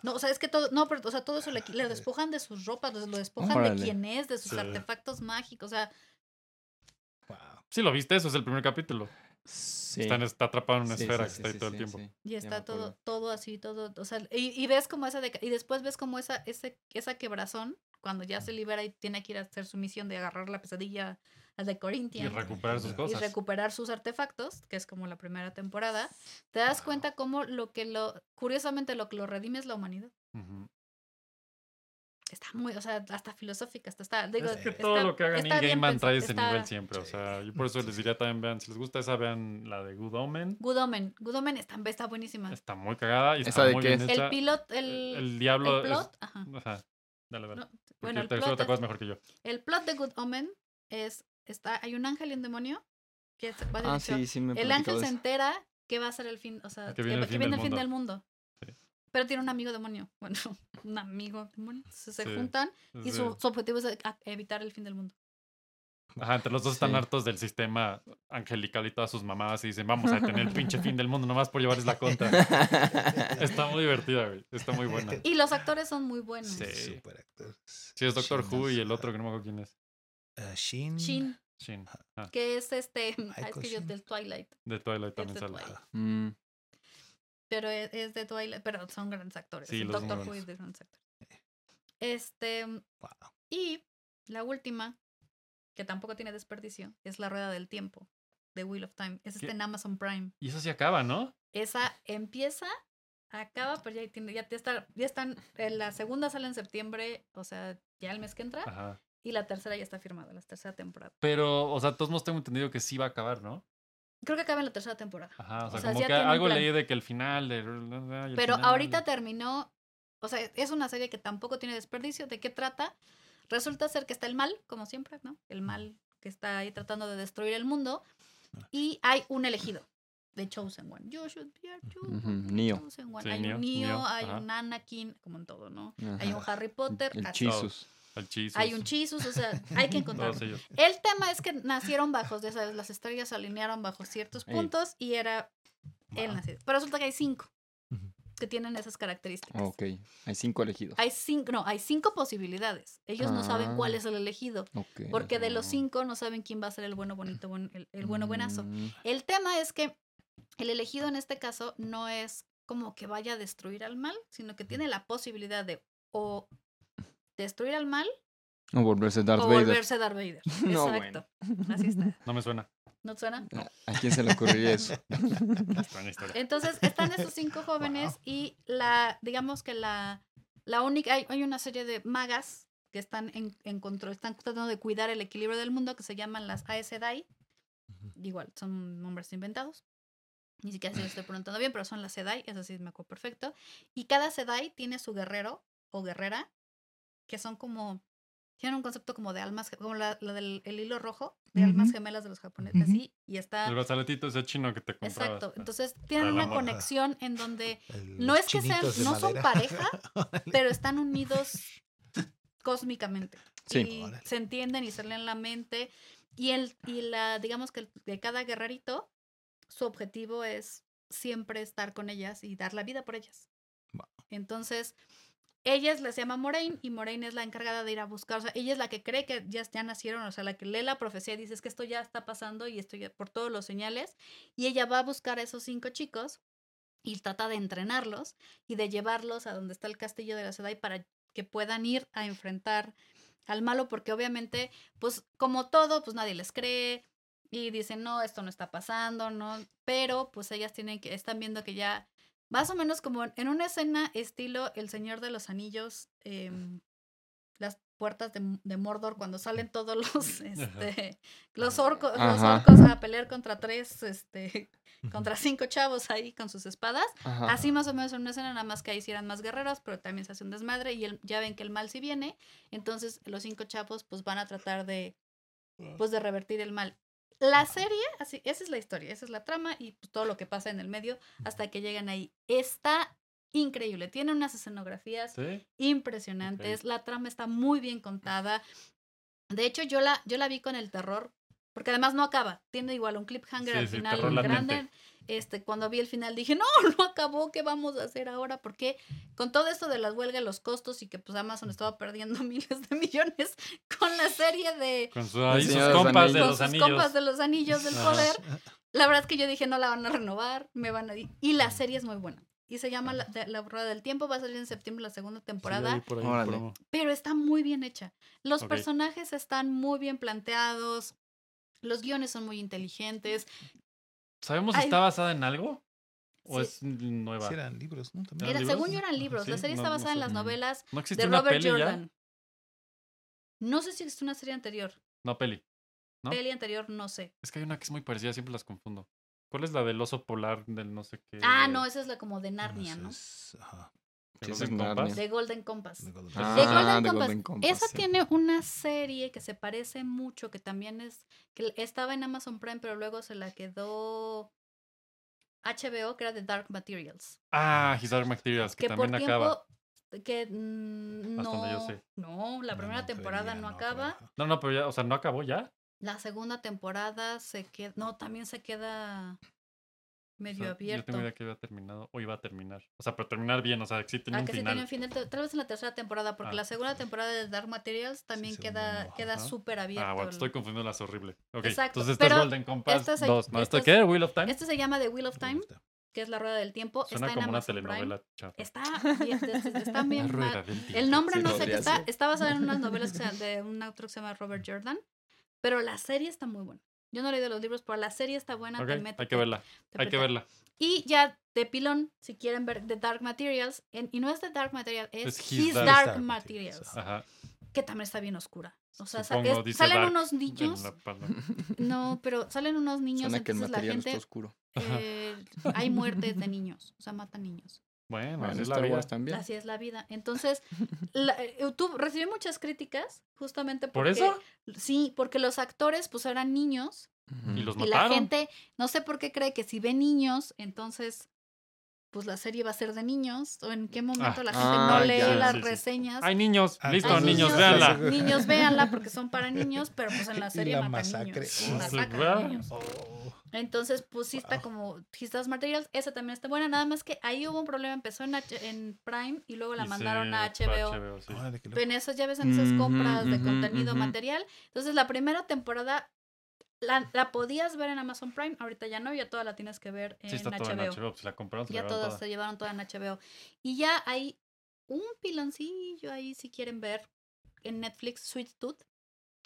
[SPEAKER 3] No, o sea, es que todo, no, pero, o sea, todo eso le, qui- le despojan de sus ropas, lo despojan de
[SPEAKER 4] Órale.
[SPEAKER 3] quién es, de sus
[SPEAKER 5] Sí.
[SPEAKER 3] artefactos mágicos, o sea,
[SPEAKER 5] Wow.
[SPEAKER 2] Sí, lo viste, eso es el primer capítulo.
[SPEAKER 4] Sí.
[SPEAKER 2] Está, en- está atrapado en una
[SPEAKER 4] Sí,
[SPEAKER 2] esfera
[SPEAKER 4] sí,
[SPEAKER 2] que está ahí
[SPEAKER 4] sí,
[SPEAKER 2] todo
[SPEAKER 4] sí,
[SPEAKER 2] el tiempo.
[SPEAKER 4] sí.
[SPEAKER 3] Y
[SPEAKER 4] Ya me
[SPEAKER 3] está todo,
[SPEAKER 4] acuerdo.
[SPEAKER 3] todo así, todo, o sea, y, y ves como esa, deca- y después ves como esa, ese, esa quebrazón, cuando ya se libera y tiene que ir a hacer su misión de agarrar la pesadilla al de
[SPEAKER 2] Y
[SPEAKER 3] Corinthians
[SPEAKER 2] recuperar sus
[SPEAKER 5] Y
[SPEAKER 3] y,
[SPEAKER 2] cosas.
[SPEAKER 3] recuperar sus artefactos, que es como la primera temporada, te das
[SPEAKER 5] Wow.
[SPEAKER 3] cuenta como lo que lo, curiosamente lo que lo redime es la humanidad.
[SPEAKER 2] Ujú.
[SPEAKER 3] Está muy, o sea, hasta filosófica, hasta está, digo,
[SPEAKER 2] Es e que
[SPEAKER 3] está-
[SPEAKER 2] todo lo que hagan
[SPEAKER 3] está
[SPEAKER 2] en
[SPEAKER 3] bien
[SPEAKER 2] Gaiman trae
[SPEAKER 3] pensado,
[SPEAKER 2] ese
[SPEAKER 3] está-
[SPEAKER 2] nivel siempre. O
[SPEAKER 5] Sí.
[SPEAKER 2] sea, yo por eso les diría también, vean, si les gusta esa, vean la de Good Omen.
[SPEAKER 3] Good Omen, Good Omen está, está buenísima.
[SPEAKER 2] Está muy cagada y está
[SPEAKER 4] ¿Esa de
[SPEAKER 2] muy
[SPEAKER 4] qué
[SPEAKER 2] bien
[SPEAKER 4] es?
[SPEAKER 2] hecha.
[SPEAKER 3] el piloto,
[SPEAKER 2] El,
[SPEAKER 3] el, el,
[SPEAKER 2] diablo. es-
[SPEAKER 3] plot, ajá.
[SPEAKER 2] Ajá. Dale, dale.
[SPEAKER 3] No,
[SPEAKER 2] Porque
[SPEAKER 3] bueno, el
[SPEAKER 2] te, seguro
[SPEAKER 3] plot
[SPEAKER 2] te
[SPEAKER 3] es-
[SPEAKER 2] acuerdas mejor que yo.
[SPEAKER 3] El plot de Good Omen es está hay un ángel y un demonio que es- va
[SPEAKER 4] Ah,
[SPEAKER 3] dirección-
[SPEAKER 4] sí, sí me
[SPEAKER 3] El ángel
[SPEAKER 4] platicó de
[SPEAKER 3] se
[SPEAKER 4] eso.
[SPEAKER 3] entera que va a ser el fin, o sea,
[SPEAKER 2] Ah, Que viene el fin del mundo.
[SPEAKER 3] mundo.
[SPEAKER 2] Sí.
[SPEAKER 3] Pero tiene un amigo demonio, bueno, un amigo demonio, entonces se
[SPEAKER 2] Sí.
[SPEAKER 3] juntan y
[SPEAKER 2] Sí.
[SPEAKER 3] su, su objetivo es e, a- evitar el fin del mundo.
[SPEAKER 2] Ajá, entre los dos están
[SPEAKER 4] Sí.
[SPEAKER 2] hartos del sistema angelical y todas sus mamadas y dicen, vamos a tener el pinche fin del mundo nomás por llevarles la contra. Está muy divertida, güey. Está muy buena.
[SPEAKER 3] Y los actores son muy buenos.
[SPEAKER 2] Sí.
[SPEAKER 5] Super actor. eh,
[SPEAKER 2] Sí, es Doctor Who y el otro que no me acuerdo quién es.
[SPEAKER 5] Shin.
[SPEAKER 3] Shin,
[SPEAKER 2] Shin.
[SPEAKER 3] que es este, ah, es
[SPEAKER 5] Aiko
[SPEAKER 3] que yo
[SPEAKER 5] Shin.
[SPEAKER 3] del Twilight,
[SPEAKER 2] De Twilight
[SPEAKER 3] es
[SPEAKER 2] también
[SPEAKER 3] de
[SPEAKER 2] sale.
[SPEAKER 3] Twilight,
[SPEAKER 4] Mm,
[SPEAKER 3] pero es, es de Twilight, pero son grandes actores.
[SPEAKER 2] Sí,
[SPEAKER 3] el
[SPEAKER 2] los son
[SPEAKER 3] Doctor Who
[SPEAKER 2] grandes.
[SPEAKER 3] es de grandes actores. Este,
[SPEAKER 5] Wow.
[SPEAKER 3] Y la última, que tampoco tiene desperdicio, es La Rueda del Tiempo, de Wheel of Time. Es
[SPEAKER 2] ¿Qué?
[SPEAKER 3] este en Amazon Prime.
[SPEAKER 2] Y eso sí acaba, ¿no?
[SPEAKER 3] Esa empieza, acaba, pero ya, tiene, ya, ya está- ya están. eh, la segunda sale en septiembre, o sea, ya el mes que entra.
[SPEAKER 2] Ajá.
[SPEAKER 3] Y la tercera ya está firmada, la tercera temporada.
[SPEAKER 2] Pero, o sea, de todos modos tengo entendido que sí va a acabar, ¿no?
[SPEAKER 3] Creo que acaba en la tercera temporada.
[SPEAKER 2] Ajá. O sea,
[SPEAKER 3] sea,
[SPEAKER 2] como
[SPEAKER 3] sí ya
[SPEAKER 2] que
[SPEAKER 3] tiene un
[SPEAKER 2] algo
[SPEAKER 3] plan.
[SPEAKER 2] leí de que el final. de- y el
[SPEAKER 3] Pero
[SPEAKER 2] final,
[SPEAKER 3] ahorita
[SPEAKER 2] y-
[SPEAKER 3] terminó. O sea, es una serie que tampoco tiene desperdicio. ¿De qué trata? Resulta ser que está el mal, como siempre, ¿no? El mal que está ahí tratando de destruir el mundo. Y hay un elegido, The Chosen One. You should be a cho-
[SPEAKER 4] Ujú,
[SPEAKER 3] the
[SPEAKER 4] Neo.
[SPEAKER 3] chosen one.
[SPEAKER 2] Sí,
[SPEAKER 3] hay
[SPEAKER 2] Neo,
[SPEAKER 3] un Neo,
[SPEAKER 2] Neo,
[SPEAKER 3] hay
[SPEAKER 2] ajá.
[SPEAKER 3] un Anakin, como en todo, ¿no?
[SPEAKER 4] ajá.
[SPEAKER 3] Hay un Harry Potter,
[SPEAKER 4] El
[SPEAKER 3] así.
[SPEAKER 4] Chisus.
[SPEAKER 2] El Jesus,
[SPEAKER 3] hay un Chisus, o sea, hay que encontrarlo.
[SPEAKER 2] Todos ellos.
[SPEAKER 3] El tema es que nacieron bajo, ya sabes, las estrellas se alinearon bajo ciertos
[SPEAKER 4] Ey.
[SPEAKER 3] puntos y era el nacido. Pero resulta que hay cinco
[SPEAKER 5] Ujú.
[SPEAKER 3] que tienen esas características.
[SPEAKER 4] Ok. Hay cinco elegidos.
[SPEAKER 3] Hay cinco, no, hay cinco posibilidades. Ellos no saben
[SPEAKER 4] Ah.
[SPEAKER 3] cuál es el elegido,
[SPEAKER 4] Ok.
[SPEAKER 3] porque de los
[SPEAKER 4] Ah.
[SPEAKER 3] cinco no saben quién va a ser el bueno bonito, buen- el, el bueno buenazo.
[SPEAKER 4] Mm,
[SPEAKER 3] El tema es que el elegido en este caso no es como que vaya a destruir al mal, sino que tiene la posibilidad de o destruir al mal
[SPEAKER 4] O volverse Darth
[SPEAKER 3] o
[SPEAKER 4] Vader.
[SPEAKER 3] volverse Darth Vader.
[SPEAKER 4] No,
[SPEAKER 3] Exacto. Así está.
[SPEAKER 2] No me suena.
[SPEAKER 3] ¿No te suena?
[SPEAKER 4] ¿A- ¿A quién se le ocurriría eso?
[SPEAKER 2] Es buena historia.
[SPEAKER 3] Entonces están estos cinco jóvenes
[SPEAKER 5] Wow.
[SPEAKER 3] y la, digamos que la, la única, hay, hay una serie de magas que están en, en control, están tratando de cuidar el equilibrio del mundo que se llaman las Aes Sedai. Igual, son nombres inventados. Ni siquiera se lo estoy preguntando bien, pero son las Sedai, eso sí me acuerdo perfecto. Y cada Sedai tiene su guerrero o guerrera, que son como, tienen un concepto como de almas, como la, la del el hilo rojo, de almas
[SPEAKER 4] Ujú.
[SPEAKER 3] gemelas de los japoneses,
[SPEAKER 4] Ujú.
[SPEAKER 3] sí, y está...
[SPEAKER 2] El brazaletito ese chino que te comprabas.
[SPEAKER 3] Exacto.
[SPEAKER 2] Ah.
[SPEAKER 3] Entonces tienen
[SPEAKER 2] Para la
[SPEAKER 3] una
[SPEAKER 2] moda.
[SPEAKER 3] conexión en donde
[SPEAKER 5] El-
[SPEAKER 3] no
[SPEAKER 5] los
[SPEAKER 3] es que sean,
[SPEAKER 5] chinitos de
[SPEAKER 3] no son
[SPEAKER 5] madera.
[SPEAKER 3] pareja, pero están unidos cósmicamente.
[SPEAKER 4] Sí.
[SPEAKER 3] Y
[SPEAKER 5] Órale.
[SPEAKER 3] se entienden y se leen la mente. Y el, y la, digamos que el- de cada guerrerito, su objetivo es siempre estar con ellas y dar la vida por ellas.
[SPEAKER 5] Va.
[SPEAKER 3] Entonces, ellas las llama Moraine y Moraine es la encargada de ir a buscar, o sea, ella es la que cree que ya, ya nacieron, o sea, la que lee la profecía y dice "Es que esto ya está pasando y esto ya por todos los señales y ella va a buscar a esos cinco chicos y trata de entrenarlos y de llevarlos a donde está el castillo de la ciudad y para que puedan ir a enfrentar al malo porque obviamente, pues como todo, pues nadie les cree, Y dicen, no, esto no está pasando, ¿no? Pero pues ellas tienen que, están viendo que ya, más o menos como en una escena estilo El Señor de los Anillos, em, las puertas de, de Mordor, cuando salen todos los, este, los, orcos, los
[SPEAKER 4] Ajá.
[SPEAKER 3] orcos a pelear contra tres, este, contra cinco chavos ahí con sus espadas.
[SPEAKER 4] Ajá.
[SPEAKER 3] Así más o menos en una escena, nada más que ahí sí eran más guerreros, pero también se hace un desmadre y el- ya ven que el mal sí viene. Entonces los cinco chavos pues van a tratar de, pues, de revertir el mal. La serie, así, esa es la historia, esa es la trama y pues, todo lo que pasa en el medio hasta que llegan ahí. Está increíble, tiene unas escenografías
[SPEAKER 2] Sí.
[SPEAKER 3] impresionantes, la trama está muy bien contada. De hecho, yo la, yo la vi con el terror, porque además no acaba, tiene igual un cliffhanger
[SPEAKER 2] Sí,
[SPEAKER 3] al
[SPEAKER 2] sí,
[SPEAKER 3] final
[SPEAKER 2] terror
[SPEAKER 3] grande.
[SPEAKER 2] latente.
[SPEAKER 3] Este, cuando vi el final dije, no, no acabó, ¿qué vamos a hacer ahora? Porque con todo esto de las huelgas, los costos y que pues Amazon estaba perdiendo miles de millones con la serie de
[SPEAKER 2] Con su- ahí
[SPEAKER 4] El
[SPEAKER 2] sus
[SPEAKER 4] Señor de los
[SPEAKER 2] compas de
[SPEAKER 3] con
[SPEAKER 2] los
[SPEAKER 3] sus
[SPEAKER 2] anillos.
[SPEAKER 3] compas de los anillos del
[SPEAKER 2] Ajá.
[SPEAKER 3] poder, la verdad es que yo dije, no la van a renovar, me van a... Y y la serie es muy buena. Y se llama La, de- La Rueda del Tiempo, va a salir en septiembre la segunda temporada
[SPEAKER 2] Sí, por ahí,
[SPEAKER 4] Órale.
[SPEAKER 2] promo.
[SPEAKER 3] pero está muy bien hecha. Los
[SPEAKER 2] Ok.
[SPEAKER 3] personajes están muy bien planteados, los guiones son muy inteligentes.
[SPEAKER 2] ¿Sabemos si
[SPEAKER 3] Ay.
[SPEAKER 2] está basada en algo? ¿O
[SPEAKER 3] Sí.
[SPEAKER 2] es nueva?
[SPEAKER 5] Sí, eran libros, ¿no? También.
[SPEAKER 2] ¿Eran
[SPEAKER 3] Era-
[SPEAKER 2] libros?
[SPEAKER 3] según yo eran libros,
[SPEAKER 2] Sí,
[SPEAKER 3] la serie
[SPEAKER 2] no-
[SPEAKER 3] está
[SPEAKER 2] no
[SPEAKER 3] basada en
[SPEAKER 2] sé.
[SPEAKER 3] las
[SPEAKER 2] Mm.
[SPEAKER 3] novelas
[SPEAKER 2] ¿No existe
[SPEAKER 3] de
[SPEAKER 2] una
[SPEAKER 3] Robert
[SPEAKER 2] peli ya?
[SPEAKER 3] Jordan. No sé si existe una serie anterior,
[SPEAKER 2] No, peli. ¿No?
[SPEAKER 3] peli anterior, no sé.
[SPEAKER 2] Es que hay una que es muy parecida, siempre las confundo. ¿Cuál es la del oso polar del no sé qué?
[SPEAKER 3] Ah, no, esa es la como de Narnia, ¿no?
[SPEAKER 5] Entonces, ajá,
[SPEAKER 2] Que
[SPEAKER 4] Sí,
[SPEAKER 2] los
[SPEAKER 4] esa es
[SPEAKER 2] encompás.
[SPEAKER 4] Narnia.
[SPEAKER 3] De Golden Compass.
[SPEAKER 5] de Golden
[SPEAKER 4] Ah,
[SPEAKER 3] The
[SPEAKER 5] Compass.
[SPEAKER 3] Golden
[SPEAKER 4] The
[SPEAKER 3] Compass.
[SPEAKER 4] Golden Compass,
[SPEAKER 3] Esa
[SPEAKER 4] sí.
[SPEAKER 3] tiene una serie que se parece mucho, que también es, que estaba en Amazon Prime, pero luego se la quedó HBO, que era de Dark Materials.
[SPEAKER 2] Ah, His Dark Materials, que,
[SPEAKER 3] que, por
[SPEAKER 2] también
[SPEAKER 3] tiempo
[SPEAKER 2] acaba.
[SPEAKER 3] que mm,
[SPEAKER 2] Hasta donde yo
[SPEAKER 3] no
[SPEAKER 2] sé.
[SPEAKER 3] no la
[SPEAKER 5] No,
[SPEAKER 3] primera
[SPEAKER 5] no,
[SPEAKER 3] temporada
[SPEAKER 5] todavía
[SPEAKER 3] no acaba
[SPEAKER 5] ajá.
[SPEAKER 2] No, no, pero ya, o sea, ¿no acabó ya?
[SPEAKER 3] la segunda temporada se queda no también se queda
[SPEAKER 2] O
[SPEAKER 3] medio
[SPEAKER 2] sea, Yo
[SPEAKER 3] abierto
[SPEAKER 2] tengo idea que había terminado o iba a terminar. O sea, pero terminar bien, o sea, sí tenía
[SPEAKER 3] Ah,
[SPEAKER 2] un
[SPEAKER 3] que sí
[SPEAKER 2] final.
[SPEAKER 3] tenía un final, tal tal vez en la tercera temporada, porque
[SPEAKER 2] Ah,
[SPEAKER 3] la segunda
[SPEAKER 2] ok.
[SPEAKER 3] temporada de Dark Materials también
[SPEAKER 5] según
[SPEAKER 3] queda,
[SPEAKER 5] yo,
[SPEAKER 3] queda
[SPEAKER 2] ajá.
[SPEAKER 3] súper abierto.
[SPEAKER 2] Ah, bueno,
[SPEAKER 3] el-
[SPEAKER 2] estoy confundiendo las horribles. Ok,
[SPEAKER 3] Exacto,
[SPEAKER 2] entonces esta es
[SPEAKER 3] pero
[SPEAKER 2] Golden Compass
[SPEAKER 3] esta es-
[SPEAKER 2] 2. ¿No?
[SPEAKER 3] esta
[SPEAKER 2] ¿Esto
[SPEAKER 3] es-
[SPEAKER 2] qué? ¿Wheel of Time?
[SPEAKER 3] Este se llama The Wheel of
[SPEAKER 5] Me
[SPEAKER 3] Time,
[SPEAKER 5] gusta.
[SPEAKER 3] que es la rueda del tiempo.
[SPEAKER 2] ¿Eh? Suena
[SPEAKER 3] está
[SPEAKER 2] como
[SPEAKER 3] en
[SPEAKER 2] una
[SPEAKER 3] Amazon Prime.
[SPEAKER 2] telenovela charra.
[SPEAKER 3] Está bien, este, está
[SPEAKER 2] La
[SPEAKER 3] bien mal-
[SPEAKER 2] rueda del tiempo.
[SPEAKER 3] El nombre
[SPEAKER 4] Sí,
[SPEAKER 3] no sé, que
[SPEAKER 4] podría
[SPEAKER 3] está,
[SPEAKER 4] ser.
[SPEAKER 3] está basada en unas novelas que se- de un autor que se llama Robert Jordan, pero la serie está muy buena. Yo no he leído los libros, pero la serie está buena.
[SPEAKER 2] Ok,
[SPEAKER 3] te
[SPEAKER 2] hay
[SPEAKER 3] métete,
[SPEAKER 2] que verla,
[SPEAKER 3] te
[SPEAKER 2] hay que
[SPEAKER 3] apete-
[SPEAKER 2] verla.
[SPEAKER 3] Y ya de pilón, si quieren ver The Dark Materials, en- y no es The Dark Materials, es,
[SPEAKER 2] Es
[SPEAKER 3] His,
[SPEAKER 2] His
[SPEAKER 3] Dark,
[SPEAKER 5] Dark
[SPEAKER 3] Materials,
[SPEAKER 5] Materials,
[SPEAKER 2] Ajá.
[SPEAKER 3] que también está bien oscura. O sea, sa-
[SPEAKER 2] supongo,
[SPEAKER 3] es-
[SPEAKER 2] dice
[SPEAKER 3] salen
[SPEAKER 2] Dark
[SPEAKER 3] unos
[SPEAKER 2] en
[SPEAKER 3] niños,
[SPEAKER 2] la palabra.
[SPEAKER 3] no, pero salen unos niños,
[SPEAKER 4] Suena que el
[SPEAKER 3] entonces la
[SPEAKER 4] material está
[SPEAKER 3] gente,
[SPEAKER 4] oscuro.
[SPEAKER 3] eh, hay muertes de niños, o sea, matan niños.
[SPEAKER 2] Bueno,
[SPEAKER 4] Bueno,
[SPEAKER 2] así es la
[SPEAKER 4] Star
[SPEAKER 2] vida.
[SPEAKER 4] Wars también.
[SPEAKER 3] Así es la vida. Entonces, la, eh, tú recibí muchas críticas justamente
[SPEAKER 2] ¿Por
[SPEAKER 3] porque,
[SPEAKER 2] eso?
[SPEAKER 3] Sí, porque los actores pues eran niños
[SPEAKER 4] Ujú.
[SPEAKER 2] Y los
[SPEAKER 3] y la
[SPEAKER 2] mataron.
[SPEAKER 3] gente no sé por qué cree que si ve niños, entonces pues la serie va a ser de niños o en qué momento
[SPEAKER 2] Ah.
[SPEAKER 3] la gente
[SPEAKER 4] Ah,
[SPEAKER 3] no lee
[SPEAKER 2] ya.
[SPEAKER 3] las
[SPEAKER 2] Sí, sí, sí.
[SPEAKER 3] reseñas.
[SPEAKER 2] Hay niños,
[SPEAKER 5] Ah,
[SPEAKER 2] listo,
[SPEAKER 3] Hay
[SPEAKER 5] entonces-
[SPEAKER 2] niños,
[SPEAKER 5] Sí,
[SPEAKER 2] véanla.
[SPEAKER 5] sí, sí.
[SPEAKER 3] Niños, véanla porque son para niños, pero pues en la
[SPEAKER 5] Y
[SPEAKER 3] serie
[SPEAKER 5] la
[SPEAKER 3] matan
[SPEAKER 5] masacre.
[SPEAKER 3] niños.
[SPEAKER 5] Oh,
[SPEAKER 3] Masacran
[SPEAKER 2] wow.
[SPEAKER 3] niños.
[SPEAKER 5] Oh.
[SPEAKER 3] Entonces, pues sí está
[SPEAKER 5] Wow.
[SPEAKER 3] como His Dark Materials. Esa también está buena. Nada más que ahí hubo un problema. Empezó en, H- en Prime y luego la
[SPEAKER 2] Y
[SPEAKER 3] mandaron
[SPEAKER 2] se
[SPEAKER 3] a
[SPEAKER 2] fue a
[SPEAKER 3] HBO.
[SPEAKER 2] sí.
[SPEAKER 5] Órale, qué loco.
[SPEAKER 3] en esas llaves, en esas
[SPEAKER 4] Ujú,
[SPEAKER 3] compras de
[SPEAKER 4] ujú,
[SPEAKER 3] contenido
[SPEAKER 4] ujú.
[SPEAKER 3] material. Entonces, la primera temporada la, la podías ver en Amazon Prime, ahorita ya no, ya toda la tienes que ver en,
[SPEAKER 2] Sí, está
[SPEAKER 3] HBO.
[SPEAKER 2] todo en HBO. Si la compraron, se la
[SPEAKER 3] Ya
[SPEAKER 2] llevaron
[SPEAKER 3] todas
[SPEAKER 2] toda.
[SPEAKER 3] se llevaron toda en HBO. Y ya hay un piloncillo ahí, si quieren ver, en Netflix, Sweet Tooth.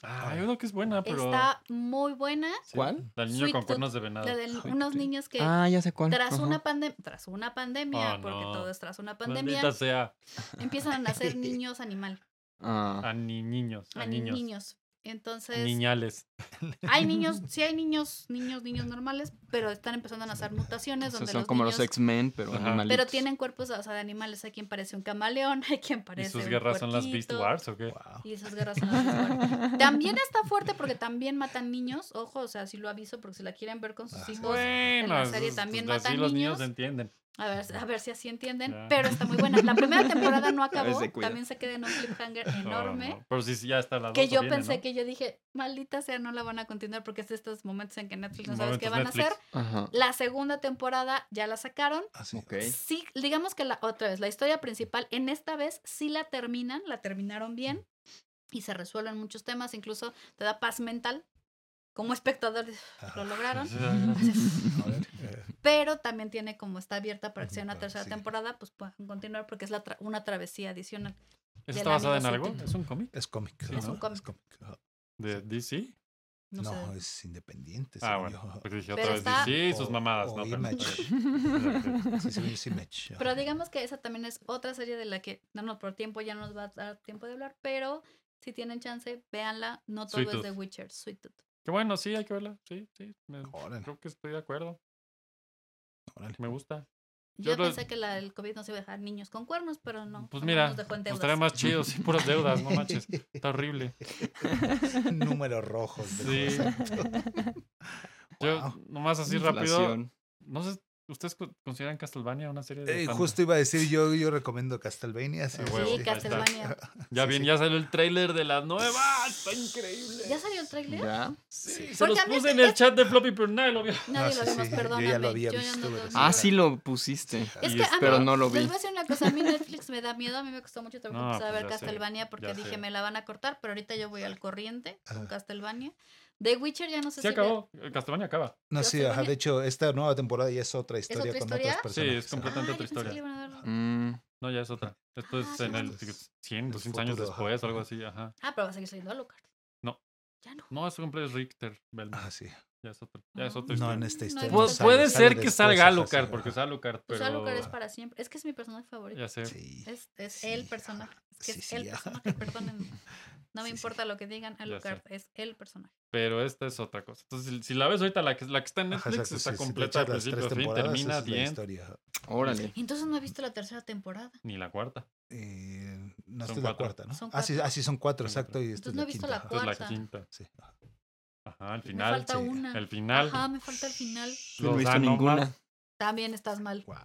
[SPEAKER 2] Ah, hay uno que es buena, pero...
[SPEAKER 3] Está muy buena.
[SPEAKER 2] sí.
[SPEAKER 4] ¿Cuál?
[SPEAKER 2] La del niño
[SPEAKER 3] Sweet
[SPEAKER 2] con
[SPEAKER 3] Tooth,
[SPEAKER 2] cuernos de venado.
[SPEAKER 3] La de
[SPEAKER 5] Ay,
[SPEAKER 3] unos
[SPEAKER 5] sí.
[SPEAKER 3] niños que
[SPEAKER 4] Ah, ya sé cuál.
[SPEAKER 3] tras
[SPEAKER 4] Ajá.
[SPEAKER 3] una pandemia, tras una pandemia,
[SPEAKER 2] Oh,
[SPEAKER 3] porque
[SPEAKER 2] no.
[SPEAKER 3] todo es tras una pandemia,
[SPEAKER 2] Maldita sea.
[SPEAKER 3] empiezan a nacer niños animal,
[SPEAKER 4] Ah,
[SPEAKER 2] A ni niños, a
[SPEAKER 3] a
[SPEAKER 2] niños.
[SPEAKER 3] niños. Entonces,
[SPEAKER 2] Niñales.
[SPEAKER 3] hay niños, sí hay niños, niños, niños normales, pero están empezando a nacer mutaciones
[SPEAKER 4] o sea,
[SPEAKER 3] donde
[SPEAKER 4] son
[SPEAKER 3] los
[SPEAKER 4] como
[SPEAKER 3] niños,
[SPEAKER 4] los X-Men, pero
[SPEAKER 2] Ajá.
[SPEAKER 4] animalitos.
[SPEAKER 3] pero tienen cuerpos, o sea, de animales, hay quien parece un camaleón, hay quien
[SPEAKER 2] ¿Y
[SPEAKER 3] parece
[SPEAKER 2] sus
[SPEAKER 3] un
[SPEAKER 2] guerras son las Beast
[SPEAKER 3] puerquito,
[SPEAKER 2] Wars o qué?
[SPEAKER 5] Wow.
[SPEAKER 3] Y sus guerras son las Beast Wars. También está fuerte porque también matan niños, ojo, o sea, si lo aviso porque si la quieren ver con sus
[SPEAKER 5] Ah.
[SPEAKER 3] hijos,
[SPEAKER 2] Bueno,
[SPEAKER 3] la serie
[SPEAKER 2] esos-
[SPEAKER 3] también
[SPEAKER 2] así
[SPEAKER 3] matan
[SPEAKER 2] los
[SPEAKER 3] niños.
[SPEAKER 2] niños se entienden.
[SPEAKER 3] A ver, a ver si así entienden,
[SPEAKER 2] Ya.
[SPEAKER 3] pero está muy buena. La primera temporada no acabó,
[SPEAKER 4] se cuida.
[SPEAKER 3] también se queda en un cliffhanger
[SPEAKER 2] No,
[SPEAKER 3] enorme.
[SPEAKER 2] no, Pero sí, sí, ya está la
[SPEAKER 3] Que
[SPEAKER 2] dos,
[SPEAKER 3] yo
[SPEAKER 2] viene,
[SPEAKER 3] pensé
[SPEAKER 2] ¿no?
[SPEAKER 3] que yo dije, maldita sea, no la van a continuar porque es de estos momentos en que Netflix no sabes qué
[SPEAKER 2] Momentos
[SPEAKER 3] van a hacer.
[SPEAKER 2] Netflix.
[SPEAKER 4] Ajá.
[SPEAKER 3] La segunda temporada ya la sacaron.
[SPEAKER 5] Así.
[SPEAKER 4] Ok.
[SPEAKER 3] Sí, digamos que la otra vez, la historia principal, en esta vez sí la terminan, la terminaron bien y se resuelven muchos temas, incluso te da paz mental. Como espectador, dices,
[SPEAKER 5] Ajá.
[SPEAKER 3] lo lograron.
[SPEAKER 2] Pues, Sí, sí, sí.
[SPEAKER 5] A ver, eh,
[SPEAKER 3] Pero también tiene como está abierta para que sea una
[SPEAKER 5] Ujú,
[SPEAKER 3] tercera
[SPEAKER 5] sí.
[SPEAKER 3] temporada, pues puedan continuar porque es la tra- una travesía adicional.
[SPEAKER 2] ¿Eso
[SPEAKER 3] Del
[SPEAKER 2] está basada en algo?
[SPEAKER 3] amigo Sentimiento.
[SPEAKER 2] ¿Es un cómic?
[SPEAKER 5] es cómic.
[SPEAKER 2] Sí,
[SPEAKER 5] ¿no?
[SPEAKER 3] es un cómic.
[SPEAKER 5] Ajá.
[SPEAKER 2] ¿De DC?
[SPEAKER 3] No,
[SPEAKER 5] No,
[SPEAKER 3] sé.
[SPEAKER 5] es independiente.
[SPEAKER 2] Ah,
[SPEAKER 5] según
[SPEAKER 2] bueno.
[SPEAKER 5] yo.
[SPEAKER 2] Porque dije
[SPEAKER 3] Pero
[SPEAKER 2] otra vez,
[SPEAKER 3] está-
[SPEAKER 2] sí, sus
[SPEAKER 5] O-
[SPEAKER 2] mamadas.
[SPEAKER 5] o
[SPEAKER 2] no, pero-
[SPEAKER 5] Image. Sí, según yo, Image. ajá.
[SPEAKER 3] Pero digamos que esa también es otra serie de la que, no, no, por tiempo ya no nos va a dar tiempo de hablar, pero si tienen chance, véanla. No todo
[SPEAKER 2] Sweet
[SPEAKER 3] es de
[SPEAKER 2] Tooth.
[SPEAKER 3] Witcher, Sweet Tooth.
[SPEAKER 2] Que bueno, sí, hay que verla. Sí, sí. me-
[SPEAKER 5] Órale,
[SPEAKER 2] creo que estoy de acuerdo.
[SPEAKER 5] órale.
[SPEAKER 2] Me gusta.
[SPEAKER 3] Yo,
[SPEAKER 2] Yo lo-
[SPEAKER 3] pensé que la, el COVID nos iba a dejar niños con cuernos, pero no.
[SPEAKER 2] Pues
[SPEAKER 3] nomás
[SPEAKER 2] mira,
[SPEAKER 3] nos dejó
[SPEAKER 2] pues
[SPEAKER 3] en deudas.
[SPEAKER 2] estaría más chido, sí, puras deudas, no manches. Está horrible.
[SPEAKER 5] Números rojos.
[SPEAKER 2] Sí. Yo,
[SPEAKER 5] Wow.
[SPEAKER 2] nomás así rápido.
[SPEAKER 4] Inflación.
[SPEAKER 2] No sé, ¿ustedes co- consideran Castlevania una serie de.?
[SPEAKER 5] Eh,
[SPEAKER 2] fantasy?
[SPEAKER 5] justo iba a decir yo, yo recomiendo Castlevania. Sí,
[SPEAKER 2] Ah,
[SPEAKER 5] sí,
[SPEAKER 2] huevo.
[SPEAKER 5] sí.
[SPEAKER 3] Sí,
[SPEAKER 2] ahí está.
[SPEAKER 3] Castlevania.
[SPEAKER 2] Ya
[SPEAKER 5] sí,
[SPEAKER 2] bien,
[SPEAKER 5] sí.
[SPEAKER 2] ya salió el tráiler de la nueva. Está increíble.
[SPEAKER 3] ¿Ya salió el tráiler?
[SPEAKER 4] Ya.
[SPEAKER 2] Sí, se
[SPEAKER 3] Porque
[SPEAKER 2] los
[SPEAKER 3] a mí
[SPEAKER 2] puse
[SPEAKER 3] se-
[SPEAKER 2] en el chat de Floppy, pero nadie lo vio.
[SPEAKER 3] Nadie lo
[SPEAKER 5] No, Ah, sí,
[SPEAKER 3] vimos,
[SPEAKER 5] sí, yo ya lo
[SPEAKER 3] perdóname.
[SPEAKER 5] había
[SPEAKER 3] yo ya
[SPEAKER 5] visto,
[SPEAKER 3] no lo
[SPEAKER 5] pero sí.
[SPEAKER 3] vi.
[SPEAKER 4] Ah, sí lo pusiste.
[SPEAKER 3] Es
[SPEAKER 2] Y
[SPEAKER 3] que a mí,
[SPEAKER 4] Pero no lo
[SPEAKER 3] les
[SPEAKER 4] vi.
[SPEAKER 3] voy a decir una cosa, a mí Netflix me da miedo, a mí me costó mucho trabajo
[SPEAKER 2] No,
[SPEAKER 3] empezar a
[SPEAKER 2] pues
[SPEAKER 3] ver
[SPEAKER 2] ya sé,
[SPEAKER 3] Castlevania porque
[SPEAKER 2] ya
[SPEAKER 3] dije
[SPEAKER 2] sé.
[SPEAKER 3] me la van a cortar, pero ahorita yo voy al corriente con
[SPEAKER 5] Ajá.
[SPEAKER 3] Castlevania. The Witcher ya no sé
[SPEAKER 2] Se
[SPEAKER 3] si Ah, ver-
[SPEAKER 2] acabó. Castlevania acaba.
[SPEAKER 5] No, sí, ajá,
[SPEAKER 3] Castlevania.
[SPEAKER 5] de hecho, esta nueva temporada ya es otra historia
[SPEAKER 3] otra
[SPEAKER 5] con
[SPEAKER 3] historia?
[SPEAKER 5] otras personas.
[SPEAKER 2] Sí, es completa. Completamente
[SPEAKER 3] Ah, yo
[SPEAKER 2] otra
[SPEAKER 3] pensé que
[SPEAKER 2] historia.
[SPEAKER 3] le iban a dar-
[SPEAKER 4] Mm,
[SPEAKER 2] No, ya es otra. Esto es
[SPEAKER 3] Ah,
[SPEAKER 2] en el
[SPEAKER 5] sí.
[SPEAKER 2] 100,
[SPEAKER 5] El
[SPEAKER 2] 200 años
[SPEAKER 5] futuro, ajá.
[SPEAKER 2] después, algo así. Ajá.
[SPEAKER 3] Ah, pero va a seguir saliendo Alucard.
[SPEAKER 2] No.
[SPEAKER 3] Ya no.
[SPEAKER 2] No, eso cumple es Richter. Belmont.
[SPEAKER 5] Ah, sí.
[SPEAKER 2] Ya es otra. Ya es
[SPEAKER 3] No.
[SPEAKER 2] otra
[SPEAKER 5] No,
[SPEAKER 2] historia.
[SPEAKER 5] en esta
[SPEAKER 3] No,
[SPEAKER 5] historia.
[SPEAKER 2] Pu-
[SPEAKER 3] no
[SPEAKER 5] no sale,
[SPEAKER 2] puede
[SPEAKER 5] sale
[SPEAKER 2] ser que
[SPEAKER 5] después,
[SPEAKER 2] salga
[SPEAKER 5] ajá,
[SPEAKER 2] Alucard,
[SPEAKER 5] sí,
[SPEAKER 2] porque es
[SPEAKER 5] ajá.
[SPEAKER 2] Alucard,
[SPEAKER 3] Pues
[SPEAKER 2] pero...
[SPEAKER 3] Alucard es para siempre. Es que es mi personaje favorito.
[SPEAKER 2] Ya sé.
[SPEAKER 5] Sí.
[SPEAKER 3] Es, es
[SPEAKER 5] Sí,
[SPEAKER 3] el
[SPEAKER 5] ah,
[SPEAKER 3] personaje. Es que
[SPEAKER 5] sí,
[SPEAKER 3] es
[SPEAKER 5] sí,
[SPEAKER 3] el
[SPEAKER 5] ah.
[SPEAKER 3] personaje, perdónenme. No me
[SPEAKER 5] Sí, sí.
[SPEAKER 3] importa lo que digan, Alucard es el personaje.
[SPEAKER 2] Pero esta es otra cosa. Entonces, si- si la ves ahorita, la que, la que está en
[SPEAKER 5] Ajá,
[SPEAKER 2] Netflix
[SPEAKER 5] exacto,
[SPEAKER 2] está
[SPEAKER 5] sí, sí. De
[SPEAKER 2] completa
[SPEAKER 5] hecho,
[SPEAKER 2] al
[SPEAKER 5] las tres
[SPEAKER 2] principio a fin,
[SPEAKER 5] temporadas
[SPEAKER 2] termina
[SPEAKER 5] es la
[SPEAKER 2] bien,
[SPEAKER 5] historia, ajá.
[SPEAKER 4] órale.
[SPEAKER 3] Entonces no he visto la tercera temporada.
[SPEAKER 2] ni la cuarta.
[SPEAKER 5] Eh, no,
[SPEAKER 2] Son
[SPEAKER 5] estoy
[SPEAKER 2] cuatro.
[SPEAKER 5] la cuarta, ¿no?
[SPEAKER 3] Son
[SPEAKER 5] Ah sí,
[SPEAKER 3] cuatro.
[SPEAKER 5] ah, sí, son cuatro,
[SPEAKER 2] Son
[SPEAKER 5] exacto. Y
[SPEAKER 3] Entonces
[SPEAKER 5] esta es
[SPEAKER 3] no he visto la
[SPEAKER 5] quinta, ajá.
[SPEAKER 2] Esta es la
[SPEAKER 3] Cuarta.
[SPEAKER 2] quinta.
[SPEAKER 5] Sí, ajá.
[SPEAKER 2] Ajá, al
[SPEAKER 3] me
[SPEAKER 2] final.
[SPEAKER 3] falta
[SPEAKER 5] sí.
[SPEAKER 3] una.
[SPEAKER 2] Al final. pues,
[SPEAKER 3] Ajá, me falta el final.
[SPEAKER 4] Yo no he
[SPEAKER 2] los
[SPEAKER 4] visto
[SPEAKER 2] anomas-
[SPEAKER 4] ninguna.
[SPEAKER 3] También estás mal.
[SPEAKER 5] Guau.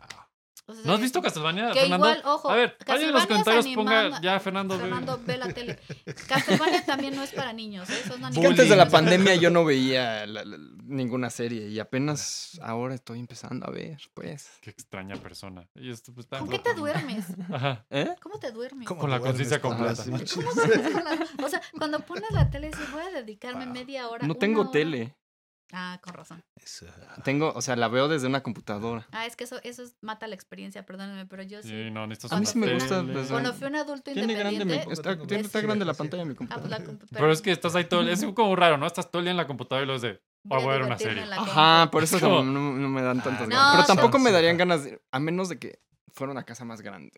[SPEAKER 3] O sea,
[SPEAKER 2] ¿No has
[SPEAKER 3] sería
[SPEAKER 2] visto
[SPEAKER 3] como-
[SPEAKER 2] Castlevania,
[SPEAKER 3] Que
[SPEAKER 2] Fernando?
[SPEAKER 3] igual, ojo.
[SPEAKER 2] a ver, alguien en los
[SPEAKER 3] Castlevania es
[SPEAKER 2] comentarios ponga
[SPEAKER 3] animada-
[SPEAKER 2] ya Fernando. ve.
[SPEAKER 3] Fernando, ve la tele. Castlevania también no es para niños, ¿eh? Son
[SPEAKER 4] Es que antes de
[SPEAKER 2] Bullying.
[SPEAKER 4] la pandemia yo no veía la- la- ninguna serie y apenas ahora estoy empezando a ver, pues.
[SPEAKER 2] Qué extraña persona. Y esto, pues, está-
[SPEAKER 3] ¿Con qué te duermes?
[SPEAKER 2] Ajá.
[SPEAKER 4] ¿Eh?
[SPEAKER 3] ¿Cómo te duermes?
[SPEAKER 5] ¿Cómo
[SPEAKER 2] Con la
[SPEAKER 5] duermes
[SPEAKER 2] conciencia
[SPEAKER 5] todas las
[SPEAKER 2] completa.
[SPEAKER 5] noches?
[SPEAKER 3] ¿Cómo duermes con la- O sea, cuando pones la tele, dices, voy a dedicarme
[SPEAKER 5] Wow.
[SPEAKER 3] media hora.
[SPEAKER 4] No
[SPEAKER 3] una
[SPEAKER 4] tengo
[SPEAKER 3] hora".
[SPEAKER 4] tele.
[SPEAKER 3] Ah, con razón.
[SPEAKER 5] Eso, ajá.
[SPEAKER 4] Tengo, o sea, la veo desde una computadora.
[SPEAKER 3] Ah, es que eso, eso es- mata la experiencia, perdónenme, pero yo sí.
[SPEAKER 2] Sí, no, necesitas
[SPEAKER 4] A mí sí me
[SPEAKER 2] una
[SPEAKER 4] gusta,
[SPEAKER 2] tele.
[SPEAKER 4] pues,
[SPEAKER 3] Cuando fui un adulto
[SPEAKER 4] Tiene grande, mi-
[SPEAKER 3] independiente.
[SPEAKER 4] está,
[SPEAKER 5] Tengo
[SPEAKER 4] tiene-
[SPEAKER 3] ves-
[SPEAKER 4] está grande la
[SPEAKER 5] Eh, sí.
[SPEAKER 4] pantalla de mi
[SPEAKER 3] Ah, pues
[SPEAKER 4] computadora.
[SPEAKER 3] la computadora.
[SPEAKER 2] Pero es que estás ahí todo. el- Es como raro, ¿no? Estás todo el día en la computadora y luego es de.
[SPEAKER 3] Voy
[SPEAKER 2] Ah, voy a ver una
[SPEAKER 3] divertirme
[SPEAKER 2] serie.
[SPEAKER 3] en la
[SPEAKER 4] Ajá,
[SPEAKER 3] compu.
[SPEAKER 4] por eso
[SPEAKER 2] Es como-
[SPEAKER 4] no, no- no me dan
[SPEAKER 5] Ah,
[SPEAKER 4] tantas
[SPEAKER 5] no,
[SPEAKER 4] ganas. Pero
[SPEAKER 3] son-
[SPEAKER 4] tampoco me
[SPEAKER 5] sí,
[SPEAKER 4] darían
[SPEAKER 5] ajá.
[SPEAKER 4] ganas, de- a menos de que fuera una casa más grande.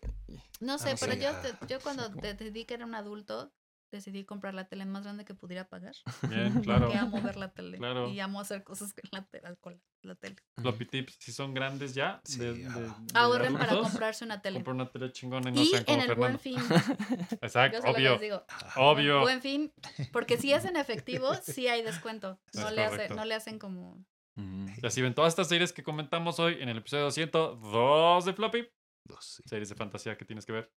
[SPEAKER 3] No sé,
[SPEAKER 5] Ah,
[SPEAKER 3] pero
[SPEAKER 5] sí.
[SPEAKER 3] yo, te- yo cuando
[SPEAKER 4] como-
[SPEAKER 3] decidí que era un adulto, decidí comprar la tele más grande que pudiera pagar.
[SPEAKER 2] Bien, claro.
[SPEAKER 3] Porque amo ver la tele.
[SPEAKER 2] Claro.
[SPEAKER 3] Y amo hacer cosas con la, tele- con la tele.
[SPEAKER 2] Floppy tips, si son grandes ya.
[SPEAKER 5] Sí,
[SPEAKER 2] de- de-
[SPEAKER 5] ajá.
[SPEAKER 4] ah.
[SPEAKER 2] de
[SPEAKER 3] Ahorren para
[SPEAKER 2] adultos,
[SPEAKER 3] comprarse una tele.
[SPEAKER 2] compra una tele chingona y no
[SPEAKER 3] Y
[SPEAKER 2] sean
[SPEAKER 3] en
[SPEAKER 2] como
[SPEAKER 3] el
[SPEAKER 2] Fernando.
[SPEAKER 3] buen fin. Yo
[SPEAKER 2] Exacto,
[SPEAKER 3] se lo
[SPEAKER 2] obvio.
[SPEAKER 3] les digo.
[SPEAKER 2] Obvio.
[SPEAKER 3] Buen fin. Porque si es en efectivo, sí hay descuento. No,
[SPEAKER 2] Es
[SPEAKER 3] le, hace-
[SPEAKER 2] correcto.
[SPEAKER 3] no le hacen como.
[SPEAKER 2] Y así ven todas estas series que comentamos hoy en el episodio 102 de Floppy.
[SPEAKER 5] Dos, sí.
[SPEAKER 2] Series de fantasía que tienes que ver.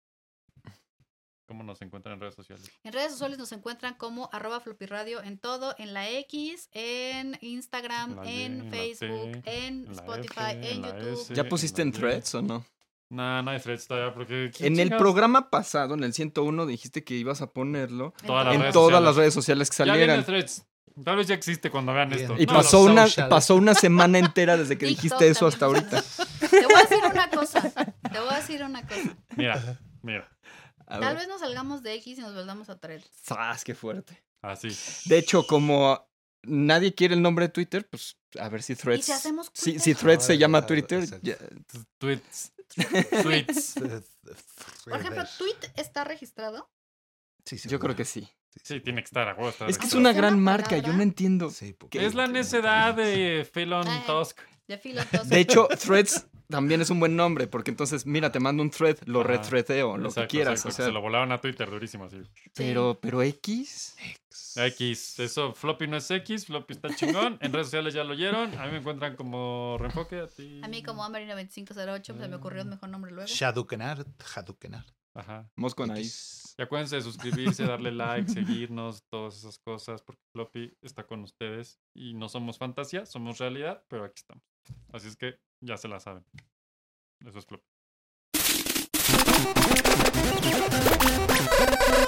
[SPEAKER 2] ¿Cómo nos encuentran en redes sociales?
[SPEAKER 3] En redes sociales nos encuentran como arroba floppyradio en todo, en la X, en Instagram,
[SPEAKER 2] La Y,
[SPEAKER 3] en
[SPEAKER 2] en la
[SPEAKER 3] Facebook, en
[SPEAKER 2] en la
[SPEAKER 3] Spotify,
[SPEAKER 2] F, en
[SPEAKER 3] en
[SPEAKER 2] la S.
[SPEAKER 3] YouTube.
[SPEAKER 4] ¿Ya pusiste en threads o no?
[SPEAKER 2] Nah, no hay threads todavía porque.
[SPEAKER 4] En el
[SPEAKER 2] chingas?
[SPEAKER 4] programa pasado, en el 101, dijiste que ibas a ponerlo
[SPEAKER 2] Todas las
[SPEAKER 4] en
[SPEAKER 2] redes
[SPEAKER 4] todas
[SPEAKER 2] sociales.
[SPEAKER 4] las redes sociales que
[SPEAKER 2] Ya viene
[SPEAKER 4] salieran.
[SPEAKER 2] threads. Tal vez ya existe cuando vean
[SPEAKER 5] Bien.
[SPEAKER 2] esto.
[SPEAKER 4] Y
[SPEAKER 5] No,
[SPEAKER 4] pasó
[SPEAKER 5] los
[SPEAKER 4] una,
[SPEAKER 5] socials.
[SPEAKER 4] pasó una semana entera desde que
[SPEAKER 3] TikTok
[SPEAKER 4] dijiste eso
[SPEAKER 3] también
[SPEAKER 4] hasta
[SPEAKER 3] nos
[SPEAKER 4] ahorita.
[SPEAKER 3] Te voy a decir una cosa. Te voy a decir una cosa.
[SPEAKER 2] Mira, mira.
[SPEAKER 4] A
[SPEAKER 3] Tal
[SPEAKER 4] ver.
[SPEAKER 3] vez nos salgamos de X y nos volvamos a threads.
[SPEAKER 4] Zas, qué fuerte.
[SPEAKER 2] Así.
[SPEAKER 4] De hecho, como nadie quiere el nombre de Twitter, pues a ver si Threads.
[SPEAKER 3] si hacemos
[SPEAKER 4] si,
[SPEAKER 3] Twitter?
[SPEAKER 4] si Threads se
[SPEAKER 5] Ahora,
[SPEAKER 4] llama
[SPEAKER 5] ajá,
[SPEAKER 4] Twitter,
[SPEAKER 5] exacto.
[SPEAKER 4] ya-
[SPEAKER 2] Tweets. Tweets.
[SPEAKER 3] Por ejemplo, tweet está registrado.
[SPEAKER 5] Sí, sí,
[SPEAKER 4] yo creo
[SPEAKER 5] bueno.
[SPEAKER 4] que sí.
[SPEAKER 2] Sí, tiene que estar a huevo, está
[SPEAKER 4] Es que es
[SPEAKER 2] registrado.
[SPEAKER 4] una
[SPEAKER 3] Aunque sea
[SPEAKER 4] gran
[SPEAKER 3] una
[SPEAKER 4] marca, yo
[SPEAKER 3] palabra.
[SPEAKER 4] no entiendo.
[SPEAKER 5] Sí, porque-
[SPEAKER 2] Es la necedad de Felon
[SPEAKER 3] Ay.
[SPEAKER 2] Tusk.
[SPEAKER 3] De filo todos.
[SPEAKER 4] De hecho, Threads también es un buen nombre, porque entonces, mira, te mando un thread, lo
[SPEAKER 2] Ajá.
[SPEAKER 4] rethreadeo, lo que
[SPEAKER 2] Exacto,
[SPEAKER 4] quieras.
[SPEAKER 2] exacto,
[SPEAKER 4] o
[SPEAKER 2] que
[SPEAKER 4] sea,
[SPEAKER 2] Se lo volaron a Twitter durísimo así.
[SPEAKER 4] pero, pero X.
[SPEAKER 2] X, eso, floppy no es X, floppy está chingón. En redes sociales ya lo oyeron. A mí me encuentran como Renfoque, a ti.
[SPEAKER 3] A mí como Amberina 2508 pues, se me
[SPEAKER 4] Mm.
[SPEAKER 3] ocurrió el mejor nombre luego.
[SPEAKER 5] Shadukenart, Hadukenart.
[SPEAKER 2] Ajá.
[SPEAKER 4] Mosco Anaís.
[SPEAKER 5] X.
[SPEAKER 2] Y acuérdense de suscribirse, darle like, seguirnos, todas esas cosas, porque Floppy está con ustedes y no somos fantasía, somos realidad, pero aquí estamos. Así es que ya se la saben. Eso es Floppy.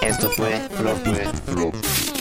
[SPEAKER 6] Esto fue Flop.